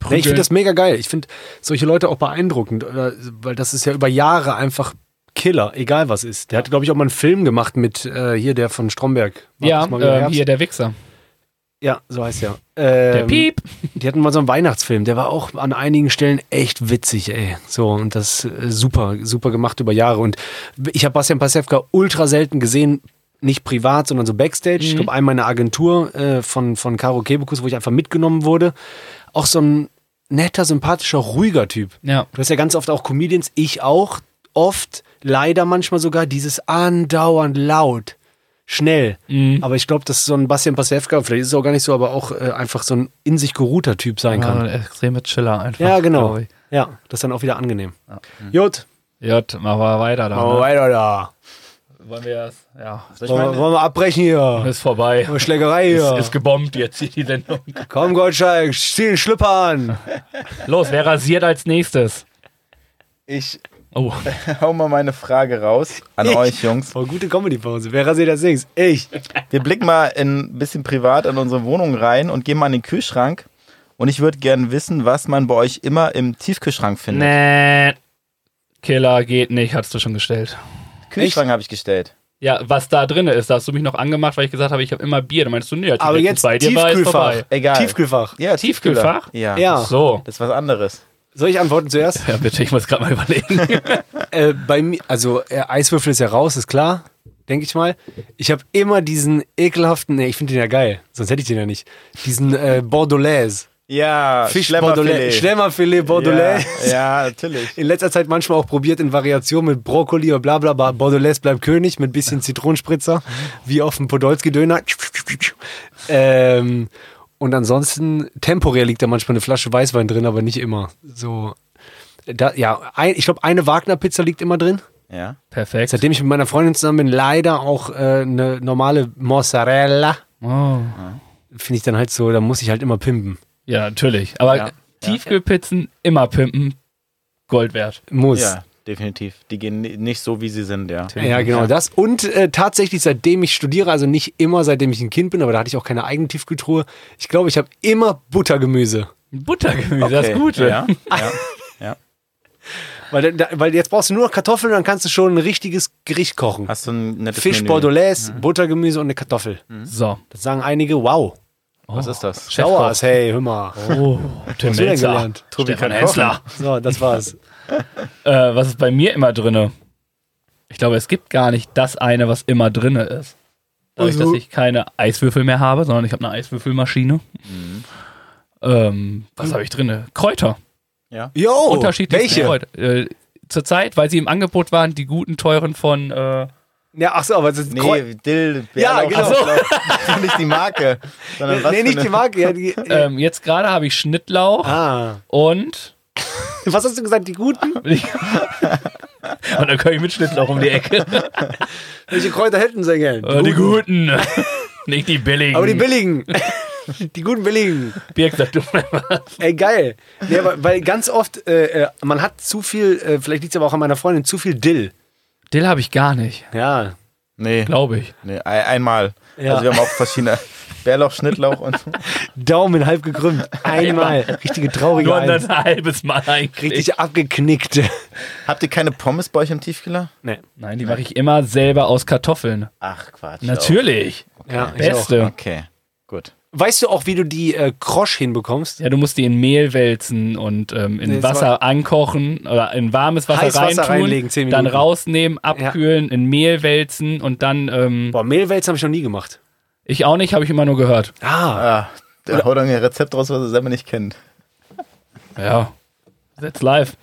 [SPEAKER 3] prügeln.
[SPEAKER 4] ich finde das mega geil. Ich finde solche Leute auch beeindruckend, oder- weil das ist ja über Jahre einfach Killer, egal was ist. Der hat, glaube ich, auch mal einen Film gemacht mit äh, hier, der von Stromberg. War
[SPEAKER 3] ja,
[SPEAKER 4] das mal wieder
[SPEAKER 3] ähm,
[SPEAKER 4] Herbst?
[SPEAKER 3] hier der Wichser.
[SPEAKER 4] ja, so heißt er.
[SPEAKER 3] Der
[SPEAKER 4] Ähm,
[SPEAKER 3] Piep.
[SPEAKER 4] Die hatten mal so einen Weihnachtsfilm, der war auch an einigen Stellen echt witzig, ey. So, und das äh, super, super gemacht über Jahre. Und ich habe Bastian Pasewka ultra selten gesehen, nicht privat, sondern so Backstage. Ich glaube, einmal in einer Agentur äh, von, von Caro Kebekus, wo ich einfach mitgenommen wurde. Auch so ein netter, sympathischer, ruhiger Typ.
[SPEAKER 3] Ja.
[SPEAKER 4] Du hast ja ganz oft auch Comedians, ich auch, oft, leider manchmal sogar, dieses andauernd laut, schnell.
[SPEAKER 3] Mhm.
[SPEAKER 4] Aber ich glaube, dass so ein Bastian Pasewka, vielleicht ist es auch gar nicht so, aber auch äh, einfach so ein in sich geruhter Typ sein
[SPEAKER 3] Ja,
[SPEAKER 4] kann.
[SPEAKER 3] ein Ah, extreme Chiller einfach.
[SPEAKER 4] Ja, genau.
[SPEAKER 3] glaub ich.
[SPEAKER 4] Ja, das ist dann auch wieder angenehm.
[SPEAKER 6] Mhm.
[SPEAKER 4] Jut, Oh,
[SPEAKER 3] Jut, machen wir weiter da.
[SPEAKER 4] machen wir
[SPEAKER 3] ne?
[SPEAKER 4] weiter da.
[SPEAKER 3] Wollen wir das? Ja.
[SPEAKER 6] Soll ich
[SPEAKER 4] Wollen wir,
[SPEAKER 6] meine?
[SPEAKER 4] wollen wir abbrechen hier?
[SPEAKER 3] Ist vorbei.
[SPEAKER 4] Wollen wir Schlägerei hier.
[SPEAKER 3] Ist gebombt jetzt hier die Sendung.
[SPEAKER 4] Komm, Goldschalk, zieh den Schlüpper an.
[SPEAKER 3] Los, wer rasiert als nächstes?
[SPEAKER 2] Ich
[SPEAKER 3] Oh,
[SPEAKER 2] hau mal meine Frage raus an
[SPEAKER 4] Ich.
[SPEAKER 2] euch, Jungs.
[SPEAKER 4] Voll Oh, gute Comedy-Pause. Wer rasiert das Ding? Ich.
[SPEAKER 2] Wir blicken mal ein bisschen privat in unsere Wohnung rein und gehen mal in den Kühlschrank. Und ich würde gerne wissen, was man bei euch immer im Tiefkühlschrank findet.
[SPEAKER 3] nee. Killer geht nicht, hast du schon gestellt.
[SPEAKER 2] Kühlschrank habe ich gestellt.
[SPEAKER 3] Ja, was da drin ist, da hast du mich noch angemacht, weil ich gesagt habe, ich habe immer Bier. Da meinst du, nee, als ich
[SPEAKER 4] Aber
[SPEAKER 3] letztens
[SPEAKER 4] jetzt
[SPEAKER 3] bei dir war, ist
[SPEAKER 4] Tiefkühlfach.
[SPEAKER 3] vorbei.
[SPEAKER 2] Egal.
[SPEAKER 4] Tiefkühlfach.
[SPEAKER 2] Ja,
[SPEAKER 3] Tiefkühlfach?
[SPEAKER 2] Ja.
[SPEAKER 4] Ja.
[SPEAKER 3] Ach so.
[SPEAKER 2] Das ist was anderes.
[SPEAKER 4] Soll ich antworten zuerst?
[SPEAKER 3] Ja, bitte, ich muss gerade mal überlegen.
[SPEAKER 4] Äh, bei mir, also äh, Eiswürfel ist ja raus, ist klar, denke ich mal. Ich habe immer diesen ekelhaften, nee, ich finde den ja geil, sonst hätte ich den ja nicht. Diesen äh, Bordelaise.
[SPEAKER 2] Ja,
[SPEAKER 4] Bordelaise. Schlemmerfilet Bordelaise.
[SPEAKER 2] Ja, ja, natürlich.
[SPEAKER 4] In letzter Zeit manchmal auch probiert in Variation mit Brokkoli oder bla bla bla. Bordelaise bleibt König mit bisschen Zitronenspritzer, wie auf dem Podolski-Döner. Ähm, und ansonsten, temporär liegt da manchmal eine Flasche Weißwein drin, aber nicht immer. So, da, ja, ein, ich glaube, eine Wagner-Pizza liegt immer drin.
[SPEAKER 2] Ja.
[SPEAKER 3] Perfekt.
[SPEAKER 4] Seitdem ich mit meiner Freundin zusammen bin, leider auch äh, eine normale Mozzarella.
[SPEAKER 3] Oh.
[SPEAKER 4] Finde ich dann halt so, da muss ich halt immer pimpen.
[SPEAKER 3] Ja, natürlich. Aber
[SPEAKER 2] Ja.
[SPEAKER 3] Tiefkühlpizzen, immer pimpen, Gold wert.
[SPEAKER 4] Muss. Ja,
[SPEAKER 2] Ja, definitiv. Die gehen ni- nicht so, wie sie sind, ja.
[SPEAKER 4] genau das. Und äh, tatsächlich, seitdem ich studiere, also nicht immer, seitdem ich ein Kind bin, aber da hatte ich auch keine eigene Tiefkühltruhe. Ich glaube, ich habe immer Buttergemüse.
[SPEAKER 3] Buttergemüse, das ist
[SPEAKER 2] Okay,
[SPEAKER 3] gut.
[SPEAKER 2] Ja, ja, ja.
[SPEAKER 4] Weil, da, weil jetzt brauchst du nur noch Kartoffeln, dann kannst du schon ein richtiges Gericht kochen.
[SPEAKER 2] Hast du ein nettes
[SPEAKER 4] Fisch
[SPEAKER 2] Menü. Mhm.
[SPEAKER 4] Bordelaise, Buttergemüse und eine Kartoffel.
[SPEAKER 3] So.
[SPEAKER 4] Das sagen einige, wow.
[SPEAKER 2] Was ist das?
[SPEAKER 3] Chefkoch.
[SPEAKER 4] Dauers, hey, hör mal. Was
[SPEAKER 3] Oh, Tim
[SPEAKER 4] hast du denn
[SPEAKER 3] Melzer.
[SPEAKER 4] gelernt?
[SPEAKER 2] Tobi
[SPEAKER 3] Stefan
[SPEAKER 2] kann
[SPEAKER 3] Hensler.
[SPEAKER 4] So, das war's.
[SPEAKER 3] Äh, was ist bei mir immer drinne? Ich glaube, es gibt gar nicht das eine, was immer drinne ist. Dadurch, dass ich keine Eiswürfel mehr habe, sondern ich habe eine Eiswürfelmaschine. Mhm. Ähm, was habe ich drinne? Kräuter.
[SPEAKER 4] Yo,
[SPEAKER 3] Unterschiedliche
[SPEAKER 4] Oh, welche?
[SPEAKER 3] Kräuter. Äh, Zurzeit, weil sie im Angebot waren, die guten, teuren von. Äh,
[SPEAKER 4] Ja, ach so, aber es ist Kräu-
[SPEAKER 2] Nee, Dill,
[SPEAKER 4] Ja,
[SPEAKER 2] Bärlauch,
[SPEAKER 4] genau.
[SPEAKER 2] Schlauch. nicht die Marke. Sondern was
[SPEAKER 4] nee,
[SPEAKER 2] für
[SPEAKER 4] nicht
[SPEAKER 2] eine-
[SPEAKER 3] Äh.
[SPEAKER 4] die Marke. Ja, die,
[SPEAKER 3] ähm, jetzt gerade habe ich Schnittlauch
[SPEAKER 4] ah,
[SPEAKER 3] und
[SPEAKER 4] Was hast du gesagt, die Guten?
[SPEAKER 3] Ah. Und dann komme ich mit Schnitzel auch um die Ecke.
[SPEAKER 4] Welche Kräuter hätten sie gern?
[SPEAKER 3] Äh, die guten. Nicht die billigen.
[SPEAKER 4] Aber die billigen. Die guten billigen.
[SPEAKER 3] Birk sagt du was.
[SPEAKER 4] Ey, geil. Nee, aber, weil ganz oft, äh, äh, man hat zu viel, äh, vielleicht liegt es aber auch an meiner Freundin, zu viel Dill.
[SPEAKER 3] Dill habe ich gar nicht,
[SPEAKER 4] Ja.
[SPEAKER 2] Nee,
[SPEAKER 3] glaube ich.
[SPEAKER 2] nee ein, einmal.
[SPEAKER 4] Ja.
[SPEAKER 2] Also wir haben auch verschiedene Bärlauch, Schnittlauch und
[SPEAKER 4] Daumen halb gekrümmt. Einmal. Richtige traurige
[SPEAKER 3] Nur ein
[SPEAKER 4] Eins.
[SPEAKER 3] halbes Mal eigentlich.
[SPEAKER 4] Richtig abgeknickt.
[SPEAKER 2] Habt ihr keine Pommes bei euch im Tiefkühler?
[SPEAKER 4] Nee.
[SPEAKER 3] Nein, die mache ich immer selber aus Kartoffeln.
[SPEAKER 2] Ach Quatsch.
[SPEAKER 3] Natürlich.
[SPEAKER 4] Ja, ich auch.
[SPEAKER 3] Beste.
[SPEAKER 2] Okay, gut.
[SPEAKER 4] Weißt du auch, wie du die äh, Krosch hinbekommst?
[SPEAKER 3] Ja, du musst die in Mehl wälzen und ähm, in
[SPEAKER 4] Nee, das
[SPEAKER 3] Wasser ankochen oder in warmes
[SPEAKER 4] Heiß
[SPEAKER 3] Wasser
[SPEAKER 4] Wasser
[SPEAKER 3] reintun,
[SPEAKER 4] reinlegen, zehn
[SPEAKER 3] dann
[SPEAKER 4] Minuten.
[SPEAKER 3] rausnehmen, abkühlen, in Mehl wälzen und dann ähm,
[SPEAKER 4] Boah, Mehlwälzen habe ich noch nie gemacht.
[SPEAKER 3] ich auch nicht, habe ich immer nur gehört.
[SPEAKER 4] Ah,
[SPEAKER 2] Ah, da haut dann ein Rezept raus, was ihr selber nicht kennt.
[SPEAKER 3] Ja. That's live.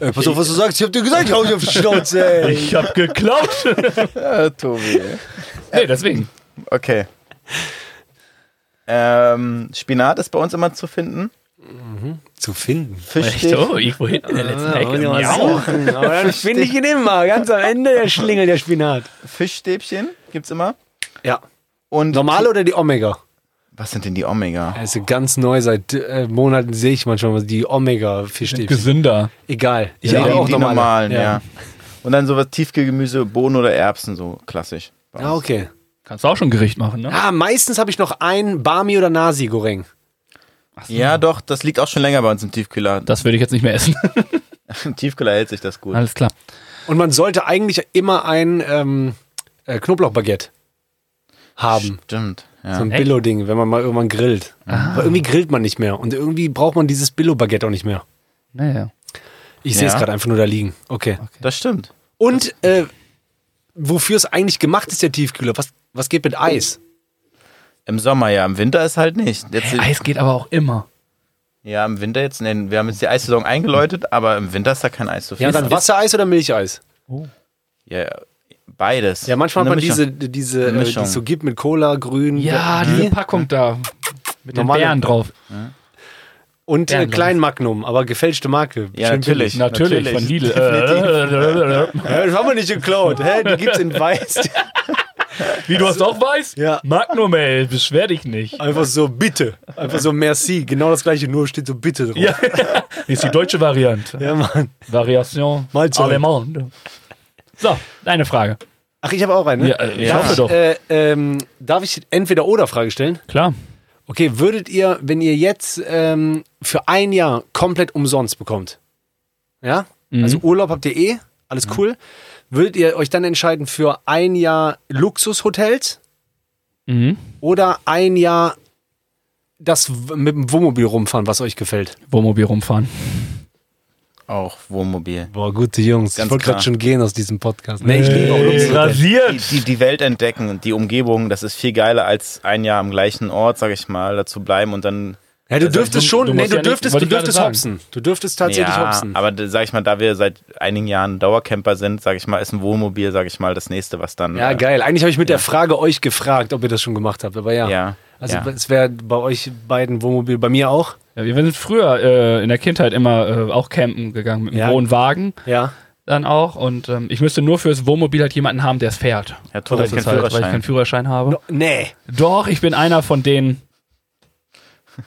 [SPEAKER 4] äh, pass auf, was du sagst. Ich hab dir gesagt, ich hau dich auf die Schnauze. ey.
[SPEAKER 3] Ich hab geklaut.
[SPEAKER 2] Ah, Tobi. ey.
[SPEAKER 3] nee, deswegen.
[SPEAKER 2] Okay. Ähm, Spinat ist bei uns immer zu finden.
[SPEAKER 4] Zu finden.
[SPEAKER 2] Fischstich.
[SPEAKER 3] Echt? Oh, irgendwo hinten in der letzten Ecke. Miau.
[SPEAKER 4] suchen. Oh, Aber dann finde ich ihn immer. Ganz am Ende der Schlingel, der Spinat.
[SPEAKER 2] Fischstäbchen gibt's immer.
[SPEAKER 4] Ja.
[SPEAKER 2] Und Äh,
[SPEAKER 4] Normal oder die Omega?
[SPEAKER 2] Was sind denn die Omega?
[SPEAKER 4] Also ganz neu, seit äh, Monaten sehe ich manchmal was- die Omega-Fischstäbchen.
[SPEAKER 3] Gesünder.
[SPEAKER 4] Egal. Ich
[SPEAKER 2] Ja,
[SPEAKER 4] esse
[SPEAKER 2] die, die
[SPEAKER 4] normale.
[SPEAKER 2] normalen, ja. Und dann sowas Tiefkühlgemüse, Bohnen oder Erbsen, so klassisch.
[SPEAKER 4] Ah, okay.
[SPEAKER 3] Kannst du auch schon Gericht machen, ne?
[SPEAKER 4] Ah, meistens habe ich noch ein Barmi oder Nasi Goreng.
[SPEAKER 2] Ja, doch, das liegt auch schon länger bei uns im Tiefkühler.
[SPEAKER 3] Das würde ich jetzt nicht mehr essen.
[SPEAKER 2] Im Tiefkühler hält sich das gut.
[SPEAKER 3] Alles klar.
[SPEAKER 4] Und man sollte eigentlich immer ein ähm, äh, Knoblauchbaguette haben.
[SPEAKER 2] Stimmt. Ja.
[SPEAKER 4] So ein
[SPEAKER 3] Echt?
[SPEAKER 4] Billo-Ding, wenn man mal irgendwann grillt. Aber irgendwie grillt man nicht mehr. Und irgendwie braucht man dieses Billo-Baguette auch nicht mehr.
[SPEAKER 3] Naja.
[SPEAKER 4] Ich sehe es
[SPEAKER 2] Ja.
[SPEAKER 4] gerade einfach nur da liegen. Okay.
[SPEAKER 2] Das stimmt.
[SPEAKER 4] Und äh, wofür es eigentlich gemacht ist, der Tiefkühler? Was, was geht mit Eis?
[SPEAKER 2] Im Sommer ja, im Winter ist halt nicht. Jetzt,
[SPEAKER 3] Hey, Eis geht aber auch immer.
[SPEAKER 2] ja, im Winter jetzt, nee, wir haben jetzt die Eissaison eingeläutet, aber im Winter ist da kein Eis zu viel.
[SPEAKER 4] Ja, dann Wassereis oder Milcheis?
[SPEAKER 2] Ja, beides.
[SPEAKER 4] Ja, manchmal hat man
[SPEAKER 2] Eine Mischung.
[SPEAKER 4] diese, diese
[SPEAKER 2] Eine
[SPEAKER 4] äh, die
[SPEAKER 2] Mischung.
[SPEAKER 4] es so gibt mit Cola, Grün.
[SPEAKER 3] Ja, diese Packung da. Mit den
[SPEAKER 4] Normale-
[SPEAKER 3] Beeren drauf.
[SPEAKER 4] Und
[SPEAKER 3] Bären,
[SPEAKER 4] äh,
[SPEAKER 3] glaub ich.
[SPEAKER 4] Klein Magnum, aber gefälschte Marke.
[SPEAKER 2] Ja,
[SPEAKER 4] Schön
[SPEAKER 2] natürlich.
[SPEAKER 4] billig.
[SPEAKER 3] Natürlich,
[SPEAKER 2] Natürlich.
[SPEAKER 3] von Lidl. Äh,
[SPEAKER 4] Hä, das haben wir nicht geklaut. Hä, die gibt's in Weiß.
[SPEAKER 3] Äh, Wie du hast auch weiß?
[SPEAKER 4] Ja.
[SPEAKER 3] Magnum, ey, beschwer dich nicht.
[SPEAKER 4] Einfach so bitte. Einfach so merci. Genau das gleiche, nur steht so bitte drauf.
[SPEAKER 3] Ja, Hier ist die deutsche Variante.
[SPEAKER 4] ja Mann.
[SPEAKER 3] Variation
[SPEAKER 4] Mahlzeit.
[SPEAKER 3] Allemande. So, deine Frage.
[SPEAKER 4] Ach, ich habe auch einen. Ne?
[SPEAKER 3] Ja, äh, ich hoffe doch.
[SPEAKER 4] Äh, ähm, darf ich entweder oder Frage stellen?
[SPEAKER 3] Klar.
[SPEAKER 4] Okay, würdet ihr, wenn ihr jetzt ähm, für ein Jahr komplett umsonst bekommt, ja,
[SPEAKER 3] Mhm.
[SPEAKER 4] also Urlaub habt ihr eh, alles cool, würdet ihr euch dann entscheiden für ein Jahr Luxushotels
[SPEAKER 3] Mhm.
[SPEAKER 4] oder ein Jahr das W- mit dem Wohnmobil rumfahren, was euch gefällt?
[SPEAKER 3] Wohnmobil rumfahren.
[SPEAKER 2] Auch Wohnmobil.
[SPEAKER 4] Boah, gute Jungs.
[SPEAKER 2] Ganz
[SPEAKER 4] ich wollte
[SPEAKER 2] klar.
[SPEAKER 4] gerade schon gehen aus diesem Podcast. Äh, Nee, ich liebe auch
[SPEAKER 3] Ey,
[SPEAKER 4] Luxushotels.
[SPEAKER 2] Die,
[SPEAKER 3] rasiert.
[SPEAKER 2] die, die Welt entdecken und die Umgebung, das ist viel geiler als ein Jahr am gleichen Ort, sag ich mal, dazu bleiben und dann.
[SPEAKER 4] Ja, du
[SPEAKER 2] Also,
[SPEAKER 4] dürftest
[SPEAKER 3] du-
[SPEAKER 4] schon,
[SPEAKER 3] du
[SPEAKER 4] nee,
[SPEAKER 3] musst
[SPEAKER 4] du
[SPEAKER 3] ja nicht-
[SPEAKER 4] dürftest,
[SPEAKER 3] wollte
[SPEAKER 4] du
[SPEAKER 3] ich gerade
[SPEAKER 4] dürftest
[SPEAKER 3] sagen.
[SPEAKER 4] hopsen. Du dürftest tatsächlich
[SPEAKER 2] ja,
[SPEAKER 4] hopsen.
[SPEAKER 2] aber da- sag ich mal, da wir seit einigen Jahren Dauercamper sind, sag ich mal, ist ein Wohnmobil, sag ich mal, das nächste, was dann.
[SPEAKER 4] Ja,
[SPEAKER 2] äh,
[SPEAKER 4] geil. Eigentlich habe ich mit der Frage euch gefragt, ob ihr das schon gemacht habt, aber ja.
[SPEAKER 2] Ja,
[SPEAKER 4] Also
[SPEAKER 2] ja.
[SPEAKER 4] es wäre bei euch beiden Wohnmobil, bei mir auch.
[SPEAKER 3] Ja, wir sind früher äh, in der Kindheit immer äh, auch campen gegangen mit einem
[SPEAKER 4] Ja.
[SPEAKER 3] hohen Wagen
[SPEAKER 4] Ja.
[SPEAKER 3] dann auch. Und ähm, ich müsste nur fürs Wohnmobil halt jemanden haben, der es fährt.
[SPEAKER 2] Ja, Tore,
[SPEAKER 3] Das
[SPEAKER 4] also,
[SPEAKER 2] ich
[SPEAKER 3] ist
[SPEAKER 2] keinen
[SPEAKER 3] halt, weil ich
[SPEAKER 2] Führerschein.
[SPEAKER 3] keinen Führerschein habe.
[SPEAKER 4] Nee.
[SPEAKER 3] Doch, ich bin einer von den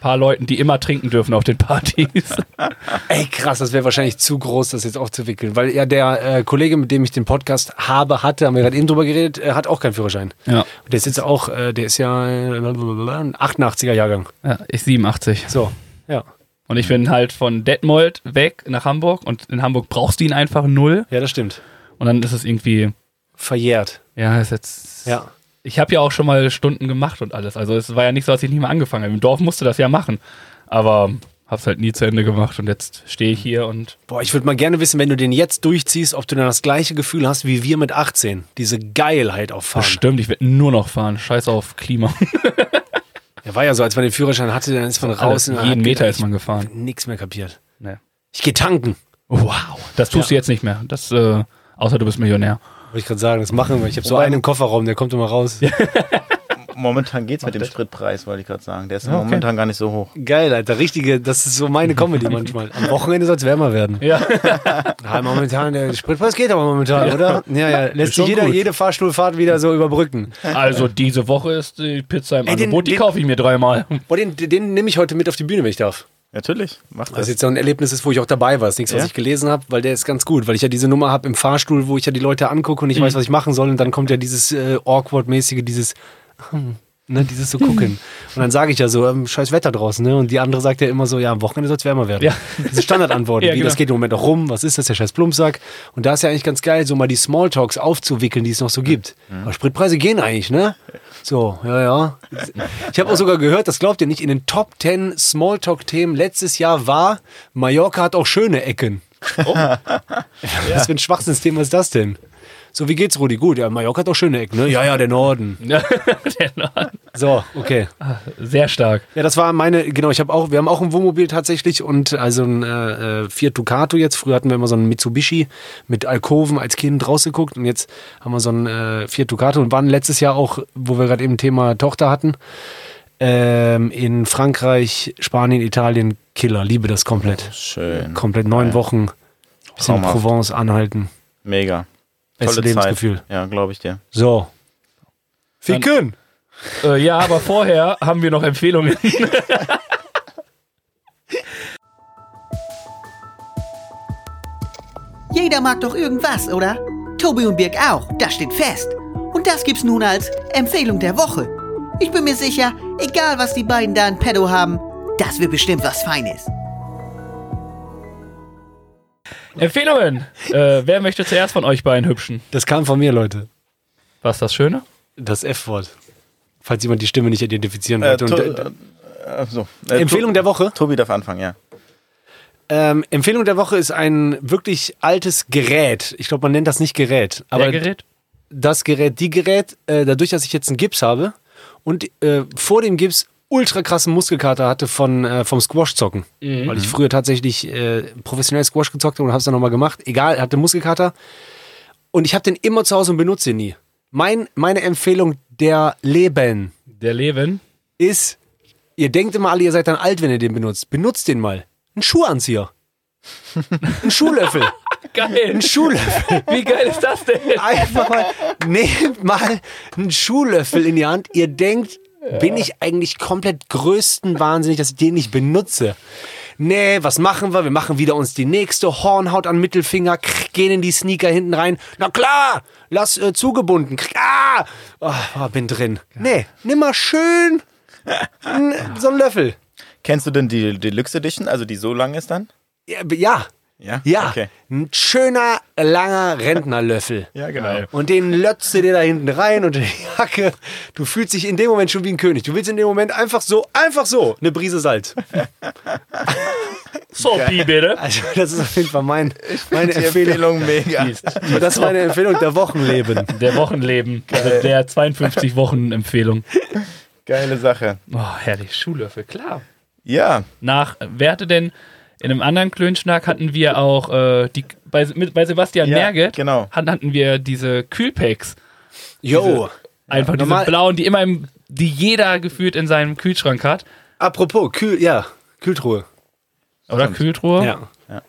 [SPEAKER 3] paar Leuten, die immer trinken dürfen auf den Partys.
[SPEAKER 4] Ey, krass, das wäre wahrscheinlich zu groß, das jetzt aufzuwickeln. Weil ja der äh, Kollege, mit dem ich den Podcast habe, hatte, haben wir gerade eben drüber geredet, äh, hat auch keinen Führerschein.
[SPEAKER 3] Ja.
[SPEAKER 4] Und der ist jetzt auch, äh, der ist ja äh, ein 88er Jahrgang.
[SPEAKER 3] ja ich 87.
[SPEAKER 4] So, ja.
[SPEAKER 3] Und ich bin halt von Detmold weg nach Hamburg und in Hamburg brauchst du ihn einfach null.
[SPEAKER 4] Ja, das stimmt.
[SPEAKER 3] Und dann ist es irgendwie,
[SPEAKER 4] Verjährt.
[SPEAKER 3] ja, ist jetzt.
[SPEAKER 4] Ja.
[SPEAKER 3] Ich habe ja auch schon mal Stunden gemacht und alles. Also es war ja nicht so, dass ich nicht mal angefangen habe. Im Dorf musste das ja machen. Aber hab's halt nie zu Ende gemacht und jetzt stehe ich hier und.
[SPEAKER 4] Boah, ich würde mal gerne wissen, wenn du den jetzt durchziehst, ob du dann das gleiche Gefühl hast wie wir mit 18. Diese Geilheit auf Fahren.
[SPEAKER 3] Bestimmt, ich werde nur noch fahren. Scheiß auf Klima.
[SPEAKER 4] Ja, war ja so, als man den Führerschein hatte, dann ist man raus. und dann
[SPEAKER 3] Jeden
[SPEAKER 4] hat-
[SPEAKER 3] Meter ist
[SPEAKER 4] ich
[SPEAKER 3] man gefahren.
[SPEAKER 4] Nix mehr kapiert.
[SPEAKER 3] Nee.
[SPEAKER 4] Ich gehe tanken.
[SPEAKER 3] Wow. Das tust du jetzt nicht mehr. Das, äh, außer du bist Millionär.
[SPEAKER 4] Wollte ich gerade sagen, das machen wir. Ich habe so einen im Kofferraum, der kommt immer raus.
[SPEAKER 2] Momentan geht's mit dem Spritpreis, wollte ich gerade sagen. Der ist
[SPEAKER 3] okay.
[SPEAKER 2] momentan gar nicht so hoch.
[SPEAKER 4] Geil, Alter, richtige, das ist so meine Comedy manchmal. Am Wochenende soll es wärmer werden.
[SPEAKER 3] Ja.
[SPEAKER 4] Ja, momentan, der Spritpreis geht aber momentan, oder? Ja, ja, lässt sich
[SPEAKER 3] schon
[SPEAKER 4] jeder,
[SPEAKER 3] gut.
[SPEAKER 4] jede Fahrstuhlfahrt wieder so überbrücken.
[SPEAKER 3] Also diese Woche ist die Pizza im
[SPEAKER 4] Ey, den-
[SPEAKER 3] Angebot, die
[SPEAKER 4] den-
[SPEAKER 3] kaufe ich mir dreimal.
[SPEAKER 4] Boah, den, den nehme ich heute mit auf die Bühne, wenn ich darf.
[SPEAKER 2] Natürlich, macht das.
[SPEAKER 4] Was jetzt so ein Erlebnis ist, wo ich auch dabei war. Ist nichts, was
[SPEAKER 2] Ja?
[SPEAKER 4] ich gelesen habe, weil der ist ganz gut, weil ich ja diese Nummer habe im Fahrstuhl, wo ich ja die Leute angucke und ich weiß, was ich machen soll. Und dann kommt ja dieses äh, Awkward-mäßige, dieses, hm, ne, dieses so gucken. Und dann sage ich ja so, ähm, scheiß Wetter draußen, ne? Und die andere sagt ja immer so, ja, am Wochenende soll es wärmer werden.
[SPEAKER 3] Ja.
[SPEAKER 4] Diese Standardantworten,
[SPEAKER 3] Ja,
[SPEAKER 4] wie
[SPEAKER 3] genau.
[SPEAKER 4] das geht im Moment auch rum, was ist das, der scheiß Plumpsack? Und da ist ja eigentlich ganz geil, so mal die Smalltalks aufzuwickeln, die es noch so gibt.
[SPEAKER 3] Mhm.
[SPEAKER 4] Aber Spritpreise gehen eigentlich, ne? So, ja, ja. Ich habe auch sogar gehört, das glaubt ihr nicht, in den Top 10 Smalltalk-Themen letztes Jahr war, Mallorca hat auch schöne Ecken.
[SPEAKER 3] Oh.
[SPEAKER 4] Was für ein Schwachsinnsthema ist das denn? So, wie geht's, Rudi? Gut, ja, Mallorca hat auch schöne Ecken, ne? Ja, ja, der Norden. So, okay.
[SPEAKER 3] Sehr stark.
[SPEAKER 4] Ja, das war meine, genau, ich habe auch, wir haben auch ein Wohnmobil tatsächlich und also ein äh, äh, Fiat Ducato jetzt. Früher hatten wir immer so einen Mitsubishi mit Alkoven als Kind rausgeguckt und jetzt haben wir so einen äh, Fiat Ducato und waren letztes Jahr auch, wo wir gerade eben Thema Tochter hatten, ähm, in Frankreich, Spanien, Italien, Killer, liebe das komplett.
[SPEAKER 2] Schön.
[SPEAKER 4] Komplett neun Wochen, bisschen
[SPEAKER 2] Traumhaft.
[SPEAKER 4] Provence anhalten.
[SPEAKER 2] Mega.
[SPEAKER 4] Bestes Lebensgefühl.
[SPEAKER 2] Zeit. Ja, glaube ich dir.
[SPEAKER 4] So. Ficken!
[SPEAKER 3] Äh, ja, aber vorher haben wir noch Empfehlungen.
[SPEAKER 1] Jeder mag doch irgendwas, oder? Tobi und Birk auch, das steht fest. Und das gibt's nun als Empfehlung der Woche. Ich bin mir sicher, egal was die beiden da in Pedo haben, das wird bestimmt was Feines.
[SPEAKER 3] Empfehlungen! Äh, wer möchte zuerst von euch beiden hübschen?
[SPEAKER 4] Das kam von mir, Leute.
[SPEAKER 3] Was das Schöne?
[SPEAKER 4] Das F-Wort. Falls jemand die Stimme nicht identifizieren
[SPEAKER 2] Äh,
[SPEAKER 4] wollte.
[SPEAKER 2] to
[SPEAKER 4] Und, äh,
[SPEAKER 2] äh, ach so. Äh,
[SPEAKER 4] Empfehlung
[SPEAKER 2] To-
[SPEAKER 4] der Woche?
[SPEAKER 2] Tobi darf anfangen, ja.
[SPEAKER 4] Ähm, Empfehlung der Woche ist ein wirklich altes Gerät. Ich glaube, man nennt das nicht Gerät, aber
[SPEAKER 3] Der Gerät?
[SPEAKER 4] das Gerät, die Gerät, äh, dadurch, dass ich jetzt einen Gips habe und äh, vor dem Gips ultra krassen Muskelkater hatte von, äh, vom Squash-Zocken.
[SPEAKER 3] Mhm.
[SPEAKER 4] Weil ich früher tatsächlich äh, professionell Squash gezockt habe und habe es dann nochmal gemacht. Egal, hatte Muskelkater. Und ich habe den immer zu Hause und benutze ihn nie. Mein, meine Empfehlung der Leben
[SPEAKER 3] Der Leben?
[SPEAKER 4] ist, ihr denkt immer alle, ihr seid dann alt, wenn ihr den benutzt. Benutzt den mal. Ein Schuhanzieher. Ein Schuhlöffel.
[SPEAKER 3] Geil!
[SPEAKER 4] Ein Schuhlöffel.
[SPEAKER 3] Wie geil ist das denn?
[SPEAKER 4] Einfach mal, nehmt mal einen Schuhlöffel in die Hand. Ihr denkt, bin ich eigentlich komplett größten wahnsinnig, dass ich den nicht benutze. Nee, was machen wir? Wir machen wieder uns die nächste Hornhaut an Mittelfinger, krr, gehen in die Sneaker hinten rein. Na klar, lass äh, zugebunden. Krr, ah, oh, bin drin. Nee, nimm mal schön n- so einen Löffel.
[SPEAKER 2] Kennst du denn die Deluxe Edition, also die so lang ist dann?
[SPEAKER 4] Ja, b- ja.
[SPEAKER 2] Ja?
[SPEAKER 4] Ja,
[SPEAKER 2] Okay.
[SPEAKER 4] ein schöner, langer Rentnerlöffel.
[SPEAKER 2] Ja, genau.
[SPEAKER 4] Und den lötzt du dir da hinten rein und die Jacke. Du fühlst dich in dem Moment schon wie ein König. Du willst in dem Moment einfach so, einfach so, eine Brise Salz.
[SPEAKER 3] So, Pi, bitte.
[SPEAKER 4] Also, das ist auf jeden Fall mein, meine
[SPEAKER 2] Die
[SPEAKER 4] Empfehlung.
[SPEAKER 2] Empfehlung mega.
[SPEAKER 4] Das ist meine Empfehlung der Wochenleben.
[SPEAKER 3] Der Wochenleben. Also der 52-Wochen-Empfehlung.
[SPEAKER 2] Geile Sache.
[SPEAKER 3] Oh, herrlich. Schuhlöffel, klar.
[SPEAKER 2] Ja,
[SPEAKER 3] nach, äh, wer hatte denn, in einem anderen Klönschnack hatten wir auch, äh, die, bei, mit, bei Sebastian
[SPEAKER 2] Ja,
[SPEAKER 3] Merget
[SPEAKER 2] genau.
[SPEAKER 3] hatten, hatten wir diese Kühlpacks.
[SPEAKER 4] Yo,
[SPEAKER 3] Einfach diese
[SPEAKER 4] normal-
[SPEAKER 3] blauen, die immer im, die jeder gefühlt in seinem Kühlschrank hat.
[SPEAKER 4] apropos, Kühl, ja, Kühltruhe.
[SPEAKER 3] Oder Kühltruhe.
[SPEAKER 4] Ja.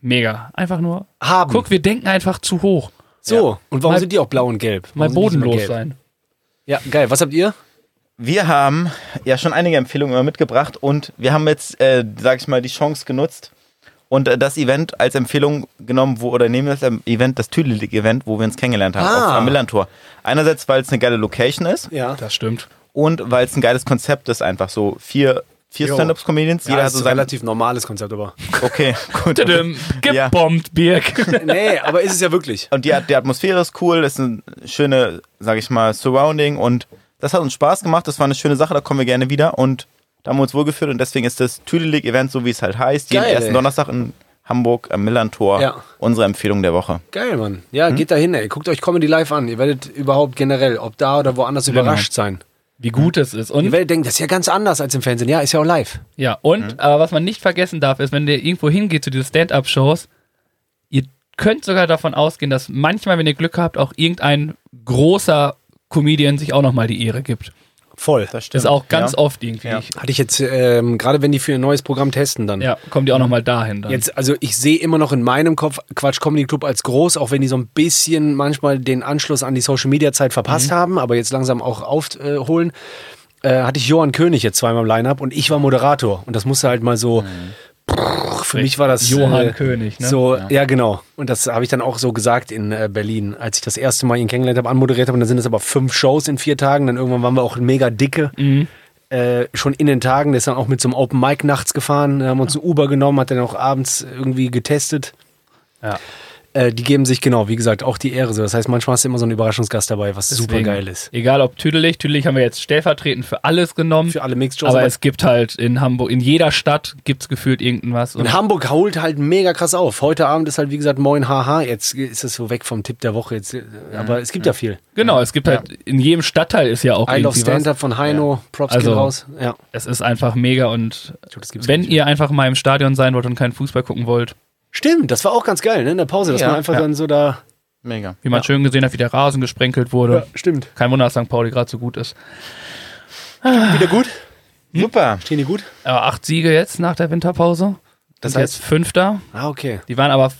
[SPEAKER 3] Mega. Einfach nur.
[SPEAKER 4] Haben.
[SPEAKER 3] Oh. Guck, wir denken einfach zu hoch.
[SPEAKER 4] so, und warum
[SPEAKER 3] Mal-
[SPEAKER 4] sind die auch blau und gelb?
[SPEAKER 3] Mal
[SPEAKER 4] Warum sind die immer
[SPEAKER 3] bodenlos
[SPEAKER 4] gelb?
[SPEAKER 3] sein.
[SPEAKER 4] Ja, geil. Was habt ihr?
[SPEAKER 2] wir haben ja schon einige Empfehlungen immer mitgebracht und wir haben jetzt, äh, sag ich mal, die Chance genutzt und äh, das Event als Empfehlung genommen, wo, oder nehmen wir das ähm, Event, das Tüdelig-Event, wo wir uns kennengelernt haben,
[SPEAKER 4] Ah.
[SPEAKER 2] auf, am Millantor. Einerseits, weil es eine geile Location ist
[SPEAKER 4] Ja.
[SPEAKER 3] Das stimmt.
[SPEAKER 2] und weil es ein geiles Konzept ist, einfach so vier, vier
[SPEAKER 4] Jo.
[SPEAKER 2] Stand-Ups-Comedians,
[SPEAKER 4] Ja,
[SPEAKER 2] jeder hat
[SPEAKER 4] das
[SPEAKER 2] so
[SPEAKER 4] ist ein
[SPEAKER 2] sein,
[SPEAKER 4] relativ normales Konzept, aber.
[SPEAKER 2] okay, gut.
[SPEAKER 3] Tadam.
[SPEAKER 2] Ja.
[SPEAKER 3] Gebombt, Birk.
[SPEAKER 4] Nee, aber ist es ja wirklich.
[SPEAKER 2] Und die, die Atmosphäre ist cool, ist eine schöne, sag ich mal, Surrounding und das hat uns Spaß gemacht, das war eine schöne Sache, da kommen wir gerne wieder und da haben wir uns wohlgefühlt und deswegen ist das Tüdelig Event, so wie es halt heißt, jeden
[SPEAKER 4] Geil,
[SPEAKER 2] ersten
[SPEAKER 4] ey.
[SPEAKER 2] Donnerstag in Hamburg am Millantor,
[SPEAKER 4] Ja.
[SPEAKER 2] unsere Empfehlung der Woche.
[SPEAKER 4] Geil, Mann. Ja, geht da hin, ey. Guckt euch Comedy Live an. Ihr werdet überhaupt generell, ob da oder woanders, überrascht sein.
[SPEAKER 3] Wie gut es ist.
[SPEAKER 4] Ihr
[SPEAKER 3] Und,
[SPEAKER 4] werdet denken, das ist ja ganz anders als im Fernsehen. Ja, ist ja auch live.
[SPEAKER 3] ja,
[SPEAKER 4] Mhm.
[SPEAKER 3] und aber was man nicht vergessen darf, ist, wenn ihr irgendwo hingeht zu diesen Stand-Up-Shows, ihr könnt sogar davon ausgehen, dass manchmal, wenn ihr Glück habt, auch irgendein großer Comedian sich auch nochmal die Ehre gibt.
[SPEAKER 4] Voll.
[SPEAKER 2] Das stimmt.
[SPEAKER 3] Ist auch ganz
[SPEAKER 2] ja.
[SPEAKER 3] oft irgendwie.
[SPEAKER 2] Ja.
[SPEAKER 3] Ich,
[SPEAKER 4] Hatte ich jetzt, ähm, gerade wenn die für ihr neues Programm testen, dann.
[SPEAKER 3] ja, kommen die auch nochmal dahin dann.
[SPEAKER 4] Jetzt, also ich sehe immer noch in meinem Kopf Quatsch Comedy Club als groß, auch wenn die so ein bisschen manchmal den Anschluss an die Social Media Zeit verpasst
[SPEAKER 3] Mhm.
[SPEAKER 4] haben, aber jetzt langsam auch aufholen. Äh, hatte ich Johann König jetzt zweimal im Line-Up und ich war Moderator und das musste halt mal so. Brrr, für mich war das.
[SPEAKER 3] Mhm.
[SPEAKER 4] äh,
[SPEAKER 3] Johann König, ne?
[SPEAKER 4] So, ja. genau. Und das habe ich dann auch so gesagt in äh, Berlin, als ich das erste Mal ihn kennengelernt habe, anmoderiert habe. Und dann sind es aber fünf Shows in vier Tagen. Dann irgendwann waren wir auch mega dicke.
[SPEAKER 3] Mhm.
[SPEAKER 4] Äh, schon in den Tagen, der ist dann auch mit so einem Open Mic nachts gefahren, haben uns ein Uber genommen, hat dann auch abends irgendwie getestet.
[SPEAKER 3] Ja.
[SPEAKER 4] Äh, die geben sich genau, wie gesagt, auch die Ehre. So. Das heißt, manchmal hast du immer so einen Überraschungsgast dabei, was
[SPEAKER 3] Deswegen,
[SPEAKER 4] super geil ist.
[SPEAKER 3] Egal ob Tüdelich, Tüdelich haben wir jetzt stellvertretend für alles genommen.
[SPEAKER 4] Für alle Mixed Shows,
[SPEAKER 3] aber
[SPEAKER 4] aber-
[SPEAKER 3] es gibt halt in Hamburg, in jeder Stadt gibt es gefühlt irgendwas. Und
[SPEAKER 4] Und Hamburg holt halt mega krass auf. Heute Abend ist halt, wie gesagt, moin, haha. Jetzt ist es so weg vom Tipp der Woche. Jetzt, äh, aber es gibt ja viel.
[SPEAKER 3] genau, es gibt halt, in jedem Stadtteil ist ja auch
[SPEAKER 4] I Love
[SPEAKER 3] irgendwie was.
[SPEAKER 4] Stand-Up von Heino, Props
[SPEAKER 3] Also-
[SPEAKER 4] gehen raus. Ja.
[SPEAKER 3] Es ist einfach mega und
[SPEAKER 4] glaub, das gibt's
[SPEAKER 3] wenn
[SPEAKER 4] nicht.
[SPEAKER 3] ihr einfach mal im Stadion sein wollt und keinen Fußball gucken wollt,
[SPEAKER 4] Stimmt, das war auch ganz geil, ne? In der Pause, dass
[SPEAKER 2] Ja,
[SPEAKER 4] man einfach
[SPEAKER 2] ja.
[SPEAKER 4] dann so da.
[SPEAKER 2] Mega.
[SPEAKER 3] wie man schön gesehen hat, wie der Rasen gesprenkelt wurde.
[SPEAKER 4] Ja, stimmt.
[SPEAKER 3] Kein Wunder, dass St. Pauli gerade so gut ist.
[SPEAKER 4] Wieder gut?
[SPEAKER 2] Super.
[SPEAKER 4] Stehen die gut?
[SPEAKER 3] Aber acht Siege jetzt nach der Winterpause.
[SPEAKER 4] Das
[SPEAKER 3] Sind
[SPEAKER 4] heißt-
[SPEAKER 3] jetzt Fünfter.
[SPEAKER 4] Ah, okay.
[SPEAKER 3] Die waren aber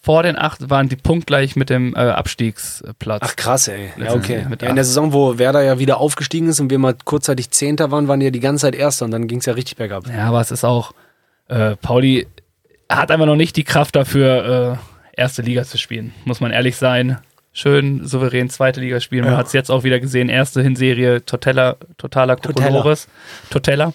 [SPEAKER 3] vor den acht, waren die punktgleich mit dem äh, Abstiegsplatz.
[SPEAKER 4] Ach krass, ey. Ja,
[SPEAKER 3] Letztes
[SPEAKER 4] okay.
[SPEAKER 3] Jahr mit
[SPEAKER 4] Ja, in der
[SPEAKER 3] acht.
[SPEAKER 4] Saison, wo Werder ja wieder aufgestiegen ist und wir mal kurzzeitig Zehnter waren, waren die ja die ganze Zeit Erster und dann ging es ja richtig bergab.
[SPEAKER 3] Ja, aber es ist auch, äh, Pauli hat einfach noch nicht die Kraft dafür, äh, erste Liga zu spielen. Muss man ehrlich sein. Schön souverän zweite Liga spielen. Man
[SPEAKER 4] Ja.
[SPEAKER 3] hat es jetzt auch wieder gesehen. Erste Hinserie Totella, Totala Kokolores. Totella.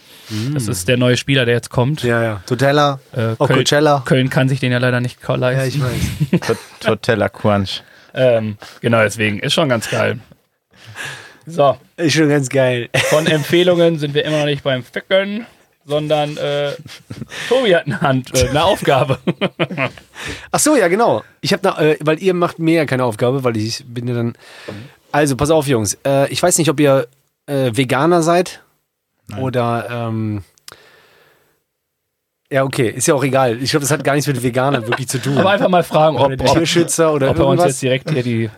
[SPEAKER 3] Das ist der neue Spieler, der jetzt kommt.
[SPEAKER 4] Mm. Ja, ja. Totella,
[SPEAKER 3] Äh,
[SPEAKER 4] auch
[SPEAKER 3] Köln,
[SPEAKER 4] Coachella.
[SPEAKER 3] Köln kann sich den ja leider nicht leisten.
[SPEAKER 4] Ja, ich weiß.
[SPEAKER 2] Tot- Totella Crunch.
[SPEAKER 3] ähm, genau, deswegen ist schon ganz geil. So,
[SPEAKER 4] Ist schon ganz geil.
[SPEAKER 3] von Empfehlungen sind wir immer noch nicht beim Ficken, sondern äh, Tobi hat eine Hand, äh, eine Aufgabe.
[SPEAKER 4] Ach so, ja, genau. Ich habe, äh, weil ihr macht mir ja keine Aufgabe, weil ich bin ja dann. Also, pass auf, Jungs. Äh, ich weiß nicht, ob ihr äh, Veganer seid oder. Ähm, ja, okay, ist ja auch egal. Ich glaube, das hat gar nichts mit Veganer wirklich zu tun.
[SPEAKER 3] Aber einfach mal fragen, ob,
[SPEAKER 4] oder
[SPEAKER 3] ob,
[SPEAKER 4] Tierschützer oder
[SPEAKER 3] ob er uns
[SPEAKER 4] irgendwas.
[SPEAKER 3] jetzt direkt hier die.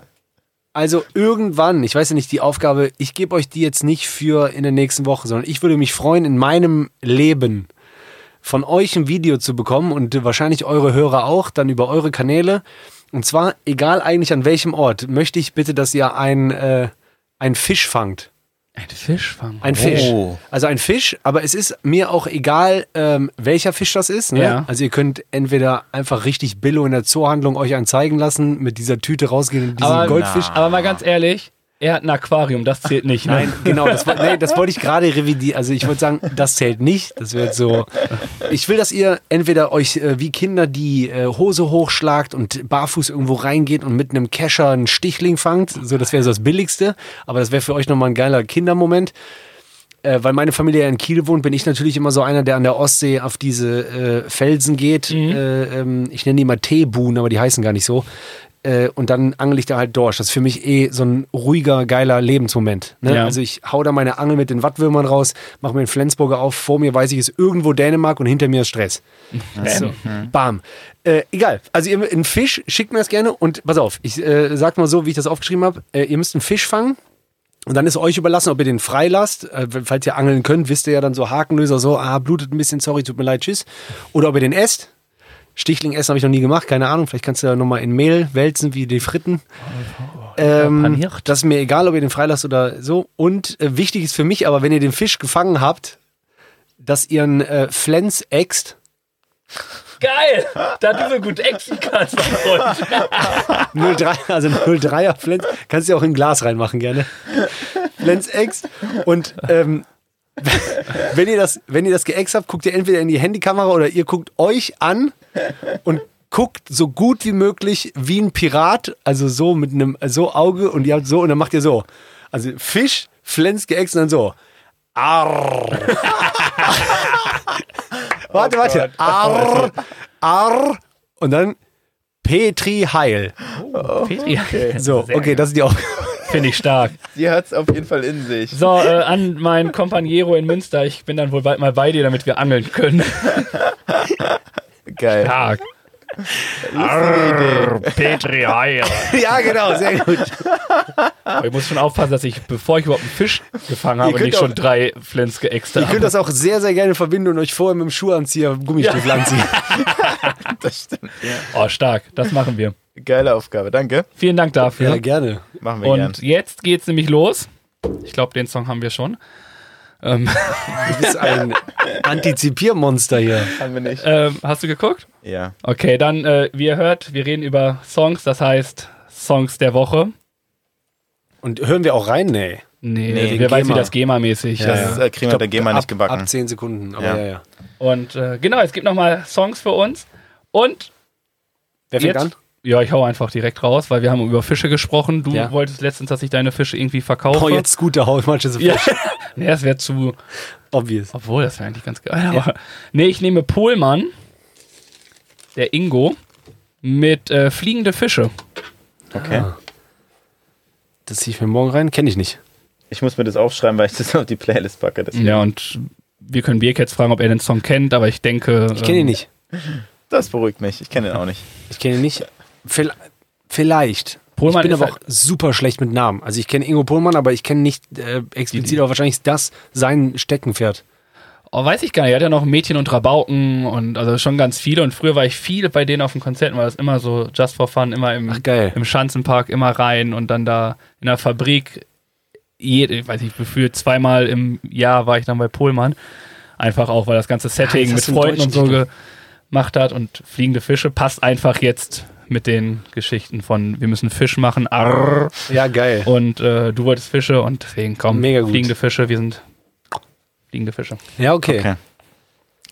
[SPEAKER 4] Also irgendwann, ich weiß ja nicht die Aufgabe, ich gebe euch die jetzt nicht für in der nächsten Woche, sondern ich würde mich freuen, in meinem Leben von euch ein Video zu bekommen und wahrscheinlich eure Hörer auch, dann über eure Kanäle. Und zwar, egal eigentlich an welchem Ort, möchte ich bitte, dass ihr ein, äh, ein Fisch fangt.
[SPEAKER 3] Ein Fischfang.
[SPEAKER 4] Ein Fisch. Also ein Fisch, aber es ist mir auch egal, ähm, welcher Fisch das ist. Ne?
[SPEAKER 3] Ja.
[SPEAKER 4] Also ihr könnt entweder einfach richtig Billo in der Zoohandlung euch einen zeigen lassen, mit dieser Tüte rausgehen und diesen
[SPEAKER 3] aber,
[SPEAKER 4] Goldfisch.
[SPEAKER 3] aber mal ganz ehrlich, er hat ein Aquarium, das zählt nicht. Ne?
[SPEAKER 4] Nein, genau, das, woll- nee, das wollte ich gerade revidieren. Also ich wollte sagen, das zählt nicht. Das wird so. Ich will, dass ihr entweder euch äh, wie Kinder die äh, Hose hochschlagt und barfuß irgendwo reingeht und mit einem Kescher einen Stichling fangt. So, das wäre so das Billigste. Aber das wäre für euch nochmal ein geiler Kindermoment. Äh, weil meine Familie ja in Kiel wohnt, bin ich natürlich immer so einer, der an der Ostsee auf diese äh, Felsen geht. Äh, ähm, ich nenne die immer Teebuhnen, aber die heißen gar nicht so. Äh, und dann angel ich da halt Dorsch. Das ist für mich eh so ein ruhiger, geiler Lebensmoment. Ne?
[SPEAKER 3] Ja.
[SPEAKER 4] Also ich hau da meine Angel mit den Wattwürmern raus, mache mir den Flensburger auf. Vor mir weiß ich, ist irgendwo Dänemark und hinter mir ist Stress. So, bam. Äh, egal. Also ihr, einen Fisch schickt mir das gerne und pass auf, ich äh, sag mal so, wie ich das aufgeschrieben habe. Äh, ihr müsst einen Fisch fangen. Und dann ist euch überlassen, ob ihr den freilasst. Äh, falls ihr angeln könnt, wisst ihr ja dann so Hakenlöser, so, ah, blutet ein bisschen, sorry, tut mir leid, tschüss. Oder ob ihr den esst. Stichling essen habe ich noch nie gemacht, keine Ahnung. Vielleicht kannst du ja nochmal in Mehl wälzen, wie die Fritten. Ähm,
[SPEAKER 3] paniert.
[SPEAKER 4] das ist mir egal, ob ihr den freilasst oder so. Und äh, wichtig ist für mich aber, wenn ihr den Fisch gefangen habt, dass ihr einen äh, Flens äxt.
[SPEAKER 3] Geil, da du so gut ächzen kannst. mein Freund.
[SPEAKER 4] 03, also 03er Flens. Kannst du ja auch in ein Glas reinmachen, gerne. Flens Ex. Und ähm, wenn ihr das, wenn ihr das geäxt habt, guckt ihr entweder in die Handykamera oder ihr guckt euch an und guckt so gut wie möglich wie ein Pirat, also so mit einem so Auge und ihr habt so und dann macht ihr so. Also Fisch, Flens geäxt und dann so. Arr. warte, warte. Arr. Arr. Und dann Petri Heil.
[SPEAKER 3] Petri,
[SPEAKER 4] So,
[SPEAKER 3] sehr
[SPEAKER 4] okay,
[SPEAKER 3] geil.
[SPEAKER 4] das ist die Aufgabe.
[SPEAKER 3] finde ich stark.
[SPEAKER 2] Die hat's auf jeden Fall in sich.
[SPEAKER 3] So, äh, an meinen Kompaniero in Münster, ich bin dann wohl bald mal bei dir, damit wir angeln können.
[SPEAKER 2] Geil.
[SPEAKER 3] Stark. Petri Heil.
[SPEAKER 4] ja, genau, sehr gut.
[SPEAKER 3] Ich muss schon aufpassen, dass ich, bevor ich überhaupt einen Fisch gefangen habe,
[SPEAKER 4] könnt
[SPEAKER 3] nicht schon
[SPEAKER 4] auch-
[SPEAKER 3] drei Flenske extra
[SPEAKER 4] Ihr könnt das auch sehr, sehr gerne verbinden und euch vorher mit dem Schuhanzieher Gummistiefel anziehen.
[SPEAKER 2] Das stimmt. Ja.
[SPEAKER 3] Oh, stark. Das machen wir.
[SPEAKER 2] Geile Aufgabe, danke.
[SPEAKER 3] Vielen Dank dafür.
[SPEAKER 4] gerne.
[SPEAKER 2] Machen wir gern.
[SPEAKER 3] Und jetzt geht's nämlich los. Ich glaube, den Song haben wir schon. Ähm,
[SPEAKER 4] Du bist ein Antizipiermonster hier.
[SPEAKER 2] Haben wir nicht.
[SPEAKER 3] ähm, hast du geguckt?
[SPEAKER 2] Ja.
[SPEAKER 3] Okay, dann, äh, wie ihr hört, wir reden über Songs, das heißt Songs der Woche.
[SPEAKER 4] Und hören wir auch rein? Nee.
[SPEAKER 3] Nee,
[SPEAKER 2] Nee,
[SPEAKER 3] wer weiß, wie
[SPEAKER 4] GEMA.
[SPEAKER 3] das GEMA-mäßig.
[SPEAKER 4] Ja,
[SPEAKER 3] äh,
[SPEAKER 4] ja.
[SPEAKER 2] Das äh, kriegen wir der GEMA nicht
[SPEAKER 4] ab,
[SPEAKER 2] gebacken.
[SPEAKER 4] Ab 10 Sekunden. Aber
[SPEAKER 2] Ja.
[SPEAKER 4] ja. Ja, ja.
[SPEAKER 3] Und äh, genau, es gibt nochmal Songs für uns. Und
[SPEAKER 4] Wer fängt an?
[SPEAKER 3] Ja, ich hau einfach direkt raus, weil wir haben über Fische gesprochen. Du
[SPEAKER 4] Ja.
[SPEAKER 3] wolltest letztens, dass ich deine Fische irgendwie verkaufe.
[SPEAKER 4] Oh, jetzt guter Haut, manche so
[SPEAKER 3] Ja. nee, das wäre zu.
[SPEAKER 4] obvious.
[SPEAKER 3] Obwohl, das wäre eigentlich ganz geil. Aber, nee, ich nehme Pohlmann, der Ingo, mit äh, fliegende Fische.
[SPEAKER 2] Okay.
[SPEAKER 4] Das ziehe ich mir morgen rein, kenne ich nicht.
[SPEAKER 2] Ich muss mir das aufschreiben, weil ich das auf die Playlist packe. Das,
[SPEAKER 4] Mhm.
[SPEAKER 3] Ja, und wir können Birk jetzt fragen, ob er den Song kennt, aber ich denke. ähm,
[SPEAKER 4] Ich kenne ihn nicht.
[SPEAKER 2] das beruhigt mich. Ich kenne den auch nicht.
[SPEAKER 4] Ich kenne ihn nicht. halt- Vel- Vielleicht.
[SPEAKER 3] Pohlmann
[SPEAKER 4] ich bin
[SPEAKER 3] ist
[SPEAKER 4] aber auch super schlecht mit Namen. Also ich kenne Ingo Pohlmann, aber ich kenne nicht äh, explizit, aber wahrscheinlich ist das sein Steckenpferd.
[SPEAKER 3] Oh, weiß ich gar nicht. Er hat ja noch Mädchen und Rabauken und also schon ganz viele. Und früher war ich viel bei denen auf den Konzerten, weil das immer so just for fun, immer im,
[SPEAKER 4] Ach, geil.
[SPEAKER 3] im Schanzenpark, immer rein und dann da in der Fabrik. Jede, ich weiß nicht, gefühlt zweimal im Jahr war ich dann bei Pohlmann. Einfach auch, weil das ganze Setting
[SPEAKER 4] Ah, das
[SPEAKER 3] mit
[SPEAKER 4] hast du im
[SPEAKER 3] Freunden und so
[SPEAKER 4] Deutschen nicht
[SPEAKER 3] gemacht hat. Und fliegende Fische passt einfach jetzt mit den Geschichten von wir müssen Fisch machen. Arr,
[SPEAKER 4] Ja, geil.
[SPEAKER 3] und äh, du wolltest Fische und deswegen komm,
[SPEAKER 4] Mega gut.
[SPEAKER 3] fliegende Fische, wir sind fliegende Fische.
[SPEAKER 4] Ja, okay.
[SPEAKER 2] Okay.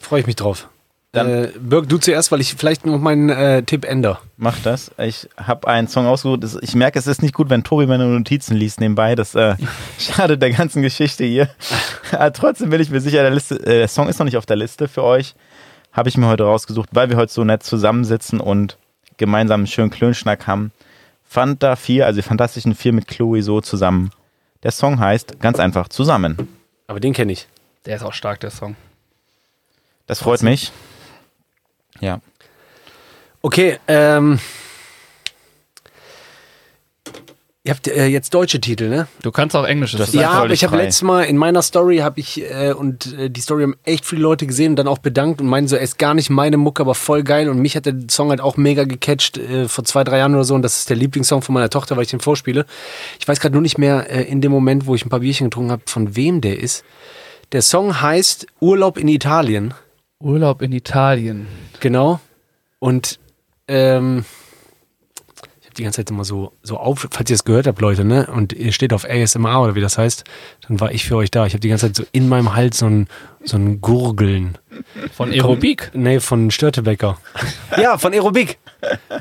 [SPEAKER 4] Freue ich mich drauf.
[SPEAKER 2] Dann-
[SPEAKER 4] äh, Birg, du zuerst, weil ich vielleicht noch meinen äh, Tipp ändere.
[SPEAKER 2] Mach das. Ich habe einen Song ausgesucht. Das- Ich merke, es ist nicht gut, wenn Tobi meine Notizen liest nebenbei. Das äh, schadet der ganzen Geschichte hier. Aber trotzdem bin ich mir sicher, der, Liste, äh, der Song ist noch nicht auf der Liste für euch. Habe ich mir heute rausgesucht, weil wir heute so nett zusammensitzen und gemeinsam einen schönen Klönschnack haben. Fanta 4, also die Fantastischen Vier mit Chloe so zusammen. Der Song heißt ganz einfach zusammen.
[SPEAKER 4] Aber den kenne ich.
[SPEAKER 3] Der ist auch stark, der Song.
[SPEAKER 2] Das freut mich. Ja.
[SPEAKER 4] Okay, ähm. Ihr habt äh, jetzt deutsche Titel, ne?
[SPEAKER 3] Du kannst auch Englisches
[SPEAKER 2] Das-
[SPEAKER 3] sagen.
[SPEAKER 2] einfach
[SPEAKER 4] Ja, aber ich habe
[SPEAKER 2] frei.
[SPEAKER 4] letztes Mal in meiner Story habe ich äh, und äh, die Story haben echt viele Leute gesehen und dann auch bedankt und meinen so, er ist gar nicht meine Mucke, aber voll geil und mich hat der Song halt auch mega gecatcht äh, vor zwei drei Jahren oder so und das ist der Lieblingssong von meiner Tochter, weil ich den vorspiele. Ich weiß gerade nur nicht mehr äh, in dem Moment, wo ich ein paar Bierchen getrunken habe, von wem der ist. Der Song heißt Urlaub in Italien,
[SPEAKER 3] Urlaub in Italien.
[SPEAKER 4] genau. Und ähm, ich habe die ganze Zeit immer so so auf, falls ihr es gehört habt, Leute, ne? Und ihr steht auf ASMR oder wie das heißt, dann war ich für euch da. Ich habe die ganze Zeit so in meinem Hals so ein so ein Gurgeln,
[SPEAKER 3] Von Aerobik.
[SPEAKER 4] nee, von Störtebecker. ja, von Aerobik.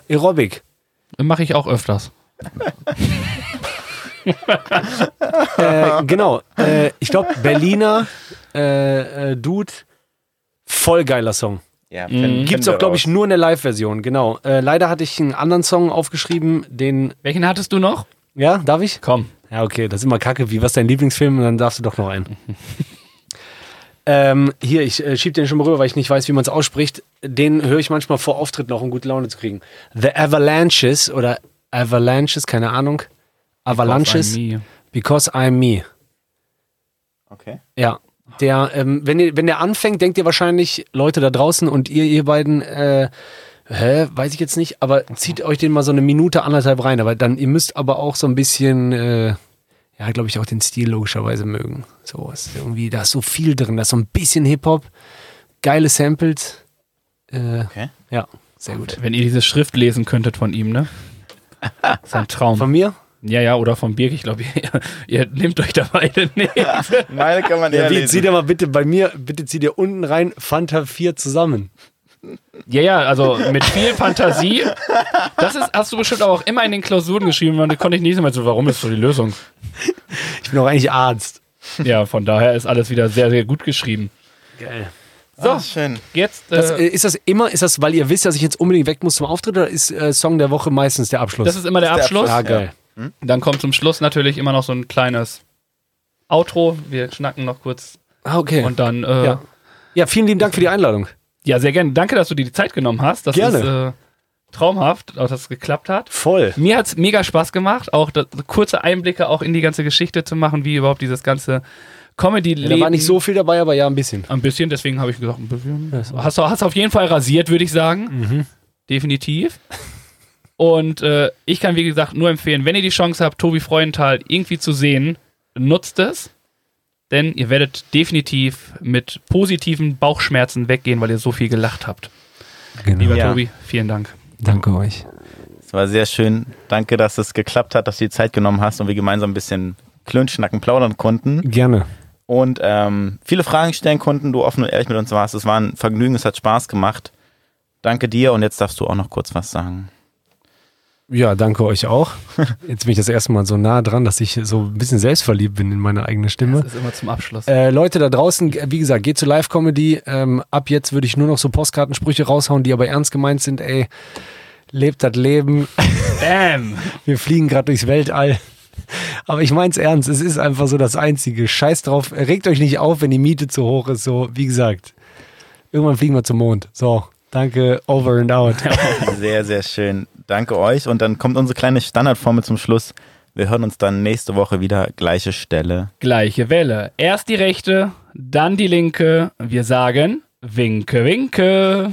[SPEAKER 4] Aerobik.
[SPEAKER 3] Mache ich auch öfters.
[SPEAKER 4] Äh, genau. Äh, ich glaube Berliner äh, äh, Dude. Voll geiler Song.
[SPEAKER 2] ja
[SPEAKER 4] Gibt's auch, glaube ich, nur in der Live-Version, genau. Äh, leider hatte ich einen anderen Song aufgeschrieben, den.
[SPEAKER 3] Welchen hattest du noch?
[SPEAKER 4] Ja, darf ich?
[SPEAKER 3] Komm.
[SPEAKER 4] Ja, okay, das ist immer kacke. Wie, was ist dein Lieblingsfilm? Und dann darfst du doch noch einen. ähm, hier, ich äh, schieb den schon mal rüber, weil ich nicht weiß, wie man es ausspricht. Den höre ich manchmal vor Auftritt noch, um gute Laune zu kriegen. The Avalanches oder Avalanches, keine Ahnung. Avalanches, Because I'm Me.
[SPEAKER 2] Okay.
[SPEAKER 4] Ja. Der, ähm, wenn, ihr, wenn der anfängt, denkt ihr wahrscheinlich, Leute da draußen und ihr, ihr beiden, äh, hä, weiß ich jetzt nicht, aber zieht euch den mal so eine Minute, anderthalb rein. Aber dann, ihr müsst aber auch so ein bisschen, äh, ja, glaube ich, auch den Stil logischerweise mögen. So, ist irgendwie, da ist so viel drin, da ist so ein bisschen Hip-Hop, geile Samples. Äh,
[SPEAKER 2] Okay.
[SPEAKER 4] Ja, sehr gut.
[SPEAKER 3] Wenn ihr diese Schrift lesen könntet von ihm, ne? Ist ein Traum.
[SPEAKER 4] Von mir?
[SPEAKER 3] ja, ja, oder von Birk. Ich glaube, ihr, ihr nehmt euch da beide nichts.
[SPEAKER 2] Meine kann man eher
[SPEAKER 4] wie, zieh
[SPEAKER 2] lesen.
[SPEAKER 4] dir mal bitte bei mir, bitte zieh dir unten rein Fanta 4 zusammen.
[SPEAKER 3] Ja, ja, also mit viel Fantasie. Das ist, hast du bestimmt aber auch immer in den Klausuren geschrieben. Man konnte ich nicht mehr so, warum ist so die Lösung?
[SPEAKER 4] Ich bin doch eigentlich Arzt.
[SPEAKER 3] Ja, von daher ist alles wieder sehr, sehr gut geschrieben.
[SPEAKER 4] Geil.
[SPEAKER 2] So, schön.
[SPEAKER 3] Jetzt.
[SPEAKER 4] Das,
[SPEAKER 3] äh,
[SPEAKER 4] äh, ist das immer, ist das, weil ihr wisst, dass ich jetzt unbedingt weg muss zum Auftritt oder ist äh, Song der Woche meistens der Abschluss?
[SPEAKER 3] Das ist immer der
[SPEAKER 2] der
[SPEAKER 3] Abschluss.
[SPEAKER 4] ah, geil.
[SPEAKER 3] Dann kommt zum Schluss natürlich immer noch so ein kleines Outro. Wir schnacken noch kurz
[SPEAKER 4] Ah, okay.
[SPEAKER 3] und dann. Äh, ja.
[SPEAKER 4] ja. ja, vielen lieben Dank für die Einladung.
[SPEAKER 3] sehr gerne. Danke, dass du dir die Zeit genommen hast. Das
[SPEAKER 4] Gerne.
[SPEAKER 3] ist äh, traumhaft, auch dass es geklappt hat.
[SPEAKER 4] Voll.
[SPEAKER 3] Mir hat es mega Spaß gemacht, auch da, kurze Einblicke auch in die ganze Geschichte zu machen, wie überhaupt dieses ganze Comedy-Leben.
[SPEAKER 4] da war nicht so viel dabei, aber ja, ein bisschen.
[SPEAKER 3] Ein bisschen, deswegen habe ich gesagt, ein bisschen. Hast du hast auf jeden Fall rasiert, würde ich sagen. Definitiv. Und äh, ich kann, wie gesagt, nur empfehlen, wenn ihr die Chance habt, Tobi Freudenthal irgendwie zu sehen, nutzt es. Denn ihr werdet definitiv mit positiven Bauchschmerzen weggehen, weil ihr so viel gelacht habt.
[SPEAKER 6] Genau.
[SPEAKER 3] Lieber
[SPEAKER 2] Ja.
[SPEAKER 3] Tobi, vielen Dank.
[SPEAKER 6] Danke euch.
[SPEAKER 2] Es war sehr schön. Danke, dass es geklappt hat, dass du die Zeit genommen hast und wir gemeinsam ein bisschen klönschnacken, plaudern konnten
[SPEAKER 4] Gerne.
[SPEAKER 2] und ähm, viele Fragen stellen konnten, du offen und ehrlich mit uns warst. Es war ein Vergnügen, es hat Spaß gemacht. Danke dir und jetzt darfst du auch noch kurz was sagen.
[SPEAKER 4] Ja, danke euch auch. Jetzt bin ich das erste Mal so nah dran, dass ich so ein bisschen selbstverliebt bin in meine eigene Stimme.
[SPEAKER 3] Das ist immer zum Abschluss.
[SPEAKER 4] Äh, Leute da draußen, wie gesagt, geht zu Live-Comedy. Ähm, ab jetzt würde ich nur noch so Postkartensprüche raushauen, die aber ernst gemeint sind. Ey, lebt das Leben.
[SPEAKER 3] Bam!
[SPEAKER 4] Wir fliegen gerade durchs Weltall. Aber ich mein's ernst, es ist einfach so das Einzige. Scheiß drauf, regt euch nicht auf, wenn die Miete zu hoch ist. So, wie gesagt, irgendwann fliegen wir zum Mond. So, danke, over and out.
[SPEAKER 2] Sehr, sehr schön. Danke euch. Und dann kommt unsere kleine Standardformel zum Schluss. Wir hören uns dann nächste Woche wieder. Gleiche Stelle.
[SPEAKER 3] Gleiche Welle. Erst die rechte, dann die linke. Wir sagen Winke, Winke.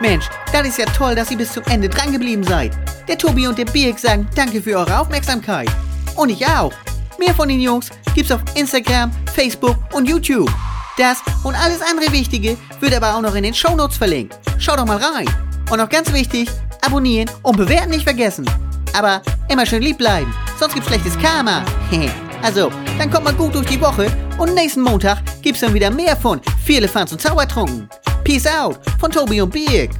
[SPEAKER 1] Mensch, das ist ja toll, dass ihr bis zum Ende dran geblieben seid. Der Tobi und der Birk sagen danke für eure Aufmerksamkeit. Und ich auch. Mehr von den Jungs gibt's auf Instagram, Facebook und YouTube. Das und alles andere Wichtige wird aber auch noch in den Shownotes verlinkt. Schaut doch mal rein. Und noch ganz wichtig, abonnieren und bewerten nicht vergessen. Aber immer schön lieb bleiben, sonst gibt's schlechtes Karma. also, dann kommt mal gut durch die Woche und nächsten Montag gibt's dann wieder mehr von Viele Fans und Zaubertrunken. Peace out von Tobi und Birk.